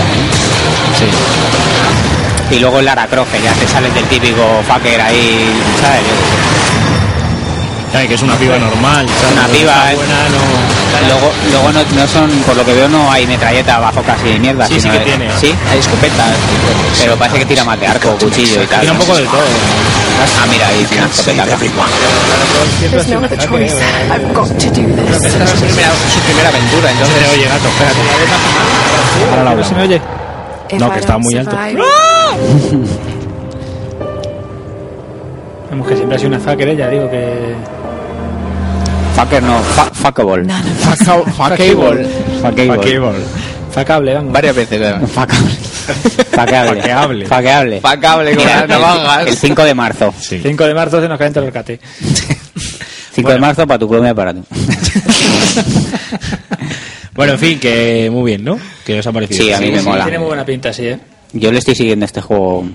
S9: ¿eh? Y luego Lara Croft, que ya te sales del típico fucker ahí, ¿sabes? Yo qué sé.
S8: Ay, que es una piba normal. ¿sabes?
S9: Una
S8: No está
S9: piba, ¿eh?
S8: buena, no.
S9: Luego, luego no, no son, por lo que veo, no hay metralleta bajo casi ni mierda.
S8: Sí, sí
S9: sino
S8: que
S9: es-
S8: tiene, ¿eh?
S9: Sí, hay escopeta. Pero parece que tira más de arco, cuchillo y tal.
S8: Tiene un
S9: ¿no?
S8: poco de todo.
S9: Ah, mira, ahí tiene una escopeta.
S6: There's no other choice. I've got to do this.
S10: Esta es su primera, su primera aventura, entonces.
S8: Pero, oye, gato, espérate. Ahora la hablamos.
S3: ¿Se me oye?
S6: If
S8: No,
S6: I
S8: que estaba
S6: don't
S8: muy alto.
S6: survive-
S3: Vamos, que siempre ha sido una fucker ella, digo que...
S9: Fucker no, fa- fuckable.
S10: Fuck- fuckable.
S9: Fuckable.
S8: Fuckable.
S3: Facable, vamos.
S10: Varias veces, además.
S9: Fuckable.
S8: Fuckable.
S9: Fuckable.
S10: Fuckable con
S9: Mira,
S10: las
S9: el-
S10: navajas.
S9: El 5 de marzo.
S8: Sí.
S3: 5 de marzo se nos calienta el rescate.
S9: 5 de marzo para tu club y para tú.
S8: Bueno, en fin, que muy bien, ¿no? Que os ha parecido.
S9: Sí, a mí me mola.
S3: Tiene muy buena pinta, sí, ¿eh?
S9: Yo le estoy siguiendo este juego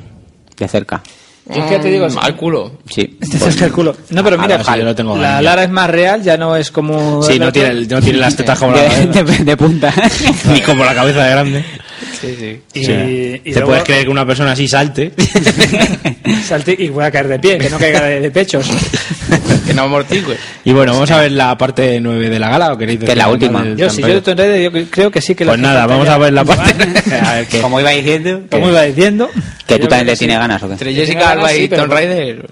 S9: de cerca.
S3: Yo es que ya te digo...
S10: Mm, Al culo.
S9: Sí. Pues,
S3: Te cerca Este el culo. No, pero mira,
S8: Ahora sí, yo lo tengo
S3: la
S8: ganado.
S3: Lara es más real, ya no es como...
S8: Sí, no tiene, el- no tiene las tetas como la
S9: De, de- de punta.
S8: ni como la cabeza de grande.
S10: Sí, sí.
S3: Y-
S8: O sea,
S3: y
S8: ¿Te
S3: luego-
S8: puedes creer que una persona así salte?
S3: Salte y voy a caer de pie, que no caiga de, de pechos.
S10: que no amortigue.
S8: Y bueno, vamos a ver la parte 9 de la gala, ¿o queréis
S9: Que es la
S8: decir
S9: última.
S8: algo del
S3: Yo, si yo
S8: Tampere?
S3: estoy en redes, yo creo que sí que la
S8: Pues nada,
S3: gente
S8: vamos
S3: estaría-
S8: a ver la parte.
S9: Como iba diciendo,
S3: Como iba diciendo.
S9: que tú
S3: Yo
S9: también
S3: creo
S9: le tienes ganas. ¿o qué?
S10: Entre
S3: Tenía
S10: Jessica
S3: ganas,
S10: Alba
S3: sí,
S10: y
S3: pero-
S10: Tomb Raider.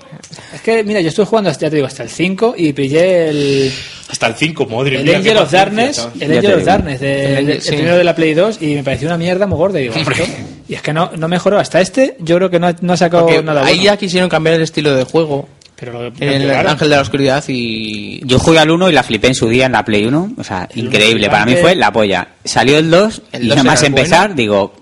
S3: Es que, mira, yo estuve jugando, hasta- ya te digo, hasta el 5 y pillé el,
S34: Hasta el 5, madre
S3: el
S34: mía,
S3: Angel
S34: qué
S3: of Darkness,
S34: paciencia,
S3: el
S34: chaval.
S3: Angel of Darkness, de-
S34: El
S3: el,
S34: Angel-
S3: el
S34: sí.
S3: primero de la Play 2 y me pareció una mierda muy gorda. Digo,
S10: Hombre.
S3: esto- y es que no, no mejoró. Hasta este yo creo que no ha, no ha sacado
S10: Porque
S3: nada
S10: ahí
S3: bueno.
S10: ya quisieron cambiar el estilo de juego.
S3: Pero lo
S10: en el
S3: empeoraron.
S10: Ángel de la Oscuridad y...
S9: Yo jugué al 1 y la flipé en su día en la Play 1. O sea, increíble. Para mí fue la polla. Salió el 2
S10: El
S9: y
S10: 2
S9: nada más
S10: era
S9: empezar, digo,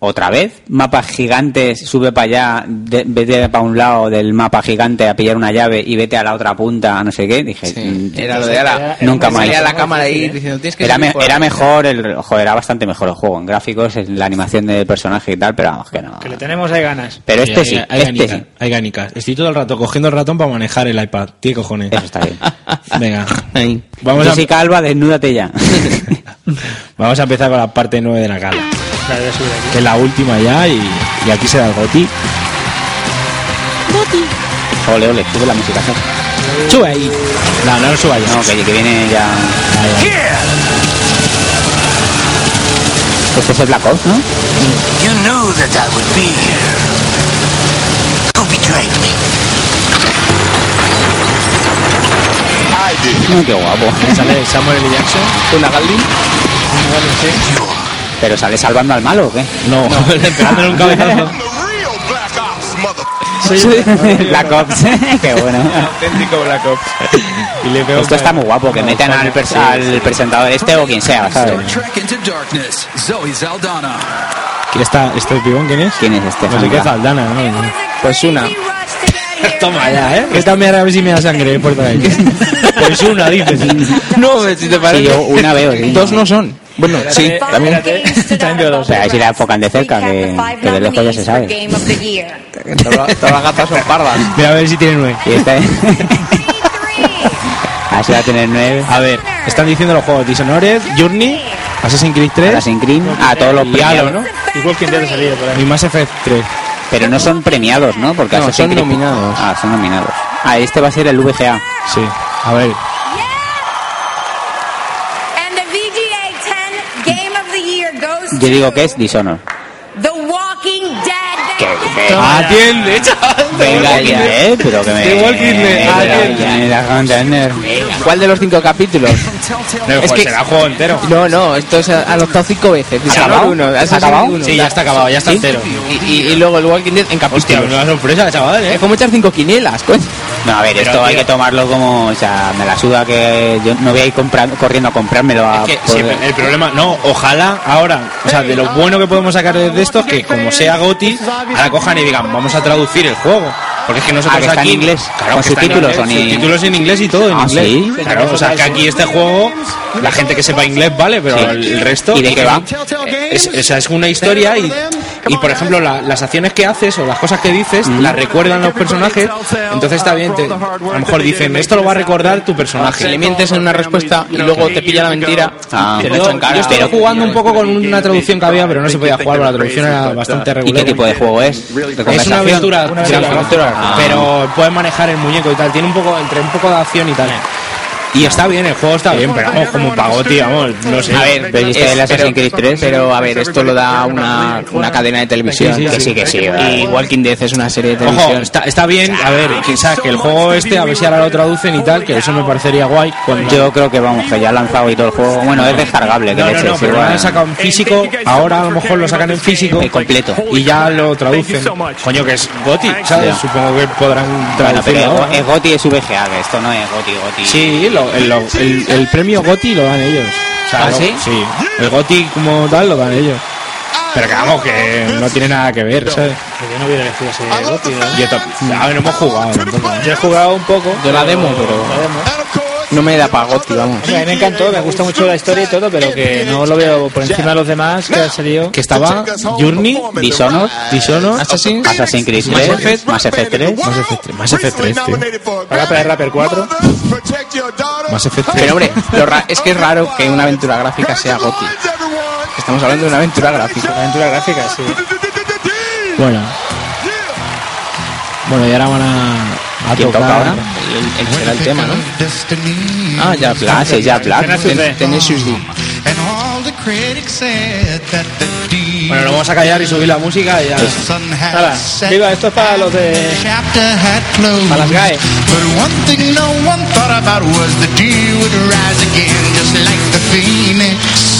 S9: otra vez. Mapas gigantes, sube para allá, de- vete para un lado del mapa gigante a pillar una llave y vete a la otra punta, no sé qué. Dije, mm,
S10: Era lo de ala.
S9: Nunca más.
S10: Salía la cámara ahí diciendo, tienes que
S9: Era,
S10: seguir
S9: me-
S10: por
S9: era
S10: ahí".
S9: mejor, el, joder, era bastante mejor el juego en gráficos, en la animación del personaje y tal, pero vamos que no.
S3: Que le tenemos ahí ganas.
S9: Pero este sí,
S8: Hay
S9: este
S8: ganicas,
S9: sí.
S8: hay ganicas. Estoy todo el rato cogiendo el ratón para manejar el iPad. Tío, cojones. Eso
S9: está bien.
S8: Venga.
S9: Vamos
S8: Vamos a,
S9: Jessica Alba, desnúdate ya.
S8: vamos a empezar con la parte 9 de la gala.
S3: La voy a subir aquí.
S8: Que es la última ya y, y aquí se da el goti.
S9: Ole, ole, sube la música.
S8: Sube ahí. No, no lo suba ya.
S9: No, que, que viene ya. Pues ese es Black Ops, ¿no?
S6: You knew that I would be here. Who betrayed me?
S9: qué guapo.
S8: Sale Samuel L. Jackson.
S9: Una Galdin. Pero sale salvando al malo, ¿o qué? No,
S8: pegándole un cabezazo.
S9: Black Ops, ¿eh? qué bueno.
S10: Auténtico Black Ops.
S9: Esto está muy guapo, que metan al, pers- al presentador este o quien sea, ¿sabes?
S2: Trek into darkness. Zoe Zaldana.
S8: ¿Quién está, ¿Este pibón quién es?
S9: ¿Quién es este?
S8: No sé qué
S9: Sandra?
S8: Zaldana, ¿no?
S10: Pues una.
S8: Toma ya, ¿eh? Esta mierda a ver si me da sangre por ahí. Pues una, dices.
S10: No, si te parece.
S9: Sí, yo una veo, sí.
S10: Dos no son. Bueno, sí, también.
S9: O sea, si la enfocan de cerca, que, que de lejos ya se sabe.
S35: Game of the year.
S10: Todas todas las gatas son pardas.
S8: Mira, a ver si tiene nueve.
S9: Y
S15: este.
S9: esta Así va a tener nueve.
S8: A ver, están diciendo los juegos Dishonored, Journey, Assassin's Creed 3.
S9: Assassin's Creed, a todos los
S8: y
S9: premiados,
S8: Halo,
S9: ¿no?
S3: Y Walking Dead ha salido por ahí.
S8: Y Mass Effect 3.
S9: Pero no son premiados, ¿no? Porque
S8: No,
S9: Assassin's
S8: son
S9: Creed-
S8: nominados.
S9: Ah, son nominados. Ah, este va a ser el VGA.
S8: Sí. A ver,
S11: And the VGA 10 Game of the Year goes
S9: yo digo que es Dishonor.
S11: The Walking Dead.
S9: Que
S8: Atiende, chaval.
S9: Venga ya, ¿eh? Pero que me...
S10: The Walking Dead,
S9: Venga
S10: atiende.
S9: ya, me la van a tener.
S10: ¿Cuál de los cinco capítulos?
S8: No,
S10: Es
S8: pues
S10: que-
S8: será juego entero.
S10: No, no, esto se ha adoptado cinco veces.
S8: ¿Ha acabado?
S10: Uno,
S8: ¿Ha
S10: Assassin's
S8: acabado?
S10: Uno.
S8: Sí, ya está acabado, ya está
S10: ¿Sí?
S8: entero.
S10: Y, y- y luego el Walking Dead en
S8: Hostia,
S10: capítulos.
S8: una sorpresa, chaval,
S10: Es
S8: ¿eh?
S10: como echar cinco quinielas, coño.
S9: No, a ver,
S10: Pero,
S9: esto hay
S10: tío.
S9: que tomarlo como... O sea, me la suda que yo no voy a ir compra- corriendo a comprármelo a...
S8: Que
S9: por-
S8: siempre- el problema, no, ojalá ahora, o sea, de lo bueno que podemos sacar de esto es que como sea Goti, ahora cojan y digan, vamos a traducir el juego. Porque es que nosotros
S9: Ah, que está
S8: aquí,
S9: en inglés,
S8: claro,
S9: con
S8: que está en
S9: subtítulos,
S8: inglés,
S9: o ni-
S8: subtítulos en inglés y todo en
S9: Ah,
S8: inglés.
S9: ¿sí?
S8: Claro, o sea, que aquí este juego, la gente que sepa inglés vale, pero
S9: Sí.
S8: el resto. Eh,
S9: ¿Y de qué va?
S8: Es, o sea, es una historia y, y por ejemplo, la- las acciones que haces o las cosas que dices las recuerdan los personajes. Entonces está bien, te- a lo mejor dicen, esto lo va a recordar tu personaje.
S10: Si le mientes en una respuesta y luego te pilla la mentira,
S9: Ah.
S10: te lo
S8: Yo,
S10: echan en cara.
S8: yo estaba
S10: Pero-
S8: jugando un poco con una traducción que había, pero no se podía jugar, la traducción era bastante
S9: ¿Y
S8: regular.
S9: qué tipo de juego es? ¿De
S8: Es
S9: conversación?
S8: una aventura,
S9: Una
S8: sí,
S9: aventura. Ah.
S8: pero puedes manejar el muñeco y tal, tiene un poco, entre un poco de acción y tal. Y está bien, el juego está bien, pero vamos, como pagoti, vamos, no sé.
S9: A ver, pero
S10: es-
S9: este el Assassin's Creed 3.
S10: pero, a ver, esto lo da una, una cadena de televisión.
S8: Sí, sí,
S10: que
S8: sí.
S10: sí, que sí. Y Walking Dead es una serie de televisión.
S8: Ojo, está, está bien, a ver, quizás que el juego este, a ver si ahora lo traducen y tal, que eso me parecería guay. con-
S9: Yo creo que vamos, que ya ha lanzado y todo el juego. Bueno, es descargable, que
S8: No, no,
S9: leches,
S8: no, pero lo
S9: igual.
S8: han sacado en físico, ahora a lo mejor lo sacan en físico
S9: Eh, completo.
S8: y ya lo traducen. Coño, que es Goti, ¿sabes?
S9: Sí.
S8: Supongo que podrán
S9: Bueno, pero
S8: traducirlo. ahora.
S9: es- es Goti es VGA, que esto no es Goti, Goti.
S8: Sí, lo- el, lo- el- el premio Goti lo dan ellos. O sea,
S9: ¿Ah,
S8: lo-
S9: sí?
S8: El Goti como tal lo dan ellos. Pero que vamos, que no tiene nada que ver, ¿sabes?
S3: Que yo no hubiera elegido ese Gotti, ¿eh?
S8: Yo to- a ver, no hemos jugado. tampoco.
S3: Yo he jugado un poco.
S10: Yo la demo, pero
S3: La demo.
S10: no me da pagote, vamos.
S3: Hombre, a mí me encantó, me gusta mucho la historia y todo, pero que no lo veo por encima de los demás que han salido.
S8: Que estaba Journey,
S9: Dishonored,
S8: Dishonored,
S10: Assassin's,
S9: Assassin's Creed
S8: Mass
S9: 3,
S8: Effect,
S9: Mass Effect 3.
S8: Mass Effect 3, Mass Effect 3, tío.
S3: Para para Rapper 4.
S8: Mass Effect 3.
S10: Pero hombre, lo ra- es que es raro que una aventura gráfica sea Gotti.
S8: Estamos hablando de una aventura gráfica.
S3: Una aventura gráfica, sí.
S36: Bueno. Bueno, y ahora van a, a
S10: ¿Quién
S36: tocar.
S10: toca ahora? El, el- será el tema, ¿no? Ah, ya Black, sí, ya Black. Ten- Tenacious D.
S8: Bueno, lo vamos a callar y subir la música y ya.
S3: Hala, viva, esto es para los de.
S6: Para las GAE. But one thing no one thought about was the dew would rise again, just like the phoenix.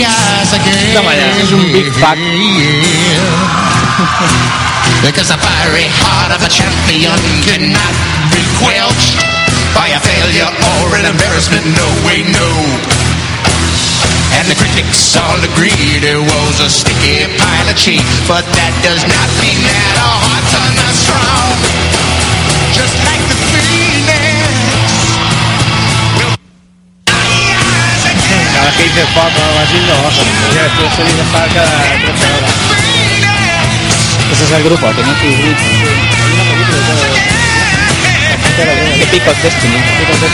S6: Rise again. Because the fiery heart of a champion cannot be quenched by a failure or an embarrassment. No way, no. And the critics all agreed it was a sticky pile of cheese, but that does not mean that our hearts are not strong. Just like the phoenix.
S8: Cada vez que dices pop o algo así, lo bajo. Ya, tú eso dices pop cada 13 horas.
S9: Ese es el grupo, Tenacious D. Epic of
S10: este,
S9: Destiny. este.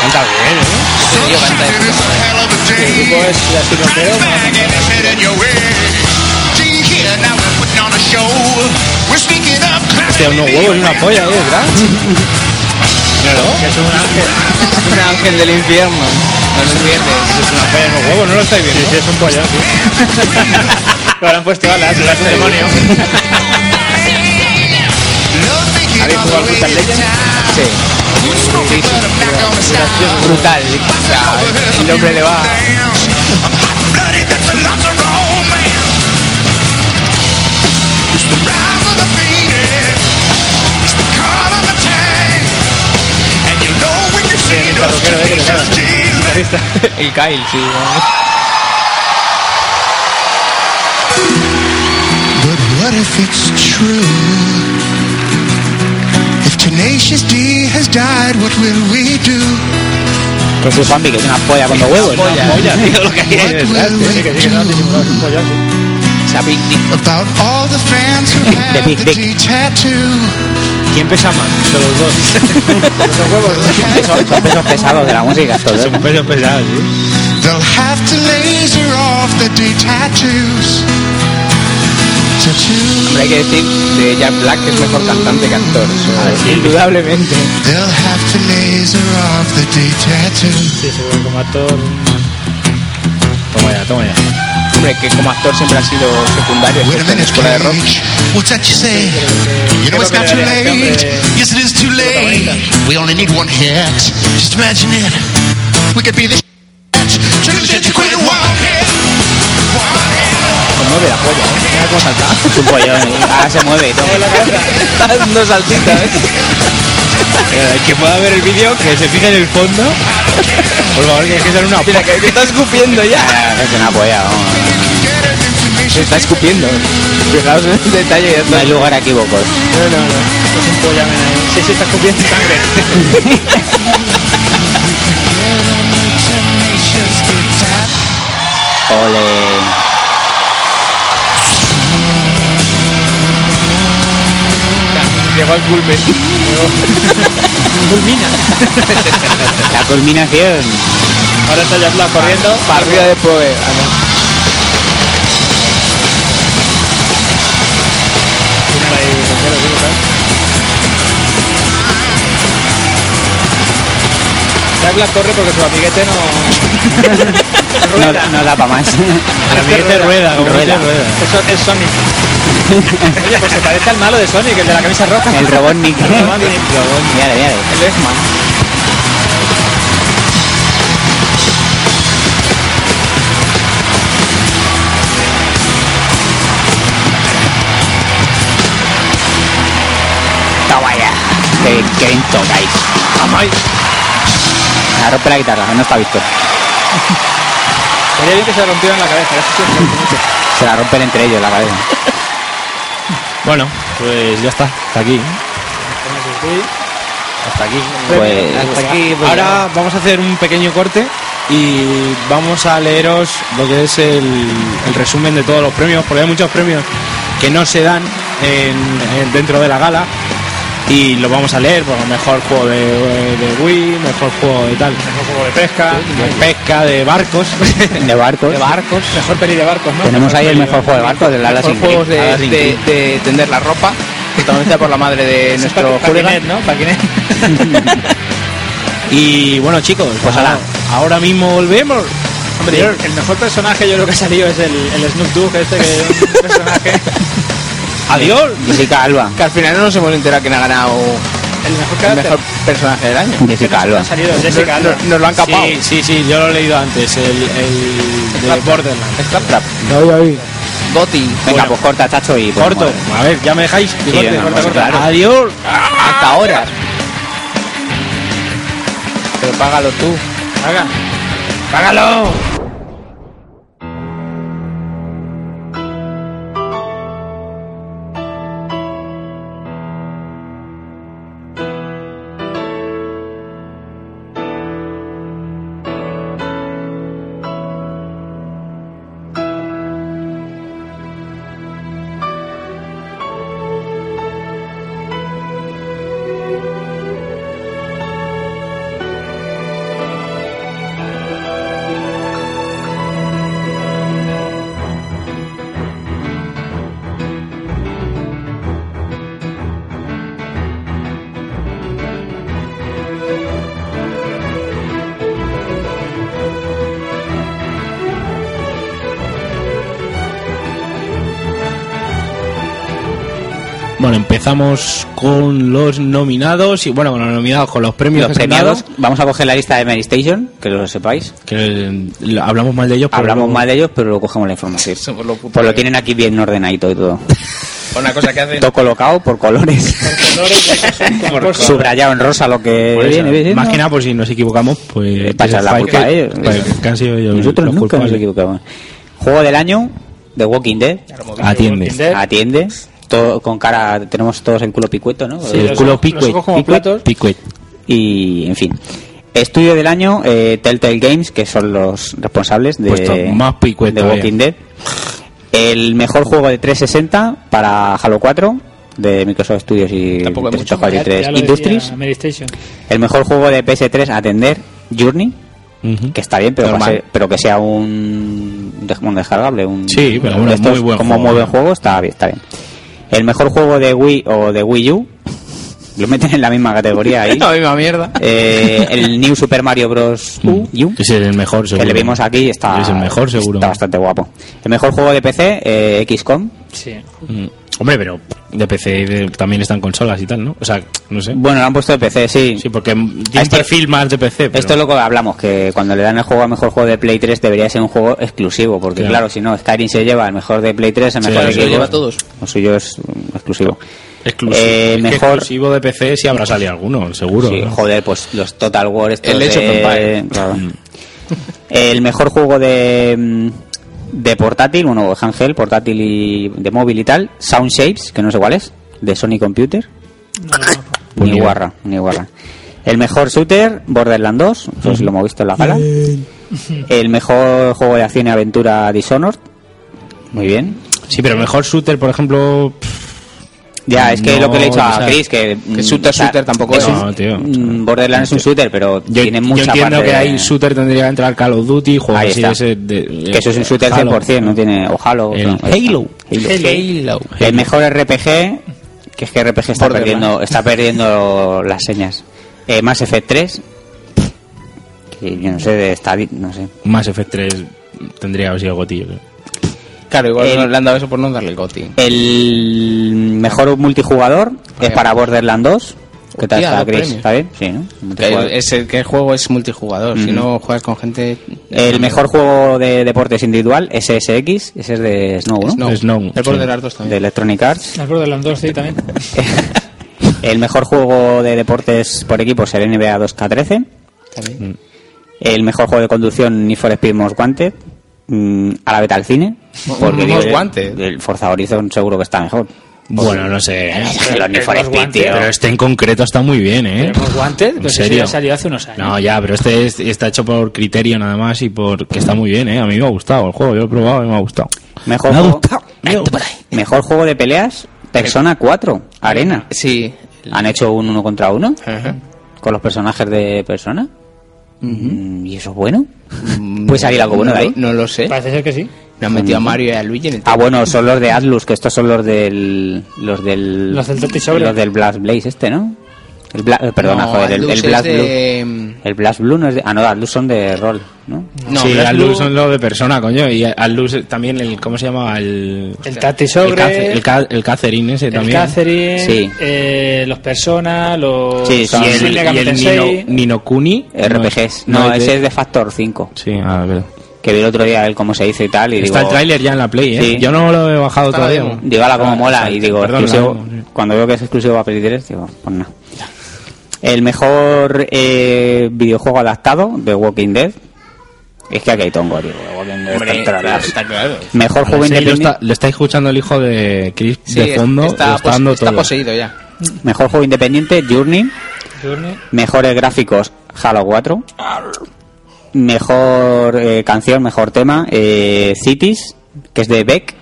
S8: Canta bien, ¿eh? Yo canta
S6: El
S8: grupo es latinoamericano. Hostia, unos huevos y una polla, ¿eh? ¿Verdad? Claro. Que es un ángel. un ángel del infierno. No lo entiendes. Es una polla y unos huevos, no lo estáis viendo. Sí, sí, es un pollo,
S3: Lo habrán puesto alas, alas de demonio.
S6: ¿Habéis jugado al Brutal Legend?
S9: Sí. Brutal. O sea, el nombre le va.
S10: El Kyle, sí.
S6: But what if it's true? If Tenacious D has died, what will we do?
S9: Pues su zombie que es una polla con dos huevos. ¿no?
S6: Sabe About all the fans who have
S9: Big
S6: the D tattoo.
S8: ¿Quién pesa más de los dos?
S6: Los huevos.
S9: Son, son pesos pesados de la música, todos.
S8: Son pesos pesados, sí.
S6: They'll have to laser off the D tattoos. Tattoos.
S10: Pero hay que decir de Jack Black que es mejor cantante que actor. eso
S8: Indudablemente.
S6: They'll have to laser off the D tattoos.
S3: Sí, seguro como actor.
S8: Toma ya, toma ya.
S10: Hombre, que como actor siempre ha sido secundario, excepto en la escuela de rock.
S6: What's that you say? You know it's not too late. Yes, it is too late. We only need one hit. Just imagine it. We could be the shit. quit and walk it.
S9: Se mueve la polla, ¿eh? Mira cómo salta. Es un pollón. ¿eh? Ahora se mueve y todo.
S8: Está dando salsita, ¿eh? El que pueda ver el vídeo, que se fije en el fondo. Por favor, que dejes una Mira, que te está escupiendo ya.
S9: Ah, Es una polla, vamos.
S8: Se está escupiendo. Fijaos en el detalle. ya
S9: No
S8: está.
S9: hay lugar a equívocos.
S3: No, no, no. Es un polla, mena. Sí, sí, está escupiendo sangre.
S9: Ole.
S8: Llegó al culmen.
S9: Culmina. La culminación.
S3: Ahora está ya Black corriendo.
S36: Ah,
S8: Para arriba de Poe.
S3: Jack Black corre porque su amiguete no.
S9: No, no da para más.
S3: El amiguete rueda,
S9: como dice, rueda.
S3: Eso es Sonic. Oye, pues se parece al malo de Sonic, el de la camisa roja.
S9: El Robotnik.
S3: El Robotnik.
S9: Mírale, mírale.
S10: El Eggman.
S9: Toma ya. Qué, qué bien tocáis. Amáis. La rompe la guitarra, no está visto.
S3: Sería bien que se rompió en la cabeza. eso sí.
S9: Se la rompen entre ellos la cabeza.
S36: Bueno, pues ya está. Hasta aquí.
S9: Hasta aquí.
S36: Pues-
S8: Hasta aquí, pues, Ahora vamos a hacer un pequeño corte y vamos a leeros lo que es el, el resumen de todos los premios, porque hay muchos premios que no se dan en- en- dentro de la gala. Y lo vamos a leer, bueno, mejor juego de, de Wii, mejor juego de tal.
S3: Mejor juego de pesca.
S8: De pesca, de barcos.
S9: De barcos.
S8: De barcos.
S3: Mejor peli de barcos, ¿no?
S9: Tenemos ahí el mejor juego de barcos del Alas
S10: Mejor juegos de, de, de tender la ropa, protagonizada por la madre de nuestro
S3: Paquinet,
S10: hooligan.
S3: ¿no? Paquinet.
S8: Y bueno, chicos, pues ahora, ahora mismo volvemos.
S3: Hombre, yo- el mejor personaje yo creo que ha salido es el, el Snoop Dogg este, que es un personaje...
S8: Adiós.
S9: Jessica Alba.
S10: Que al final no nos hemos enterado quién ha ganado
S3: El mejor
S10: el
S3: carácter.
S10: mejor personaje del año.
S9: Jessica Alba.
S3: salido Jessica
S10: Nos-
S3: Alba.
S10: nos lo han capado.
S8: Sí, sí, sí, yo lo he leído antes, el, el de Borderlands.
S10: Claptrap.
S9: Goti. Venga, pues corta, tacho y... pues,
S8: Corto.
S9: madre.
S8: A ver, ya me dejáis.
S9: Sí,
S8: Corte,
S9: venga,
S8: corta,
S9: pues,
S8: corta.
S9: claro.
S8: Adiós.
S10: Hasta ahora. Pero págalo tú.
S3: Haga.
S10: ¡Págalo!
S8: Bueno, empezamos con los nominados y bueno, con los nominados, con los premios
S9: Los
S8: que se han dado,
S9: premiados, vamos a coger la lista de Mary Station, que lo sepáis.
S8: Que eh, hablamos mal de ellos, pero
S9: Hablamos
S8: luego-
S9: mal de ellos, pero luego cogemos la información.
S10: Somos los
S9: Pues lo tienen aquí bien ordenadito y todo.
S10: Una cosa que hacen.
S9: Todo colocado por colores. Subrayado en rosa lo que
S8: Por eso,
S9: viene. ¿ves?
S8: Pues, Más que nada, por si nos equivocamos, pues
S9: Pasa la
S8: pues,
S9: culpa
S8: que-
S9: a ellos.
S8: pues, que han sido ellos
S9: Nosotros
S8: los
S9: nunca nos
S8: culpables.
S9: equivocamos. Juego del año, The Walking Dead.
S8: Atiende.
S9: Atiende. Todo, con cara, tenemos todos el culo picueto, ¿no?
S8: Sí, El los culo ojos- los picuet, ojos como picuet, platos. picuet.
S9: Y, en fin. Estudio del año, eh, Telltale Games, que son los responsables de,
S8: Puesto más picuet
S9: de
S8: todavía.
S9: Walking Dead. El mejor juego de 360 para Halo 4, de Microsoft Studios y
S3: Tampoco hay mucho.
S9: 343
S3: Ya- ya lo
S9: Industries.
S3: decía Mary Station.
S9: El mejor juego de PS3 a atender, Journey, que está bien, pero,
S8: Normal.
S9: que sea- pero que sea un, des- un descargable. Un,
S8: Sí, pero
S9: de
S8: bueno,
S9: estos
S8: muy buen
S9: como
S8: juego. ¿eh?
S9: muy buen juego, está bien, está bien. El mejor juego de Wii o de Wii U, lo meten en la misma categoría ahí.
S10: La misma mierda.
S9: Eh, el New Super Mario Bros. U,
S8: Ese Mm. es el mejor, seguro.
S9: que le vimos aquí, está,
S8: Es el mejor, seguro.
S9: está bastante guapo. El mejor juego de PC, eh, XCOM.
S3: Sí.
S8: Mm. Hombre, pero de PC y de- también están consolas y tal, ¿no? O sea, no sé.
S9: Bueno, lo han puesto de PC, sí.
S8: Sí, porque tiene
S9: Esto-
S8: un perfil más de PC. pero-
S9: Esto es lo que hablamos, que cuando le dan el juego al mejor juego de Play 3 debería ser un juego exclusivo, porque
S8: Claro.
S9: claro, si no, Skyrim se lleva el mejor de Play 3, el
S8: Sí,
S9: mejor de
S8: se lo
S9: Xbox,
S8: lleva a todos.
S9: Lo suyo es mm, exclusivo.
S8: Exclusivo.
S9: Eh,
S8: Es que
S9: mejor-
S8: exclusivo de PC si habrá salido alguno, seguro.
S9: Sí,
S8: ¿no? Mm.
S9: joder, pues los Total War estos
S10: El Age of
S9: de-
S10: Empires.
S9: claro. El mejor juego de mm, de portátil, bueno, handheld, portátil y de móvil y tal, Sound Shapes, que no sé cuál es, de Sony Computer.
S8: Pues
S9: Ni
S8: mira.
S9: guarra, ni guarra. El mejor shooter, Borderlands 2, no sé si lo hemos visto en la gala. El mejor juego de acción y aventura Dishonored. Muy bien.
S8: Sí, pero mejor shooter, por ejemplo. pff,
S9: Ya, es que
S8: No,
S9: lo que le he dicho
S8: o
S9: a
S8: sea,
S9: Chris, que.
S10: que
S9: mm,
S10: shooter,
S9: o sea,
S10: shooter tampoco
S9: es
S10: es.
S9: un-
S8: No, tío.
S9: mm, Borderlands es un shooter, pero
S8: Yo,
S9: tiene
S8: yo
S9: mucha
S8: entiendo
S9: parte
S8: que ahí
S9: de-
S8: shooter tendría que entrar Call of Duty, juegos
S9: Ahí
S8: así
S9: está.
S8: de ese. de- eh,
S9: Que eso es un shooter
S8: Halo.
S9: 100%, no tiene. O Halo.
S8: El
S9: no, ahí
S8: Halo.
S9: está.
S10: Halo.
S9: El mejor RPG, que es que RPG está
S10: Borderlands.
S9: perdiendo, está perdiendo las señas. Eh, Mass Effect 3. Que yo no sé, de estadi- no sé.
S8: Más Effect 3 tendría que haber sido gotillo. creo.
S10: Claro, igual
S9: El-
S10: no le han dado eso por no darle el goti.
S9: El mejor multijugador es para Borderlands 2. ¿Qué tal
S10: Hostia,
S9: está,
S10: dos
S9: Chris?
S10: premios.
S9: ¿Está bien? Sí, ¿no?
S8: Este
S9: Multijugador.
S10: Que, es el, que el juego es multijugador. Si
S9: Ujú.
S10: no juegas con gente.
S9: Mm. El mejor juego de deportes individual, SSX, ese es de Snow, ¿no?
S10: Snow.
S8: Snow, pues,
S10: El
S8: sí.
S10: Borderlands 2
S9: De
S10: también.
S9: Electronic Arts.
S3: Las Borderlands 2, sí, también.
S9: El mejor juego de deportes por equipos, el NBA 2K13.
S10: También.
S9: Mm. El mejor juego de conducción, Need for Speed Most Wanted. Mm, a la beta al cine. Porque
S10: Most
S9: digo, el-
S10: Wanted.
S9: El, Forza Horizon seguro que está mejor.
S8: Bueno, no sé. ¿eh?
S9: Los Need for
S3: Most
S9: Speed,
S3: Wanted.
S9: tío.
S8: Pero este en concreto está muy bien, ¿eh?
S3: Tenemos Wanted,
S8: ¿En
S3: pero si
S8: serio?
S3: ya salió hace unos años.
S8: No, ya, pero este es- está hecho por criterio nada más y por que está muy bien, ¿eh? A mí me ha gustado el juego, yo lo he probado y me ha gustado.
S9: Mejor,
S8: Me ha
S9: juego,
S8: gustado.
S9: mejor juego de peleas, Persona 4, Arena.
S10: Sí,
S9: Han hecho un uno contra uno con los personajes de Persona. Mm, ¿Y eso es bueno? ¿Puede salir algo bueno
S10: Mm, no,
S9: de ahí?
S10: No lo sé.
S3: Parece ser que sí.
S10: Me han metido a Mario y a Luigi en el
S9: Ah, bueno, son los de Atlus, que estos son los del. Los del.
S10: Los del Tortisobre.
S9: Los del Blast Blaze, este, ¿no? El Bla- eh, perdona,
S10: No,
S9: joder, el,
S10: Atlus
S9: el
S10: es
S9: Blast
S10: de-
S9: Blue. El Blast Blue no es de. Ah, no, Atlus son de rol, ¿no?
S8: sí,
S9: Blast
S8: al
S9: Blue-
S8: luz son los de persona, coño. Y al luz también el. ¿Cómo se llamaba? El.
S3: El Tatisogre.
S8: Cace- El, Ca- el Catherine ese
S3: El
S8: también.
S3: Catherine,
S8: Sí.
S3: eh, los Persona, los
S8: Sí, sí,
S3: Shin
S8: y el-
S3: Megami
S8: y el
S3: Tensei.
S8: Nino- Ninokuni.
S9: RPGs. No, ese es de Factor 5.
S8: Sí,
S3: ah,
S8: a ver.
S9: Que vi el otro día el cómo se hizo y tal. Y
S8: Está
S9: digo,
S8: el tráiler ya en la Play, ¿eh?
S9: Sí.
S8: Yo no lo he bajado
S9: Está la
S8: todavía.
S9: demo. Digo, ala, como
S8: Ah,
S9: mola.
S8: exacto.
S9: Y digo,
S8: Perdón, la
S9: exclusivo-
S8: demo, sí.
S9: cuando veo que es exclusivo para Play 3, digo, pues no. El mejor eh, videojuego adaptado de Walking Dead. Es que aquí hay tongo, digo. Walking Dead
S8: Hombre,
S9: está atrás.
S10: está claro.
S9: Mejor juego
S8: Sí, lo
S9: independiente.
S8: está- Lo está escuchando el hijo de Chris
S9: Sí,
S8: de fondo.
S9: está
S8: lo
S9: pos-
S8: está dando
S9: está
S8: todo.
S9: poseído.
S10: Ido ya.
S9: Mejor juego independiente, Journey.
S3: Journey.
S9: Mejores gráficos, Halo 4. Mejor eh, canción, mejor tema, eh, Cities, que es de Beck.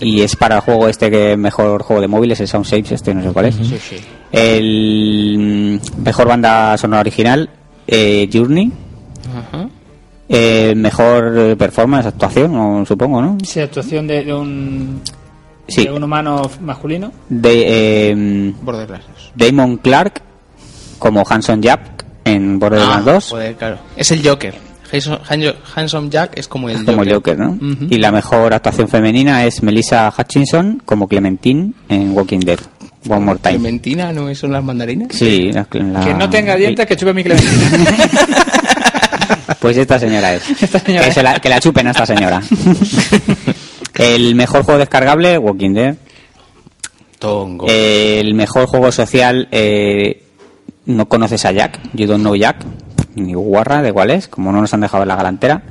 S9: Y es para el juego este que es mejor juego de móviles, el Sound Shapes, este no sé cuál es. El mm, mejor banda sonora original, eh, Journey. El mejor eh, performance, actuación, o- supongo, ¿no?
S3: Sí, actuación de, de un.
S9: Sí.
S3: de un humano masculino.
S9: De eh, Damon Clark como Hanson Jack en Borderlands 2.
S10: Joder, claro. Es el Joker. Handsome- Handsome Handsome Jack es como el Joker.
S9: como Joker, ¿no?
S10: Ujú.
S9: Y la mejor actuación femenina es Melissa Hutchinson como Clementine en Walking Dead. One More Time.
S10: Clementina, ¿no son las mandarinas?
S9: Sí, la- la-
S3: Que no tenga dientes, que chupe mi clementina.
S9: pues esta señora es. Que, se la, que la chupen a esta señora. El mejor juego descargable, Walking Dead.
S10: Tongo.
S9: El mejor juego social, eh, no conoces a Jack, You Don't Know Jack, ni guarra de cuál es, como no nos han dejado en la galantera.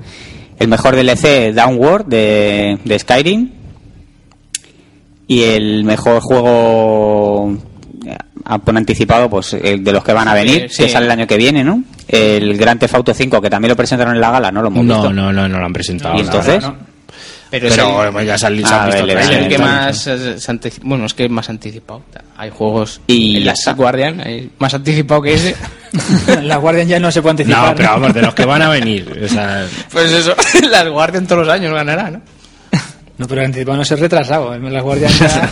S9: El mejor DLC, Downward, de, de Skyrim. Y el mejor juego eh, ah, por anticipado, pues el de los que van a venir,
S8: Sí, sí.
S9: que sale el año que viene, ¿no? El Grand Theft Auto 5, que también lo presentaron en la gala, ¿no lo hemos
S8: No,
S9: visto.
S8: no, no, no lo han presentado.
S9: ¿Y
S8: la
S9: entonces?
S8: verdad, no.
S10: Pero,
S8: Pero,
S10: es el,
S8: bueno, pues ya se han- se han
S10: Ah,
S8: visto
S10: vale,
S8: el
S10: vale,
S8: trailer,
S10: el que
S8: entonces.
S10: más eh, se antici- bueno es que es más anticipado. Hay juegos
S9: y
S10: el Last Guardian eh, más anticipado que ese.
S3: Las guardias ya no se pueden anticipar.
S8: No, pero vamos, de los que van a venir. o sea,
S10: Pues eso, las Guardian todos los años ganará, ¿no?
S3: No, pero anticipado no se retrasado. eh, Las guardias ya.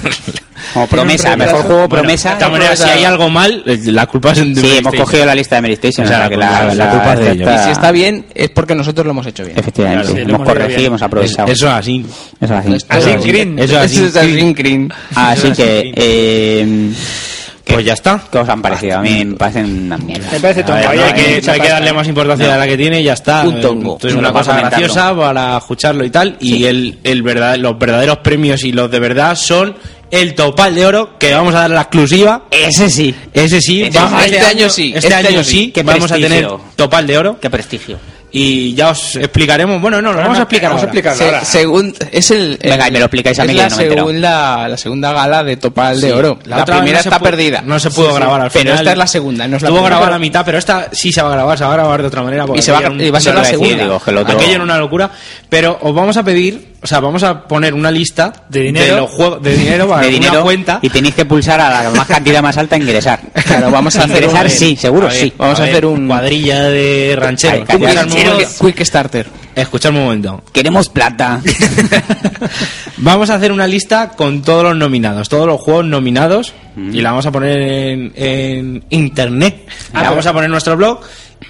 S9: Como promesa,
S3: Bueno,
S9: mejor juego
S8: bueno,
S9: promesa.
S8: De esta manera, si hay algo mal, eh, la culpa es de
S9: Sí, hemos
S8: PlayStation.
S9: cogido la lista de Mary Station.
S8: O sea, la culpa- la culpa es de ellos.
S10: Y si está bien es porque nosotros lo hemos hecho bien.
S9: Efectivamente,
S10: Claro, sí, lo
S9: hemos
S10: hemos
S9: corregido y hemos aprovechado.
S8: Eso es así.
S9: Eso es así.
S10: Así, green.
S9: Eso es así.
S10: Eso es así, green.
S9: Así
S10: Eso es
S9: que, eh, pues ya está. ¿Qué os han parecido? A mí me parecen una mierda.
S3: Me parece
S8: A ver,
S3: tonto.
S8: hay, que, hay que darle más importancia
S9: No.
S8: a la que tiene y ya está.
S9: Un tongo.
S8: Esto es
S9: No
S8: una
S9: lo vas a
S8: cosa
S9: comentar,
S8: graciosa para escucharlo y tal. Y el, el verdad, los verdaderos premios y los de verdad son el topal de oro que vamos a dar a la exclusiva.
S9: Ese sí.
S8: Ese sí.
S9: Este
S8: va-
S9: este año sí.
S8: Este, año, sí.
S9: Qué
S8: vamos
S9: prestigio.
S8: a tener topal de oro.
S9: Qué prestigio.
S8: Y ya os explicaremos. Bueno, no, lo vamos a explicar. ahora.
S10: Se- Eh, según es el, el-
S9: Venga, y me lo explicáis a mí
S10: es
S9: que
S10: la
S9: yo no me he enterado.
S10: segunda la segunda gala de Topal de
S8: Sí.
S10: Oro. La,
S8: otra
S10: primera
S8: no se
S10: está
S8: pu-
S10: perdida.
S8: No se pudo
S10: Sí, sí.
S8: grabar al final.
S10: Pero esta es la segunda, no es la
S8: Estuvo
S10: primera.
S8: grabada a la mitad, pero esta sí se va a grabar, se va a grabar de otra manera. porque
S10: Y se va a-
S8: aquello era
S10: y va a ser
S8: no
S10: la
S8: te voy decir,
S10: segunda.
S8: digo,
S9: que lo otro-
S8: Aquello era una locura. Pero os vamos a pedir, o sea, vamos a poner una lista de
S9: dinero.
S8: los juegos, de dinero,
S9: De
S8: para
S9: dinero
S8: una cuenta.
S9: y tenéis que pulsar a la más cantidad más alta a ingresar. Claro,
S10: vamos a hacer
S9: ingresar,
S10: un-
S9: sí, seguro
S8: A ver,
S9: sí.
S8: a ver,
S10: un-
S8: cuadrilla de rancheros.
S9: Ay, calla,
S8: Escuchad un
S9: rancheros.
S8: momento.
S10: Quick Starter.
S8: Escuchad un momento.
S9: Queremos plata.
S8: Vamos a hacer una lista con todos los nominados, todos los juegos nominados,
S3: Mm.
S8: y la vamos a poner en, en internet.
S9: Ah,
S8: la
S9: pero-
S8: vamos a poner en nuestro blog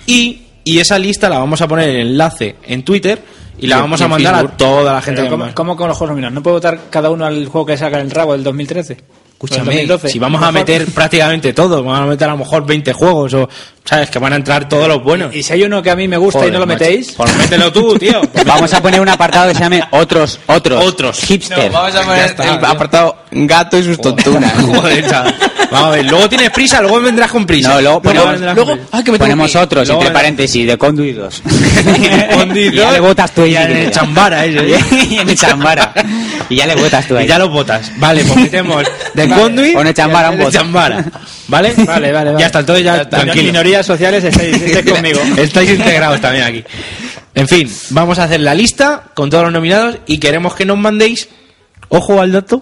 S8: y, y esa lista la vamos a poner en enlace en Twitter y la
S3: Y-
S8: vamos
S3: y
S8: a
S3: en
S8: mandar
S3: Facebook.
S8: a toda la gente.
S3: Pero
S8: que
S3: ¿cómo,
S8: más-
S3: cómo con los juegos nominados? ¿No puedo votar cada uno al juego que saca el rabo del 2013?
S8: Escúchame,
S3: ¿O del 2012?
S8: si vamos a
S3: Mejor-
S8: meter prácticamente todo, vamos a meter a lo mejor 20 juegos o, ¿sabes? Que van a entrar todos los buenos.
S3: Y si hay uno que a mí me gusta y no lo metéis.
S8: Pues mételo tú, tío.
S9: Vamos a poner un apartado que se llame Otros, Otros,
S8: Otros.
S9: Hipster.
S10: Vamos a
S8: Ya
S10: poner
S8: está,
S10: el
S8: ya.
S10: apartado gato y sus tontunas.
S8: Joder, chaval. Vamos a ver, luego tienes prisa, luego vendrás con prisa.
S9: No, luego ponemos-
S8: vendrás
S10: luego-
S8: con prisa.
S10: ay, que me tengo
S9: Ponemos
S10: que ir.
S9: otros,
S10: Luego
S9: entre
S10: vendrá-
S9: paréntesis, de conduidos.
S8: Conduidos.
S9: y ya le votas tú
S8: Y
S9: ahí,
S8: en el
S9: ya.
S8: chambara, ese.
S9: y en el chambara. Y ya le votas tú ahí.
S8: Y ya los botas. Vale, pues metemos de
S9: Vale.
S8: conduit.
S9: Pone chambara,
S8: y
S9: un
S8: de
S9: bot.
S8: chambara. ¿Vale?
S3: Vale, vale, vale.
S8: Ya está, entonces ya,
S3: Las
S8: tranquilo.
S3: minorías sociales estáis, estáis conmigo.
S8: Estáis integrados también aquí. En fin, vamos a hacer la lista con todos los nominados y queremos que nos mandéis, ojo al dato,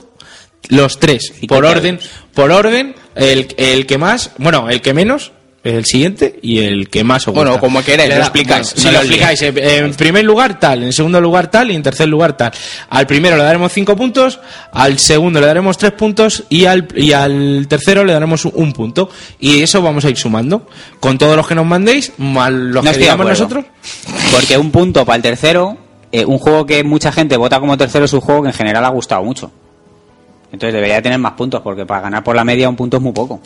S8: Los tres, por orden, por orden, el, el que más, bueno, el que menos, el siguiente y el que más os gusta.
S10: Bueno, como queráis,
S8: Le
S10: lo
S8: da-
S10: explicáis,
S8: bueno,
S10: no
S8: si
S10: lo
S8: lo explicáis, eh, eh, en primer lugar tal, en segundo lugar tal y en tercer lugar tal. Al primero le daremos cinco puntos, al segundo le daremos tres puntos y al, y al tercero le daremos un- un punto. Y eso vamos a ir sumando con todos los que nos mandéis, más los
S9: No
S8: que
S9: estoy de
S8: digamos
S9: acuerdo.
S8: nosotros.
S9: Porque un punto para el tercero, eh, un juego que mucha gente vota como tercero es un juego que en general ha gustado mucho. Entonces debería tener más puntos, porque para ganar por la media un punto es muy poco.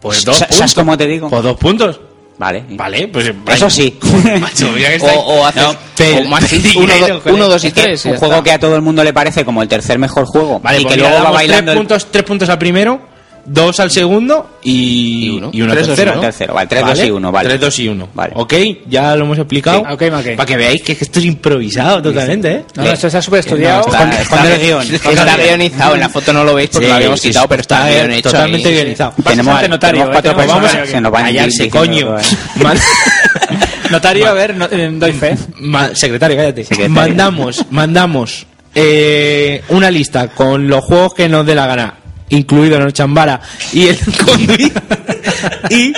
S8: Pues
S9: dos ¿Sabes cómo te digo? Pues
S8: dos puntos.
S9: Vale.
S8: Vale, pues
S9: Eso sí.
S10: O- o haces-
S9: pero-
S10: o más cinco, uno, do- uno, dos y
S9: Es que
S10: tres, y
S9: Un
S10: ya
S9: juego
S10: está.
S9: que a todo el mundo le parece como el tercer mejor juego y
S8: pues
S9: que
S8: mira,
S9: luego va
S8: damos tres
S9: bailando. el-
S8: puntos, tres puntos al primero, dos al segundo y, y uno, al
S9: Tres, dos,
S8: tercero.
S9: uno.
S8: ¿no?
S9: Tercero, vale, tres, dos y uno, vale.
S8: 3, 2 y 1. Vale. Ok, ya lo hemos explicado. Para que veáis que esto es improvisado totalmente, ¿eh?
S3: No, no, esto está súper estudiado.
S8: No, está- está- está guionizado, en la
S10: foto no lo veis porque lo habíamos quitado, pero está bien hecho
S8: Totalmente
S10: ahí.
S8: guionizado.
S10: Tenemos-
S8: Bastante
S10: tenemos cuatro
S8: Pues
S10: personas
S8: vamos a-
S10: que nos van
S8: Callarse,
S10: diciendo
S8: coño.
S10: todo, eh.
S8: Man-
S3: Notario, a ver, no- eh, doy fe.
S8: Ma- secretario, cállate. Mandamos, mandamos eh, una lista con los juegos que nos dé la gana, incluido en el chambara y el conduit. y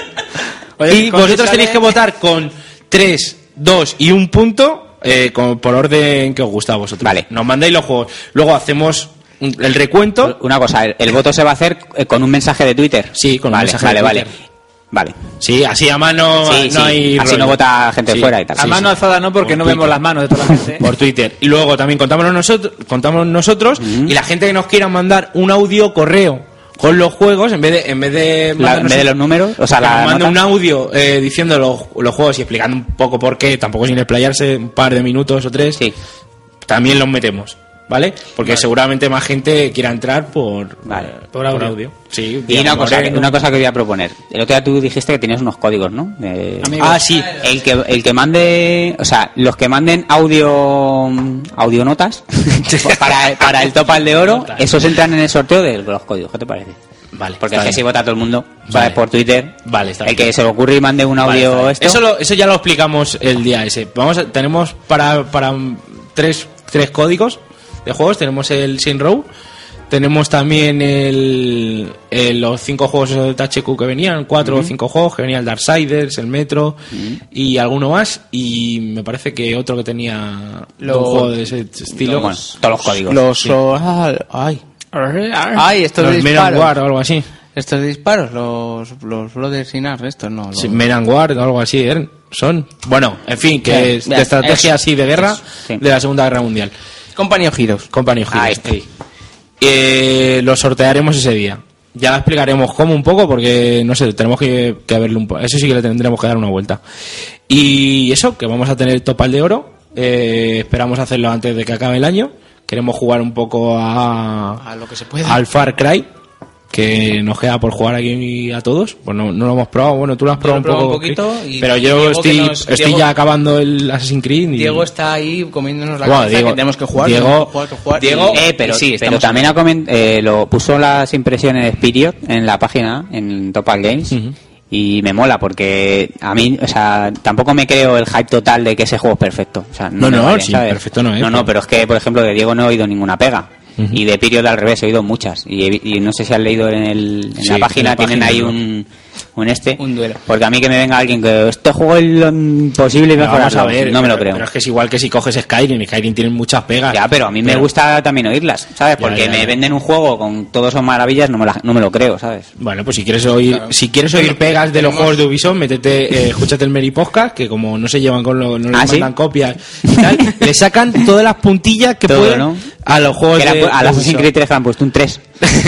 S8: y
S3: con
S8: vosotros
S3: que
S8: tenéis
S3: sale-
S8: que votar con 3, 2 y un punto eh, con- por orden que os gusta a vosotros. Vale. Nos mandáis los juegos. Luego hacemos un- el recuento.
S9: Pues Una cosa, el, el voto se va a hacer eh, con un mensaje de Twitter.
S8: Sí, con un
S9: vale,
S8: mensaje
S9: vale,
S8: de
S9: vale,
S8: Twitter.
S9: vale.
S8: Sí, así a mano
S9: Sí,
S8: no
S9: sí,
S8: hay
S9: así
S8: rollo.
S9: no vota gente
S8: Sí.
S9: fuera y tal.
S8: A
S9: Sí,
S8: mano
S9: sí.
S3: Alzada no, porque no vemos las manos de toda la gente.
S8: por Twitter. Y luego también contamos nosotros, contamos nosotros y la gente que nos quiera mandar un audio correo con los juegos en vez de en vez de,
S9: La- en vez de los números, o sea,
S8: que
S9: la
S8: nos mande
S9: nota.
S8: un audio eh, diciendo los, los juegos y explicando un poco por qué, tampoco sin explayarse un par de minutos o tres. También los metemos, ¿vale? Porque seguramente más gente quiera entrar por eh, por audio. Sí,
S9: Y una
S8: digamos,
S9: cosa,
S8: eh,
S9: una cosa que voy a proponer. El otro día tú dijiste que tenías unos códigos, ¿no? De-
S8: Amigos.
S9: Ah, sí. El que, el que mande, o sea, los que manden audio, audionotas para, para el topal de oro, esos entran en el sorteo de los códigos. ¿Qué te parece?
S8: Vale.
S9: Porque es
S8: está bien.
S9: que si vota todo el mundo, ¿sabes? Por Twitter.
S8: Vale, está
S9: El
S8: bien.
S9: que se le ocurre y mande un
S8: Vale,
S9: audio
S8: está bien.
S9: esto.
S8: Eso, lo- eso ya lo explicamos el día ese. Vamos a- tenemos para, para mm, tres, tres códigos de juegos. Tenemos el Sin Row. Tenemos también el, el- los cinco juegos esos de THQ que venían, cuatro o
S9: Ujú.
S8: cinco juegos que venían el Darksiders, el Metro y alguno más. Y me parece que otro que tenía
S10: Los-
S8: un juego de ese estilo.
S10: Bueno,
S9: todos los códigos.
S10: Los.
S8: Sí.
S10: o- ah, ay. Ay, estos
S8: Los
S10: de
S8: Men at
S10: disparos.
S8: War o algo así.
S10: Estos de disparos, los, los Brothers in Arms, estos no. los-
S8: Sí, Men and War o algo así, ¿eh? son. Bueno, en fin, que
S10: Bien,
S8: es de
S10: bien,
S8: estrategia
S10: eso,
S8: así de guerra
S10: eso, sí.
S8: de la Segunda Guerra Mundial.
S10: Company of Heroes.
S8: Company of Heroes, sí. Eh, lo sortearemos ese día. Ya explicaremos cómo un poco, porque no sé, tenemos que, que verlo un poco. Eso sí que le tendremos que dar una vuelta. Y eso, que vamos a tener topal de oro. eh, esperamos hacerlo antes de que acabe el año. Queremos jugar un poco a,
S10: A lo que se puede.
S8: al Far Cry, que nos queda por jugar aquí a todos. Pues no, no lo hemos probado. Bueno, tú lo has
S10: Yo lo
S8: probado
S10: he
S8: un poco.
S10: probado un poquito
S8: Chris,
S10: y
S8: pero yo
S10: Diego que
S8: estoy,
S10: nos-
S8: estoy
S10: Diego-
S8: ya acabando el Assassin's Creed. y-
S10: Diego está ahí comiéndonos la
S8: Bueno,
S10: cabeza
S8: Diego-
S10: que tenemos que jugar.
S8: Diego-
S10: tenemos que jugar, que jugar.
S9: Diego,
S10: Y-
S9: eh, pero,
S10: y sí,
S9: pero
S10: estamos
S9: también ha comen- eh, lo puso las impresiones Spirit en la página, en Topal Games. Y me mola porque a mí, o sea, tampoco me creo el hype total de que ese juego es perfecto. O sea,
S8: No,
S9: me
S8: no,
S9: vale,
S8: sí,
S9: ¿sabes?
S8: perfecto no es,
S9: No,
S8: pero-
S9: no, pero es que, por ejemplo, de Diego no he oído ninguna pega.
S8: Ujú.
S9: Y de Period al revés, he oído muchas. Y, he vi- y no sé si han leído en, el- en
S8: Sí,
S9: la página,
S8: en la
S9: tienen
S8: página,
S9: ahí
S8: ¿no?
S9: un, un este. Un duelo. Porque a mí que me venga alguien que este juego es lo imposible
S8: No,
S9: mejorarlo.
S8: vamos a ver,
S9: no me lo
S8: pero-
S9: creo.
S8: pero es que es igual que si coges Skyrim, Skyrim tiene muchas pegas.
S9: Ya, pero a mí me
S8: Pero-
S9: gusta también oírlas, ¿sabes?
S8: Ya,
S9: Porque
S8: ya,
S9: me
S8: ya.
S9: venden un juego con todas esas maravillas, no me, la- no me lo creo, ¿sabes?
S8: Bueno, pues si quieres oír, si quieres oír pegas de los juegos de Ubisoft, métete, eh, escúchate el Mary Podcast, que como no se llevan con los, no le
S9: ¿Ah, sí?
S8: mandan copias y tal, le sacan todas las puntillas que
S9: Todo,
S8: pueden
S9: ¿no?
S8: a los juegos
S9: Que era
S8: de
S9: por- al
S8: de
S9: Assassin's
S8: Ubisoft.
S9: Creed 3 le han puesto un 3.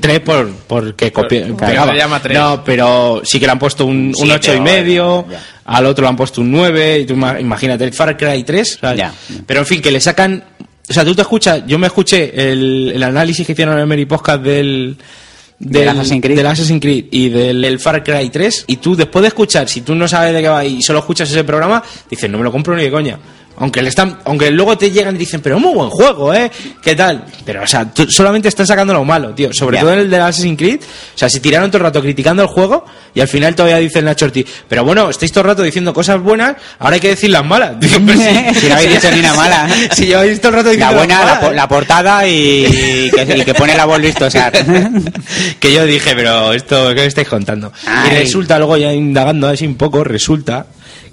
S8: Tres por porque copia,
S9: Por-
S8: pegaba.
S9: pero le llama tres.
S8: No, pero sí que le han puesto un, un
S9: siete,
S8: ocho y
S9: o-
S8: medio, al otro le han puesto un 9, y tú ima- imagínate el Far Cry 3, ¿sabes? Pero en fin, que le sacan, o sea, tú te escuchas, yo me escuché el, el análisis que hicieron en el Mary Podcast del
S9: Del Assassin's Creed.
S8: del Assassin's Creed y del, del Far Cry 3 y tú después de escuchar, si tú no sabes de qué va y solo escuchas ese programa, dices, no me lo compro ni de coña. Aunque, le están, aunque luego te llegan y dicen, pero muy buen juego, ¿eh? ¿Qué tal? Pero, o sea, tú solamente estás sacando lo malo, tío. Sobre
S9: Ya.
S8: todo en el de Assassin's Creed. O sea, se tiraron todo el rato criticando el juego y al final todavía dicen Nacho Ortiz, pero bueno, estáis todo el rato diciendo cosas buenas, ahora hay que decir las malas. Digo, pero si,
S9: Si no habéis dicho ni una mala.
S8: Si lleváis todo el rato
S9: La
S8: diciendo las
S9: buena, la,
S8: malas. ¿eh?".
S9: po- la portada y, y que, y que pone la voz listo. O sea,
S8: que yo dije, pero esto, ¿qué me estáis contando? Y
S9: Ay.
S8: resulta, luego ya indagando así un poco, resulta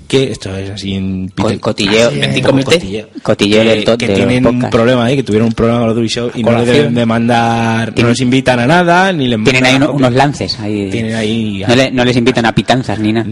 S8: que esto es así en pite-
S9: cotilleo,
S8: un
S9: 25.000.
S8: cotilleo.
S9: Cotilleo
S8: Que-
S9: del tot-
S8: que
S9: del
S8: tienen un
S9: podcast.
S8: problema ahí, que tuvieron un problema con los Duri Show y no les
S9: Colación.
S8: deben de mandar, no les invitan a nada, ni les
S9: Tienen ahí
S8: mandan-
S9: uno- unos lances. Ahí,
S8: Tienen ahí-
S9: no, le- no les invitan a pitanzas ni nada.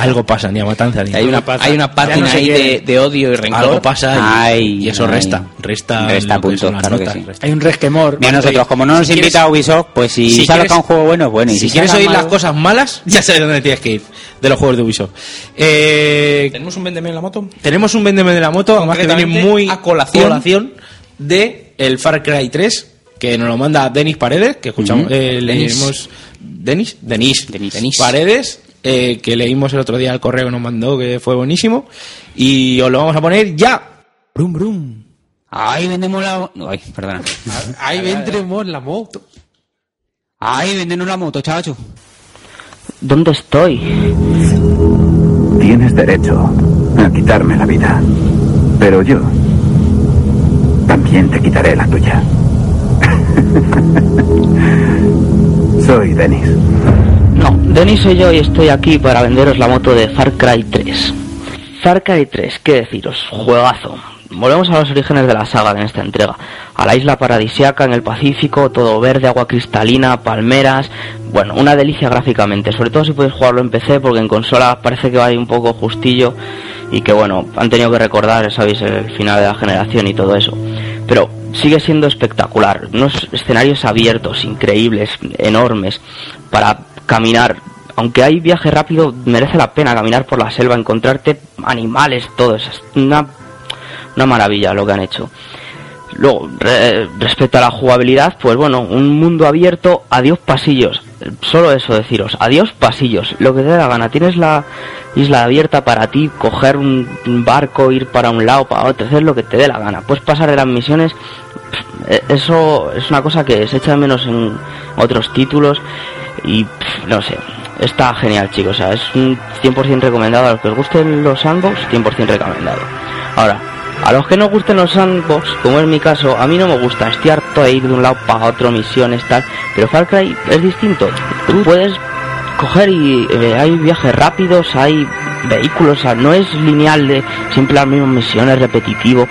S8: algo pasa, ni a matanza ni
S9: Hay una- hay una pátina
S8: Ya no sé
S9: ahí
S8: qué-
S9: de-
S10: de odio y rencor.
S8: Algo pasa y,
S9: Ay,
S8: y eso
S9: ay.
S8: resta. Resta,
S9: Resta
S8: lo que
S9: puntos,
S8: son las
S9: claro que
S8: notas,
S9: sí.
S8: resta.
S3: Hay un resquemor.
S9: Mira, nosotros, como no nos
S8: Si
S9: invita a
S8: quieres-
S9: Ubisoft, pues si,
S8: si
S9: sabes
S8: quieres-
S9: que un juego bueno, es bueno. Y
S8: si
S9: si
S8: quieres
S9: saca
S8: oír las
S9: malo-
S8: cosas malas, ya sabes dónde tienes que ir de los juegos de Ubisoft. Eh,
S10: ¿Tenemos un vendeme en la moto?
S8: tenemos un vendeme de la moto, además que viene
S10: Concretamente,
S8: muy
S10: a colación.
S8: de el Far Cry 3, que nos lo manda Denis Paredes, que escuchamos,
S10: Ujú.
S8: eh,
S10: Denis.
S8: leímos Denis, Denis, Paredes, eh, que leímos el otro día el correo que nos mandó, que fue buenísimo, y os lo vamos a poner ya. Brum brum.
S9: Ahí vendemos la. Ay, perdona.
S14: Ahí vendremos la moto.
S9: Ahí vendemos la moto, chacho.
S14: ¿Dónde estoy?
S19: Tienes derecho a quitarme la vida, pero yo también te quitaré la tuya. Soy Denis.
S14: No, Denis soy yo y estoy aquí para venderos la moto de Far Cry 3. Far Cry 3, qué deciros, juegazo. Volvemos a los orígenes de la saga en esta entrega. A la isla paradisiaca en el Pacífico, todo verde, agua cristalina, palmeras. Bueno, una delicia gráficamente, sobre todo si podéis jugarlo en PC, porque en consola parece que va ahí un poco justillo. Y que bueno, han tenido que recordar, sabéis, el final de la generación y todo eso. Pero sigue siendo espectacular. Unos escenarios abiertos, increíbles, enormes, para caminar aunque hay viaje rápido, merece la pena caminar por la selva, encontrarte animales, todo eso. Es una, una maravilla lo que han hecho. Luego, re- respecto a la jugabilidad, pues bueno, un mundo abierto, adiós pasillos. Solo eso deciros, adiós pasillos, lo que te dé la gana. Tienes la isla abierta para ti, coger un un barco, ir para un lado, para otro, hacer lo que te dé la gana. Puedes pasar de las misiones eh, eso es una cosa que se echa de menos en otros títulos y pff, no sé, está genial chicos, o sea, es un 100% recomendado a los que os gusten los sandbox, 100% recomendado. Ahora, a los que no os gusten los sandbox, como es mi caso, a mí no me gusta, estoy harto de ir de un lado para otro, misiones, tal, pero Far Cry es distinto, tú puedes coger y eh, hay viajes rápidos, hay vehículos, o sea, no es lineal de siempre las mismas misiones, repetitivo.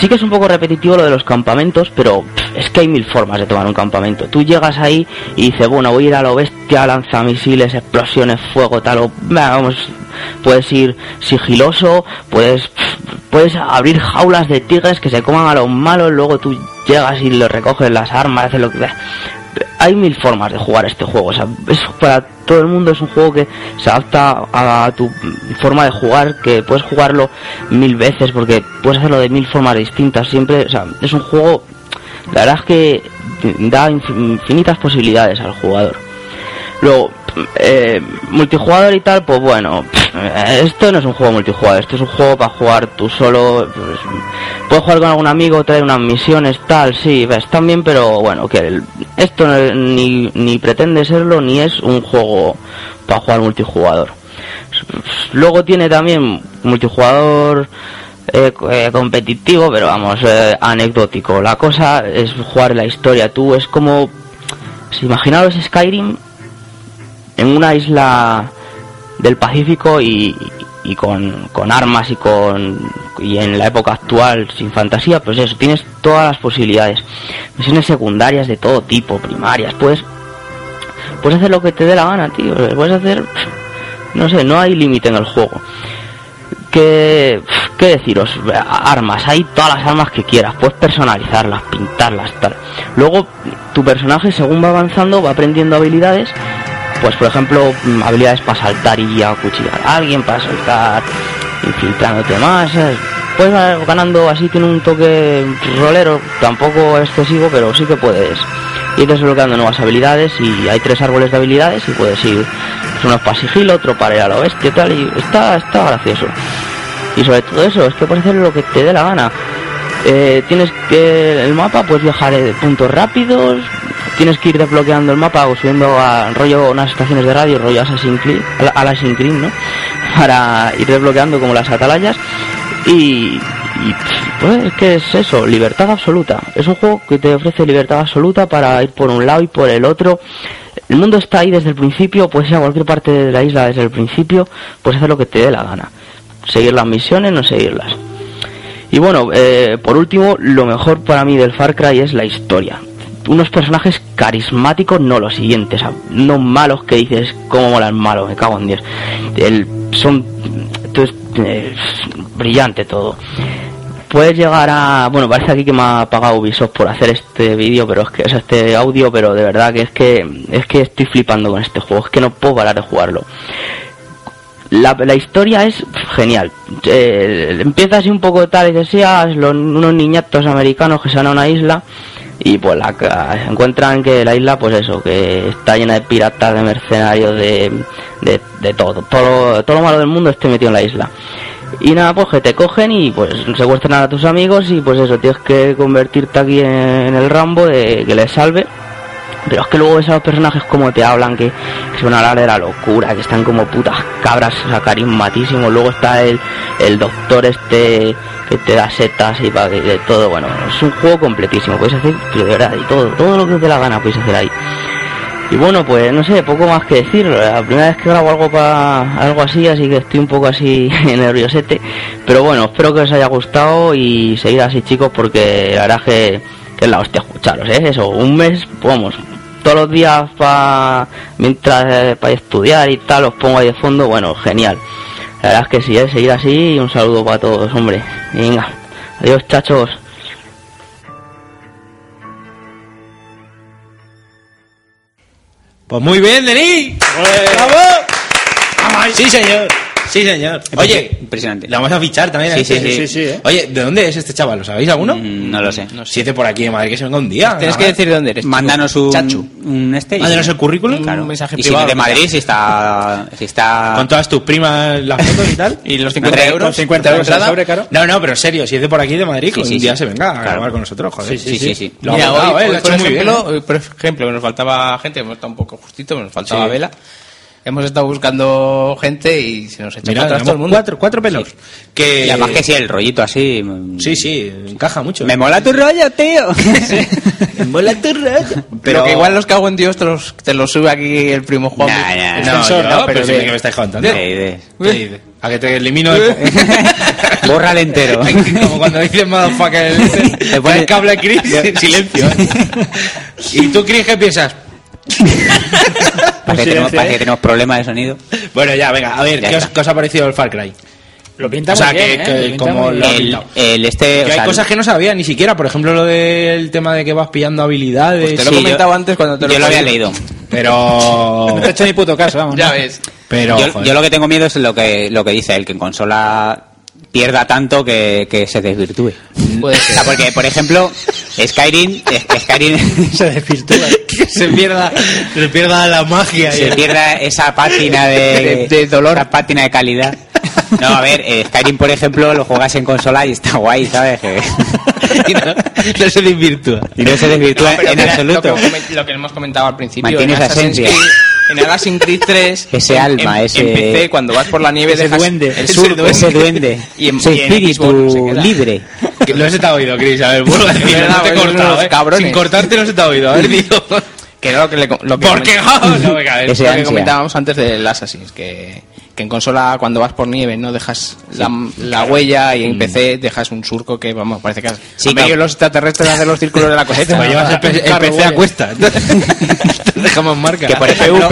S14: Sí que es un poco repetitivo lo de los campamentos, pero pff, es que hay mil formas de tomar un campamento. Tú llegas ahí y dices, bueno, voy a ir a lo bestia, lanzamisiles, explosiones, fuego, tal, o "Bah, vamos, puedes ir sigiloso, puedes pff, puedes abrir jaulas de tigres que se coman a los malos, luego tú llegas y los recoges las armas, haces lo que hay mil formas de jugar este juego. O sea, es para todo el mundo es un juego que se adapta a tu forma de jugar, que puedes jugarlo mil veces porque puedes hacerlo de mil formas distintas. Siempre, o sea, es un juego, la verdad es que da infinitas posibilidades al jugador. Luego, eh, multijugador y tal, pues bueno, esto no es un juego multijugador, esto es un juego para jugar tú solo. pues, puedes jugar con algún amigo, traer unas misiones, tal, sí, están bien, pero bueno, que el- esto no- ni, ni pretende serlo, ni es un juego para jugar multijugador. Luego tiene también multijugador eh, co- eh, competitivo, pero vamos, eh, anecdótico. La cosa es jugar la historia, tú es como... Si imaginaros Skyrim, en una isla del Pacífico y, y con, con armas y con y en la época actual sin fantasía, pues eso, tienes todas las posibilidades. Misiones secundarias de todo tipo, primarias, puedes puedes hacer lo que te dé la gana, tío, puedes hacer no sé, no hay límite en el juego. ¿Qué, qué deciros? Armas, hay todas las armas que quieras, puedes personalizarlas, pintarlas, tal. Luego, tu personaje, según va avanzando, va aprendiendo habilidades. Pues, por ejemplo, mm, habilidades para saltar y acuchillar a alguien, para saltar infiltrándote más. ¿sabes? Puedes va ganando así, tiene un toque rolero, tampoco excesivo, pero sí que puedes ir desbloqueando nuevas habilidades. Y hay tres árboles de habilidades y puedes ir pues, unos para sigilo, otro para ir a lo bestia y tal. Y está, está gracioso. Y sobre todo eso, es que puedes hacer lo que te dé la gana. Eh, tienes que el mapa, puedes viajar eh, puntos rápidos, tienes que ir desbloqueando el mapa o subiendo a rollo unas estaciones de radio, rollo Assassin's Creed, Ala- Assassin's Creed, ¿no? Para ir desbloqueando como las atalayas y, y, pff, pues es que es eso, libertad absoluta. Es un juego que te ofrece libertad absoluta para ir por un lado y por el otro. El mundo está ahí desde el principio, puedes ir a cualquier parte de la isla desde el principio, puedes hacer lo que te dé la gana. Seguir las misiones, no seguirlas. Y bueno, eh, por último, lo mejor para mí del Far Cry es la historia. Unos personajes carismáticos, no los siguientes, o sea, no malos que dices, cómo molan malos, me cago en Dios. El- son entonces, eh, brillante todo. Puedes llegar a. Bueno, parece aquí que me ha pagado Ubisoft por hacer este vídeo, pero es que. O sea, este audio, pero de verdad que es que. Es que estoy flipando con este juego, es que no puedo parar de jugarlo. La, la historia es genial. Eh, empieza así un poco tal y deseas los, unos niñatos americanos que se van a una isla y pues la, ca- encuentran que la isla, pues eso, que está llena de piratas, de mercenarios, de, de, de todo. Todo lo, todo lo malo del mundo esté metido en la isla. Y nada, pues que te cogen y pues secuestran a tus amigos y pues eso, tienes que convertirte aquí en, el Rambo de que les salve. Pero es que luego ves a los personajes como te hablan, que, que se van a hablar de la locura, que están como putas cabras, o sea, carismatísimos. Luego está el, el doctor este que te da setas y para que de todo. Bueno, es un juego completísimo, puedes hacer, pero de verdad, y todo, todo lo que te la gana puedes hacer ahí. Y bueno, pues no sé, poco más que decir. La primera vez que grabo algo para algo así, así que estoy un poco así nerviosete. Pero bueno, espero que os haya gustado y seguid así, chicos, porque la verdad es que, que es la hostia escucharos, ¿eh? Eso, un mes, vamos, todos los días para mientras eh, para estudiar y tal, os pongo ahí de fondo. Bueno, genial. La verdad es que sí, ¿eh? seguir así y un saludo para todos, hombre. Venga, adiós, chachos.
S8: Pues muy bien, Denis. ¡Bravo! Sí, señor. Sí, señor. Oye,
S9: impresionante.
S8: La vamos a fichar también.
S9: Sí,
S8: ¿eh?
S9: sí, sí.
S8: Oye, ¿de dónde es este chaval? ¿Lo sabéis alguno?
S9: no lo sé.
S8: Si es de por aquí de Madrid, que se venga un día.
S9: Tienes que decir
S8: dónde eres.
S9: Mándanos un, un este. y-
S8: Mándanos el currículum.
S9: Claro.
S8: Un mensaje
S9: y si
S8: privado,
S9: es de
S8: lo que
S9: Madrid,
S8: sea.
S9: si está, si está...
S10: Ah.
S8: Con todas tus primas, las fotos y tal. y los
S9: 50 euros.
S8: Con 50 euros
S9: Entrada.
S8: al sobre, claro. No, no, pero en serio, si es de por aquí de Madrid, que
S10: Sí, sí,
S8: un día se
S10: sí.
S8: venga a grabar
S10: Claro.
S8: con nosotros, joder. Lo ha
S10: Mira, hoy,
S8: montado, eh,
S10: hoy,
S8: lo ha
S10: por,
S8: hecho muy bien.
S10: ejemplo, hoy, por ejemplo, que nos faltaba gente, hemos estado un poco justito, nos faltaba
S8: Sí.
S10: vela. Hemos estado buscando gente y se nos echa
S8: Mira,
S10: para atrás
S8: tenemos
S10: todo el mundo.
S8: cuatro, cuatro pelos. Que...
S9: Y además que sí, el rollito así... mm,
S8: Sí, sí, encaja mucho. ¿eh?
S9: Me mola tu rollo, tío.
S8: mola tu rollo.
S10: Pero que igual los cago en Dios te los, te los sube aquí el primo Juan.
S8: El censor, no, pero sí que me estáis contando. ¿Qué dices? A que te elimino el...
S9: Borra el entero.
S8: Como cuando dices motherfucker el, el cable a Chris. Silencio. ¿Y tú, Chris, qué piensas?
S9: ¿Para que,
S8: Sí,
S9: tenemos,
S8: sí,
S9: para
S8: ¿eh?
S9: que tenemos problemas de sonido?
S8: Bueno, ya, venga, a ver,
S9: Ya
S8: ¿qué os,
S9: está.
S8: qué os ha parecido el Far Cry? Lo pinta O sea,
S9: muy
S8: que,
S9: bien, ¿eh?
S8: que
S9: Lo pinta
S8: como lo
S9: muy bien.
S8: ha
S9: El-
S8: pintado.
S9: el este,
S8: Que
S9: o
S8: hay
S9: sea,
S8: cosas que no sabía ni siquiera, por ejemplo, lo del tema de que vas pillando habilidades.
S9: pues
S10: Te lo he comentado antes cuando te
S9: Yo lo había leído.
S8: Pero.
S3: No te he hecho ni puto caso, vamos.
S10: Ya ves.
S8: Pero,
S9: yo,
S8: joder.
S9: yo lo que tengo miedo es lo que, lo que dice él, que en consola pierda tanto que, que se desvirtúe.
S10: Puede
S9: O sea, porque, por ejemplo, Skyrim, es- Skyrim
S8: se desvirtúa. que se pierda, se pierda la magia.
S9: se pierda esa pátina de, dolor, esa pátina de calidad. No, a ver, eh, Skyrim, por ejemplo, lo juegas en consola y está guay, ¿sabes? Que-
S8: no se desvirtúa.
S9: Y no se desvirtúa
S10: No, pero
S9: en
S10: mira,
S9: absoluto.
S10: Lo que, hemos comen- lo que hemos comentado al principio.
S9: Mantiene
S10: en
S9: esa
S10: Assassin's
S9: esencia.
S10: Creed- En Assassin's Creed 3.
S9: Ese
S10: en-
S9: alma,
S10: en-
S9: ese-
S10: En PC, cuando vas por la nieve,
S9: ese
S10: dejas.
S9: duende, el
S10: ese
S9: surco, ese duende,
S10: Y en,
S9: ese
S10: y en
S9: espíritu
S10: Xbox se queda.
S9: libre.
S8: Lo has estado oído, Chris. A ver, vuelvo a decir,
S10: Es verdad,
S8: no te he
S10: pues,
S8: cortado,
S10: unos
S8: eh.
S10: cabrones.
S8: Sin cortarte no se te ha oído. A ver, digo.
S10: Que era lo que le. Lo que
S8: Porque
S10: coment-
S8: no, no, venga,
S10: lo
S8: es
S10: que
S8: ansia.
S10: comentábamos antes del Assassin's. Que, que en consola, cuando vas por nieve, no dejas la, la huella. Y en PC, dejas un surco que, vamos, parece que. Sí, medio los extraterrestres hacen los círculos de la cosecha.
S8: Pues llevas el P- el
S10: Carro
S8: PC a
S10: huele.
S8: cuesta. Dejamos marca.
S9: Que por ejemplo,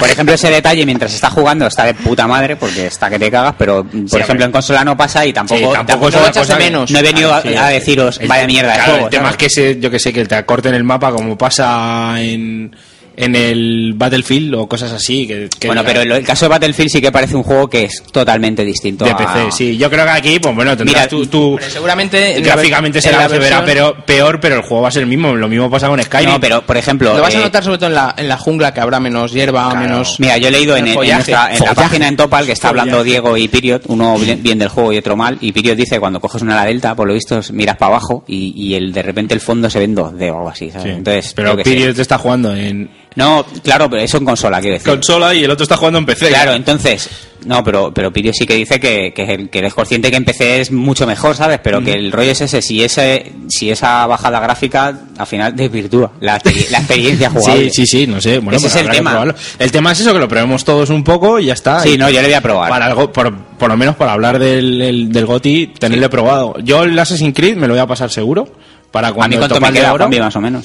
S9: por ejemplo, ese detalle mientras está jugando está de puta madre porque está que te cagas, pero por
S10: hombre.
S9: ejemplo en consola no pasa y tampoco,
S10: Sí, tampoco es
S9: lo
S10: una
S9: echas de
S10: cosa que-
S9: menos. No he venido a-
S8: Ah, Sí,
S9: a, deciros vaya mierda de
S8: Claro,
S9: juego.
S8: el tema es que se- yo que sé, que te acorten el mapa como pasa en en el Battlefield o cosas así. Que, que
S9: bueno, pero el, el caso de Battlefield sí que parece un juego que es totalmente distinto.
S8: de
S9: a-
S8: PC, sí. Yo creo que aquí, pues bueno, tendrás
S9: Ah. Mira,
S8: tú, tú-
S10: seguramente en la
S8: gráficamente
S10: ver-
S8: será,
S10: en la
S8: se verá
S10: versión-
S8: pero, peor, pero el juego va a ser el mismo. Lo mismo pasa con Skyrim.
S9: No, pero, por ejemplo,
S10: Lo vas a
S9: eh,
S10: notar sobre todo en la, en la jungla que habrá menos hierba, menos.
S9: Mira, yo he leído en, en
S10: follaje.
S9: esta- en la
S10: Follaje.
S9: página en Topal que está hablando
S10: Follaje.
S9: Diego y Piriot, uno bien, bien del juego y otro mal, y Piriot dice cuando coges una ala delta, por lo visto miras para abajo y, y el de repente el fondo se ve en 2D o algo así, ¿sabes?
S8: Sí.
S9: Entonces,
S8: pero
S9: yo qué sé.
S8: Period te está jugando en
S9: No, claro, pero eso en consola, quiero decir.
S8: consola y el otro está jugando en PC.
S9: Claro, entonces, no, pero, pero Pirio sí que dice que, que, que eres consciente que en PC es mucho mejor, ¿sabes? Pero que el rollo es ese, si ese, si esa bajada gráfica al final desvirtúa la, exper- la experiencia jugable.
S8: Sí, sí, sí, no sé. Bueno,
S9: Ese
S8: pues
S9: es el
S8: habrá que
S9: tema.
S8: probarlo. El tema es eso, que lo probemos todos un poco y ya está.
S9: Sí,
S8: Y
S9: no, yo le voy a probar.
S8: Para algo, por, por lo menos para hablar del, el- del GOTI, tenerle probado. Yo el Assassin's Creed me lo voy a pasar seguro. Para cuando
S9: a mí cuánto
S8: topa
S9: me
S8: el
S9: queda
S8: de oro.
S9: Juanvi, más o menos.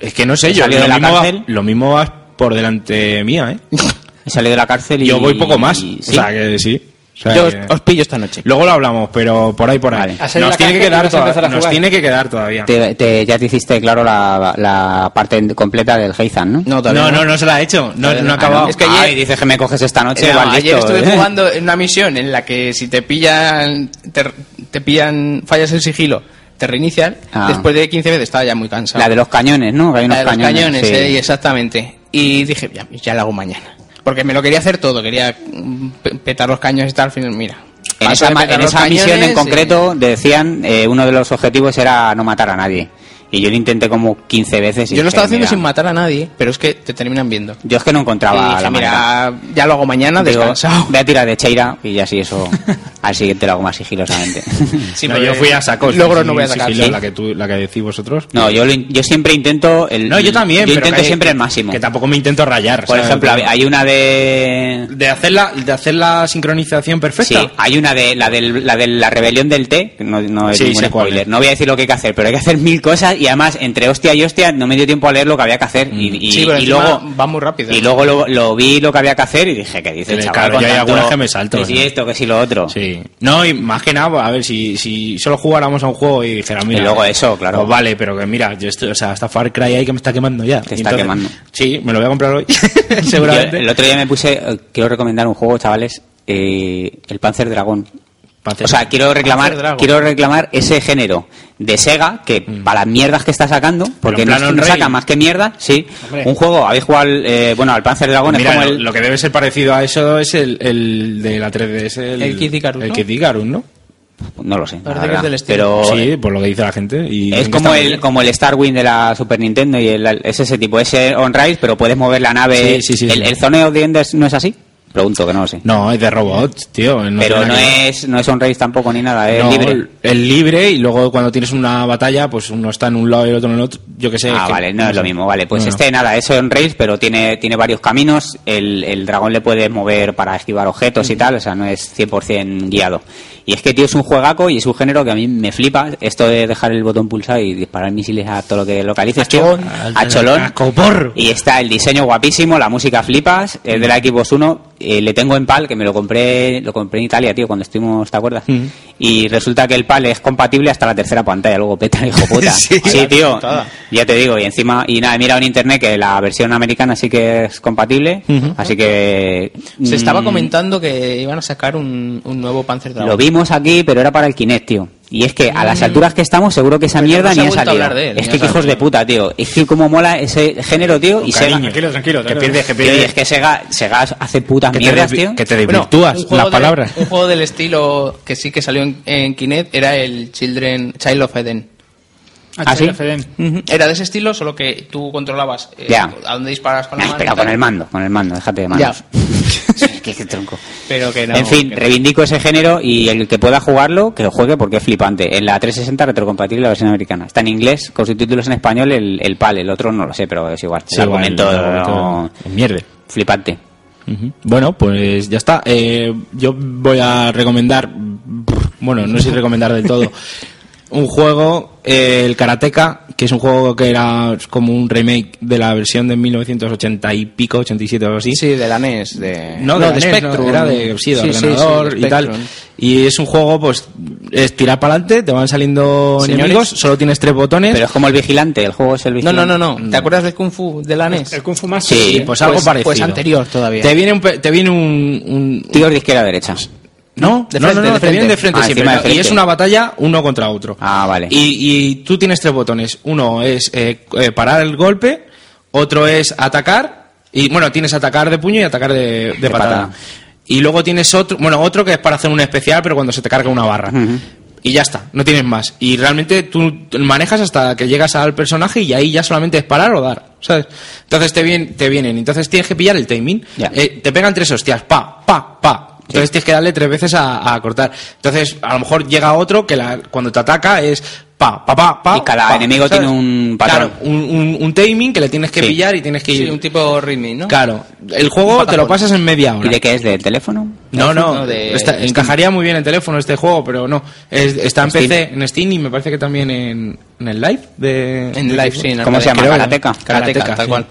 S8: Es que no sé,
S9: He
S8: yo
S9: salido
S8: lo
S9: de la
S8: mismo, va,
S9: cárcel.
S8: lo mismo va por delante mía, ¿eh?
S9: He salido de la cárcel y...
S8: Yo voy poco más.
S9: y-
S8: O sea que sí. O sea
S10: Yo os-
S8: que-
S10: os pillo esta noche.
S8: Luego lo hablamos, pero por ahí, por ahí.
S10: Ha salido
S8: Nos
S10: la
S8: tiene que
S10: cárcel y
S8: quedar
S10: vas a empezar
S8: todavía.
S10: a
S8: Nos
S10: jugar.
S8: tiene que quedar todavía.
S9: Te- te- ya te hiciste, claro, la, la parte en- completa del Heizan, ¿no?
S10: No,
S8: No, no, no se la ha hecho. No,
S9: Todavía
S8: no ha
S9: Ah,
S8: acabado.
S9: no. Es que ayer... Ay, dices que me coges esta noche,
S10: Eh, no,
S9: vas
S10: ayer
S9: listo,
S10: estuve
S9: ¿eh?
S10: jugando en una misión en la que si te pillan, te, te pillan, fallas el sigilo, te reinician.
S9: Ah.
S10: Después de 15 veces estaba ya muy cansado.
S9: La de los cañones, ¿no? Que hay
S10: La
S9: unos
S10: de los cañones,
S9: sí.
S10: eh, exactamente. Y dije, ya, ya la hago mañana. Porque me lo quería hacer todo, quería mm, pe- petar los cañones y tal. al final, mira.
S9: En
S10: paso
S9: esa,
S10: de
S9: ma-
S10: petar
S9: en
S10: los
S9: esa misión
S10: cañones
S9: en
S10: y-
S9: concreto decían eh, uno de los objetivos era no matar a nadie. Y yo lo intenté como 15 veces. y
S10: Yo lo
S9: dije,
S10: estaba haciendo
S9: mira,
S10: sin matar a nadie, pero es que te terminan viendo.
S9: Yo es que no encontraba
S10: Y dije,
S9: la manera.
S10: mira, ya lo hago mañana,
S9: Digo,
S10: descansado.
S9: Voy a tirar de Cheira y ya si eso al siguiente lo hago más sigilosamente.
S10: Sí,
S8: No,
S10: pero
S8: yo fui a saco.
S10: Logro
S8: sí,
S10: no voy a
S8: sí,
S10: sacar.
S8: sí,
S10: Sí.
S8: La que, tú, la que decís vosotros.
S9: No, yo, lo in- yo siempre intento el
S8: No, yo también. pero
S9: intento
S8: que-
S9: siempre el máximo.
S8: Que tampoco me intento rayar.
S9: Por
S8: ¿sabes?
S9: ejemplo, hay una de
S8: De hacer la, de hacer la sincronización perfecta.
S9: Sí, hay una de la, del- la de la rebelión del té, que no, no es
S8: Sí,
S9: ningún
S8: sé cuál
S9: spoiler.
S8: es.
S9: No voy a decir lo que hay que hacer, pero hay que hacer mil cosas y además entre hostia y hostia no me dio tiempo a leer lo que había que hacer y, y-
S10: Sí, pero
S9: y
S10: encima
S9: luego
S10: va muy rápido.
S9: y luego lo, lo vi lo que había que hacer y dije que dice
S8: Sí,
S9: chaval,
S8: Eh, claro,
S9: con
S8: yo hay
S9: tanto-
S8: algunas que me salto,
S9: que si
S8: ¿no?
S9: esto, que si lo otro.
S8: Sí. No, y más que nada, a ver, si, si solo jugáramos a un juego y dijera, mira.
S9: Y luego eso, claro.
S8: pues vale, pero que mira, yo estoy, o sea, hasta Far Cry ahí que me está quemando ya. Te
S9: está quemando.
S8: Sí, me lo voy a comprar hoy.
S9: Yo
S8: Seguramente.
S9: el otro día me puse eh, quiero recomendar un juego, chavales, eh, el Panzer Dragón. O sea, quiero
S8: Panzer
S9: reclamar,
S8: Dragon.
S9: quiero reclamar ese género de Sega que para las mierdas que está sacando, porque
S8: Mm. en
S9: no,
S8: plan
S9: no
S8: on-rail.
S9: saca más que mierda, sí.
S8: Hombre. Pues
S9: Un juego, habéis jugado al, eh, bueno, al Panzer Dragon
S8: Mira,
S9: es como
S8: lo,
S9: el
S8: lo que debe ser parecido a eso es el, el de la 3DS. El,
S10: El Kid Icarus,
S8: El
S10: ¿no?
S8: Kid Icarus, ¿no?
S9: no lo sé, la
S10: Parece que
S9: verdad,
S10: es del estilo.
S9: pero
S8: Sí, por lo que dice la gente. Y
S9: es
S8: dicen que
S9: como
S8: está muy
S9: el como el Star Wing de la Super Nintendo y el, es ese tipo, ese on rail, pero puedes mover la nave.
S8: Sí, sí, sí,
S9: el,
S8: sí.
S9: el zoneo de Enders no es así. Pregunto que no lo sé.
S8: No, es de robots, tío. no
S9: pero
S8: tiene
S9: no
S8: nada que ver.
S9: es no es on rail tampoco ni nada, es
S8: No,
S9: libre.
S8: Es libre y luego cuando tienes una batalla, pues uno está en un lado y el otro en el otro. Yo qué sé.
S9: Ah,
S8: que-
S9: vale, no, es
S8: sé.
S9: lo mismo. Vale, pues
S8: No, no.
S9: este nada, es en rails, pero tiene, tiene varios caminos. El, el dragón le puede mover para esquivar objetos y tal, o sea, no es 100% guiado. Y es que, tío, es un juegaco y es un género que a mí me flipa. Esto de dejar el botón pulsado y disparar misiles a todo lo que localices, tío, a cholón. Y está el diseño guapísimo, la música flipas,
S10: Mm.
S9: es de la Xbox 1. eh, le tengo en PAL, que me lo compré lo compré en Italia, tío, cuando estuvimos, ¿te acuerdas?
S10: Mm.
S9: Y resulta que el PAL es compatible hasta la tercera pantalla, luego peta, hijo puta.
S10: Sí.
S9: sí,
S10: Vaya
S9: tío,
S10: putada.
S9: ya te digo, y encima, y nada, he mirado en internet que la versión americana sí que es compatible,
S10: Ujú.
S9: así que... mm,
S10: Se estaba comentando que iban a sacar un, un nuevo Panzer Dragon.
S9: Lo vimos aquí, pero era para el Kinect, tío. Y es que a las
S10: Mm.
S9: alturas que estamos, seguro que esa
S10: Pero no se
S9: mierda
S10: ha
S9: ni ha
S10: vuelto a
S9: salido.
S10: hablar de él,
S9: es
S10: ya
S9: que
S10: sabes.
S9: hijos de puta, tío. Es que cómo mola ese género, tío. y Sega.
S8: cariño. Tranquilo, tranquilo,
S9: Que
S8: tranquilo.
S9: pierde, que pierde. es que Sega, Sega hace putas
S8: Que te
S9: mierdas,
S8: desvi-
S9: tío.
S8: que te desvirtúas
S10: un juego
S8: las
S10: del-
S8: palabras.
S10: Un juego del estilo que sí que salió en, en Kinect era el Children Child of Eden.
S9: ¿Ah, sí?
S10: Ujú. Era de ese estilo, solo que tú controlabas eh,
S9: Ya.
S10: a dónde disparas con la
S9: Ay,
S10: mano. y
S9: pero
S10: tal.
S9: con el mando, con el mando, déjate de manos. que, que tronco.
S10: Pero que no.
S9: en fin,
S10: que no.
S9: reivindico ese género y el que pueda jugarlo, que lo juegue porque es flipante. En la 360 retrocompatible la versión americana. Está en inglés, con subtítulos en español, el, el PAL, el otro no lo sé, pero es igual.
S8: Sí,
S9: el argumento
S8: igual, el
S9: no-
S8: argumento es mierde.
S9: flipante.
S8: Ujú. Bueno, pues ya está. Eh, yo voy a recomendar, bueno, no sé si recomendar del todo, un juego, eh, el Karateka, que es un juego que era como un remake de la versión de 1980 y pico, 87 o algo así.
S10: Sí, de la NES. De...
S8: No, de, la NES,
S10: Spectrum.
S8: no, era de, sí, de
S10: Sí, sí, sí,
S8: ordenador
S10: de
S8: y tal.
S10: Spectrum.
S8: Y es un juego, pues, es tirar para adelante, te van saliendo
S10: Señores.
S8: enemigos, solo tienes tres botones.
S9: Pero es como el vigilante, el juego es el
S10: No,
S9: vigilante.
S10: no, no, no.
S8: Mm.
S10: ¿Te acuerdas del Kung Fu de la NES? El
S3: Kung Fu más.
S9: Sí,
S8: pues algo parecido.
S10: Pues anterior todavía.
S8: Te viene un, pe- te viene un,
S9: Mm. Tíos de izquierda a derecha.
S8: No,
S9: De
S8: no,
S9: frente,
S8: no, no,
S9: de
S8: te vienen de frente
S9: frente. Ah,
S8: siempre.
S9: encima de
S8: ¿no? Y
S9: frente.
S8: es una batalla uno contra otro.
S9: Ah, vale.
S8: Y, y tú tienes tres botones. Uno es eh, eh, parar el golpe, otro es atacar, y bueno, tienes atacar de puño y atacar de, de patada.
S9: patada.
S8: Y luego tienes otro, bueno, otro que es para hacer un especial, pero cuando se te carga una barra. Y ya está, no tienes más. Y realmente tú manejas hasta que llegas al personaje y ahí ya solamente es parar o dar, ¿sabes? Entonces te, vien- te vienen, entonces tienes que pillar el timing. Eh, te pegan tres hostias, pa, pa, pa. Entonces tienes que darle tres veces a, a cortar. Entonces a lo mejor llega otro que la- cuando te ataca es pa, pa, pa, pa.
S9: Y cada
S8: pa,
S9: enemigo
S8: ¿sabes?
S9: tiene un patrón.
S8: Claro, un, un- un timing que le tienes que
S9: Sí.
S8: pillar y tienes que ir.
S10: Sí, un tipo rhythm, ¿no?
S8: Claro, el juego te lo pasas en media hora.
S9: ¿Y de qué es? ¿Del teléfono?
S8: No, no,
S9: No, de
S8: está-
S9: Steam.
S8: encajaría muy bien en teléfono este juego, pero no. Es- está en
S9: Steam.
S8: PC, en Steam y me parece que también en, en el live. De,
S10: En el live, sí, en el
S8: ¿Cómo
S10: arcade.
S8: se llama?
S10: Creo, ¿no?
S8: Karateka.
S10: Karateka, tal
S8: sí.
S10: cual.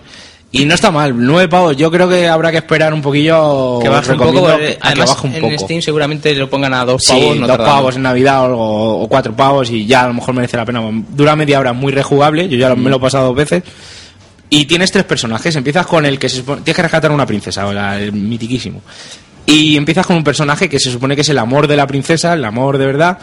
S8: Y no está mal, nueve pavos. Yo creo que habrá que esperar un poquillo.
S10: Que baje un poco,
S8: recomiendo
S10: porque
S8: a que
S10: además
S8: baje un
S10: en
S8: poco.
S10: Steam seguramente lo pongan a dos
S8: Sí,
S10: pavos. no
S8: dos
S10: tardan.
S8: pavos en Navidad o, algo, o cuatro pavos y ya a lo mejor merece la pena. Dura media hora, es muy rejugable. Yo ya lo- me lo he pasado dos veces. Y tienes tres personajes. Empiezas con el que se supone. Tienes que rescatar una princesa, o la- el mitiquísimo. Y empiezas con un personaje que se supone que es el amor de la princesa, el amor de verdad.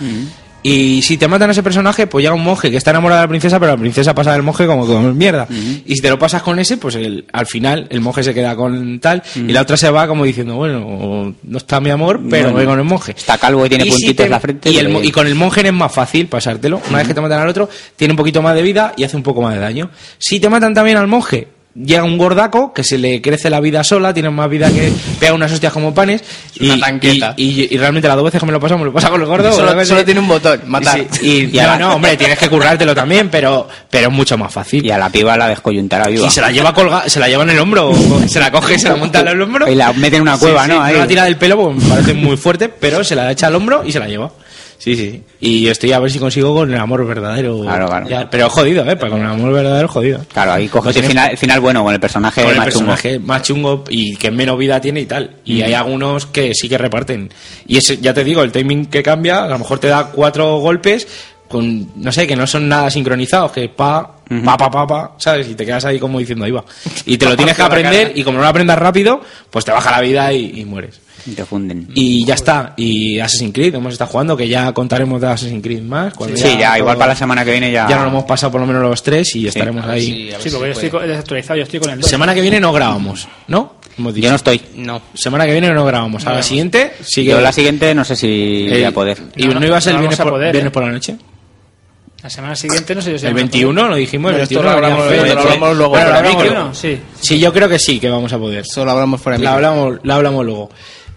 S8: Y si te matan a ese personaje, pues llega un monje que está enamorado de la princesa, pero la princesa pasa del monje como con mierda. Y si te lo pasas con ese, pues el- al final el monje se queda con tal y la otra se va como diciendo, bueno, no está mi amor, pero
S9: Bueno.
S8: voy con el monje.
S9: Está calvo y
S8: Y
S9: tiene
S8: si
S9: puntitos
S8: te-
S9: en la frente.
S8: Y, el
S9: pero
S8: mo-
S9: bien.
S8: y con el monje es más fácil pasártelo. Una vez que te matan al otro, tiene un poquito más de vida y hace un poco más de daño. Si te matan también al monje, llega un gordaco que se le crece la vida sola, tiene más vida que pega unas hostias como panes. Y, y- y- y realmente las dos veces que me lo paso, me lo paso con el gordo.
S10: Solo-
S8: la vez-
S10: solo tiene un botón, matar.
S8: Sí, y-
S10: Y
S8: no,
S10: ahora-
S8: no, hombre, tienes que currártelo también, pero, pero es mucho más fácil.
S9: Y a la piba la descoyuntará viva.
S8: Y se la lleva colga, se la lleva en el hombro, o se la coge, se la monta en el hombro.
S9: Y la mete en una
S8: Sí,
S9: cueva,
S8: sí,
S9: ¿no? Ahí.
S8: la tira del pelo porque me parece muy fuerte, pero se la echa al hombro y se la lleva. Sí, sí. Y estoy a ver si consigo con el amor verdadero.
S9: Claro, claro.
S8: Ya, pero jodido, ¿eh? Para con el amor verdadero jodido.
S9: Claro, ahí coges
S8: No
S9: el,
S8: tiene-
S9: final, el final bueno con el personaje
S8: Con el
S9: más chungo.
S8: personaje más chungo y que menos vida tiene y tal. Y
S9: Mm.
S8: hay algunos que sí que reparten. Y ese, ya te digo, el timing que cambia, a lo mejor te da cuatro golpes con, no sé, que no son nada sincronizados, que pa, pa, pa, pa, pa, ¿sabes? Y te quedas ahí como diciendo, ahí va. Y te lo tienes que
S9: Por la
S8: aprender
S9: cara.
S8: y como no lo aprendas rápido, pues te baja la vida y, y mueres.
S9: Y te funden.
S8: Y ya está. Y Assassin's Creed, hemos estado jugando, que ya contaremos de Assassin's Creed más. cuando
S9: Sí, ya, igual
S8: todo-
S9: para la semana que viene ya.
S8: pues, Ya nos lo hemos pasado por lo menos los tres y estaremos ahí.
S3: Sí, porque yo estoy co- desactualizado, yo estoy con el dos.
S8: Semana que viene no grabamos, ¿no? Yo no
S9: estoy.
S10: No.
S8: Semana que viene no grabamos. A la
S9: grabamos.
S8: siguiente sí que-
S9: Yo la siguiente no sé si
S8: Eh,
S9: voy a poder.
S8: ¿Y no, iba a ser
S3: no
S8: el
S3: vamos
S8: viernes,
S3: a
S8: por,
S3: poder, ¿eh?
S8: viernes por la noche?
S3: La semana Ah, siguiente no sé yo si
S8: el
S3: vamos a
S8: 21 lo dijimos. El
S3: Pero esto
S8: 21
S3: lo
S8: habría
S3: hablamos
S8: fe-
S3: luego,
S8: fe-
S3: lo hablamos luego.
S8: Bueno, lo
S3: Pero
S8: hablamos
S3: 21,
S8: luego.
S3: sí.
S8: Sí, yo creo que sí, que vamos a poder.
S10: Solo hablamos fuera de
S8: la
S10: micro.
S8: hablamos, la hablamos luego.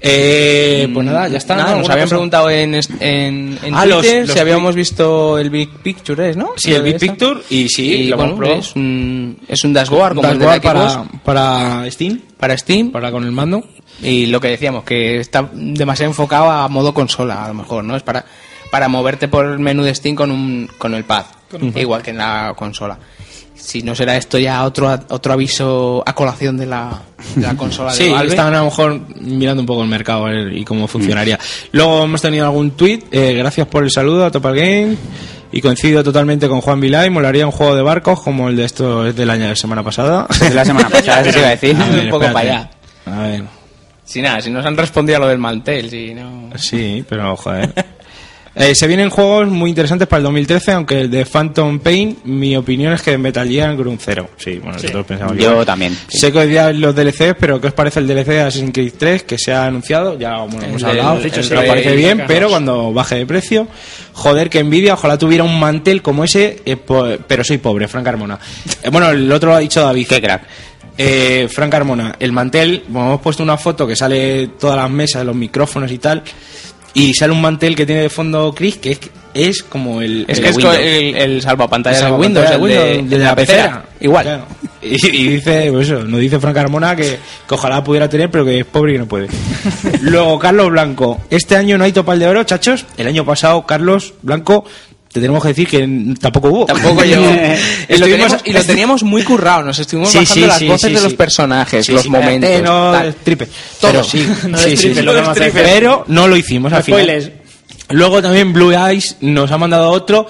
S8: Eh, pues nada, ya está.
S10: Mm. Nada,
S8: ¿no?
S10: nos
S8: Nos
S10: habían
S8: habían
S10: preguntado en, est- en, en
S8: Ah, los-
S10: Twitter
S8: los
S10: si habíamos visto el Big Picture, ¿es, ¿no?
S8: Sí, el
S10: Lo de
S8: Big
S10: esta.
S8: Picture y sí,
S10: Y
S8: lo hemos
S10: bueno,
S8: probado.
S10: es un, es un dashboard, como el de
S8: Dashboard
S10: la
S8: para,
S10: Xbox,
S8: para Steam.
S10: para Steam.
S8: Para con el mando.
S10: Y lo que decíamos, que está demasiado enfocado a modo consola, a lo mejor, ¿no? Es para, para moverte por el menú de Steam con, un, con el pad,
S3: Con un pad.
S10: igual que en la consola. Si no será esto ya otro, otro aviso a colación de la, de la consola de
S8: Sí,
S10: Valve.
S8: estaban a lo mejor mirando un poco el mercado a ver, y cómo funcionaría. Luego hemos tenido algún tweet. gracias por el saludo a Topal Game. Y coincido totalmente con Juan Vilay. Molaría un juego de barcos como el de esto es del año de la semana pasada.
S9: De la semana pasada, eso te iba a decir.
S8: A ver,
S10: Un poco
S8: espérate.
S10: para allá.
S8: A ver,
S10: Si nada, si nos han respondido a lo del mantel, si no...
S8: sí, pero joder. Eh, se vienen juegos muy interesantes para el 2013, aunque el de Phantom Pain, mi opinión es que Metal Gear Ground Zero. Sí, bueno, nosotros pensamos
S9: Yo
S8: igual.
S9: también.
S8: Sé que hoy día hay los DLCs, pero ¿qué os parece el DLC de Assassin's Creed 3 que se ha anunciado? Ya bueno, hemos
S9: del-
S8: hablado,
S9: dicho, sí,
S8: nos
S9: el
S8: parece
S9: Rey
S8: bien,
S9: Macanos.
S8: pero cuando baje de precio, joder, que envidia, ojalá tuviera un mantel como ese, eh, po- pero soy pobre, Frank Carmona. Eh, bueno, el otro lo ha dicho David. Qué
S9: crack.
S8: Eh, Frank Carmona, el mantel, bueno, hemos puesto una foto que sale todas las mesas, los micrófonos y tal, y sale un mantel que tiene de fondo Chris, que es, es como el...
S10: Es
S8: el
S10: que es co-
S8: Windows.
S10: el, el salvapantallas
S8: Esa
S10: de Windows,
S8: pantalla
S10: el de,
S8: Windows,
S10: el
S8: de la pecera.
S10: Igual.
S8: Claro. Y, y dice, pues eso, nos dice Frank Carmona que, que ojalá pudiera tener, pero que es pobre y que no puede. Luego, Carlos Blanco. Este año no hay topal de oro, chachos. El año pasado, Carlos Blanco, te tenemos que decir que n- tampoco hubo.
S10: Tampoco yo. y, lo
S8: Estuvimos-
S10: teníamos, y lo teníamos muy currado, nos estuvimos
S8: Sí,
S10: bajando
S8: sí,
S10: las
S8: sí,
S10: voces
S8: sí,
S10: de
S8: sí.
S10: los personajes,
S8: Sí,
S10: los
S8: sí,
S10: momentos.
S8: cállate, no
S10: tal.
S8: destripe.
S10: Todo.
S8: Pero sí,
S10: No
S8: sí, sí,
S10: destripe,
S8: sí,
S10: no
S8: lo vamos a hacer.
S10: destripe.
S8: Pero no lo hicimos al final.
S10: Spoilers.
S8: Luego también Blue Eyes nos ha mandado otro.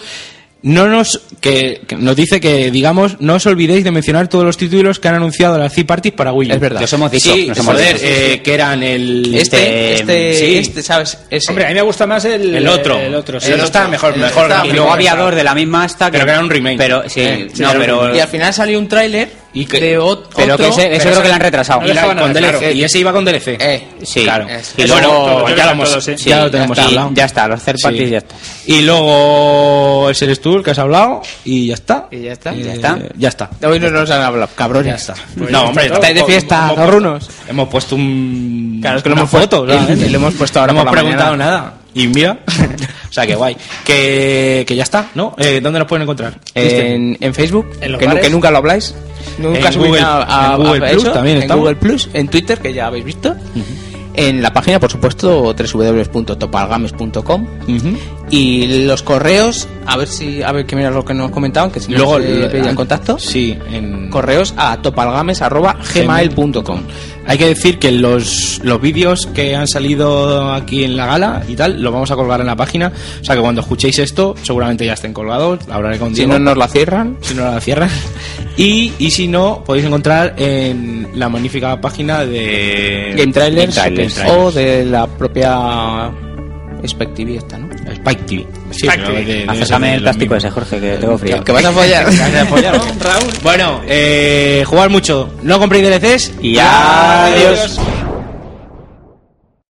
S8: No nos, que, que nos dice que, digamos, no os olvidéis de mencionar todos los títulos que han anunciado las Sea Parties para Wii U.
S9: Es verdad. Los hemos dicho,
S8: Sí,
S9: los hemos
S8: joder,
S9: dicho.
S8: eh, que eran el...
S10: Este, este,
S8: sí.
S10: este, ¿sabes? Ese.
S3: Hombre, a mí me gusta más el,
S8: El otro.
S3: El otro, sí.
S8: El otro está mejor,
S3: El otro
S8: mejor
S3: está
S8: gráfico.
S9: Y luego
S3: mejor.
S9: había dos de la misma hasta que.
S8: Pero que era un remake.
S9: Pero sí,
S10: Eh,
S9: no,
S10: sí,
S9: pero.
S10: Y al final salió un tráiler y que, de ot- otro...
S9: Pero que ese- ese creo que lo han retrasado.
S10: Y la-
S9: Claro.
S10: con DLC.
S8: Y ese iba con DLC.
S10: Eh,
S9: Sí,
S8: claro.
S9: es-
S8: Y
S9: eso
S8: luego
S9: lo-
S8: ya, lo
S9: lo
S8: hemos-
S9: todo, sí.
S8: ya lo tenemos
S9: ya está,
S8: hablado.
S9: Ya está, los third parties
S8: Sí.
S9: ya está.
S8: Y luego es el tú el que has hablado y ya está.
S10: Y ya está.
S8: Eh,
S10: Ya
S8: Ya
S10: está.
S8: Pues está.
S10: Hoy no nos han hablado, cabrones. Ya está.
S8: no, hombre,
S10: estáis de fiesta, cabronos.
S8: Hemos puesto un.
S10: Claro, es que lo
S8: una
S10: hemos puesto-
S8: foto, ¿sabes?
S10: y lo hemos puesto ahora
S8: No hemos
S10: por la
S8: preguntado
S10: mañana.
S8: nada. Y mira. o sea, que guay. Que, que ya está, ¿no? Eh, ¿Dónde nos pueden encontrar?
S10: En, en Facebook,
S8: En los
S10: que, nu-
S8: bares.
S10: que nunca lo habláis. Nunca
S8: En
S10: subís
S8: Google-
S10: nada a,
S8: en Google
S10: a- a
S8: Plus
S10: eso,
S8: también
S10: en
S8: estamos.
S10: Google Plus, en Twitter, que ya habéis visto. En la página, por supuesto, www.topalgames.com. Y los correos, a ver si a ver que mira lo que nos comentaban, que si no
S8: Luego,
S10: se
S8: lo- ah.
S10: pedía
S8: an-
S10: contacto.
S8: Sí, en.
S10: Correos a topalgames.gmail.com.
S8: Hay que decir que los, los vídeos que han salido aquí en la gala y tal, los vamos a colgar en la página. O sea que cuando escuchéis esto, seguramente ya estén colgados. Hablaré con
S10: Si
S8: Diego.
S10: no nos la cierran,
S8: si no la cierran. Y, y si no, podéis encontrar en la magnífica página de
S10: Game Trailers,
S8: Game Trailers.
S10: o de la propia Spike TV esta, ¿no?
S8: Spike TV. Sí,
S9: Spike
S8: pero
S9: TV.
S8: de- de-
S9: Acércame
S8: de- de los
S9: el plástico
S8: mismos.
S9: ese, Jorge, que tengo frío.
S10: Que vas a follar.
S8: Que vas a follar, ¿no? Bueno, eh, jugar mucho, no compréis DLCs
S9: Y adiós.
S8: adiós.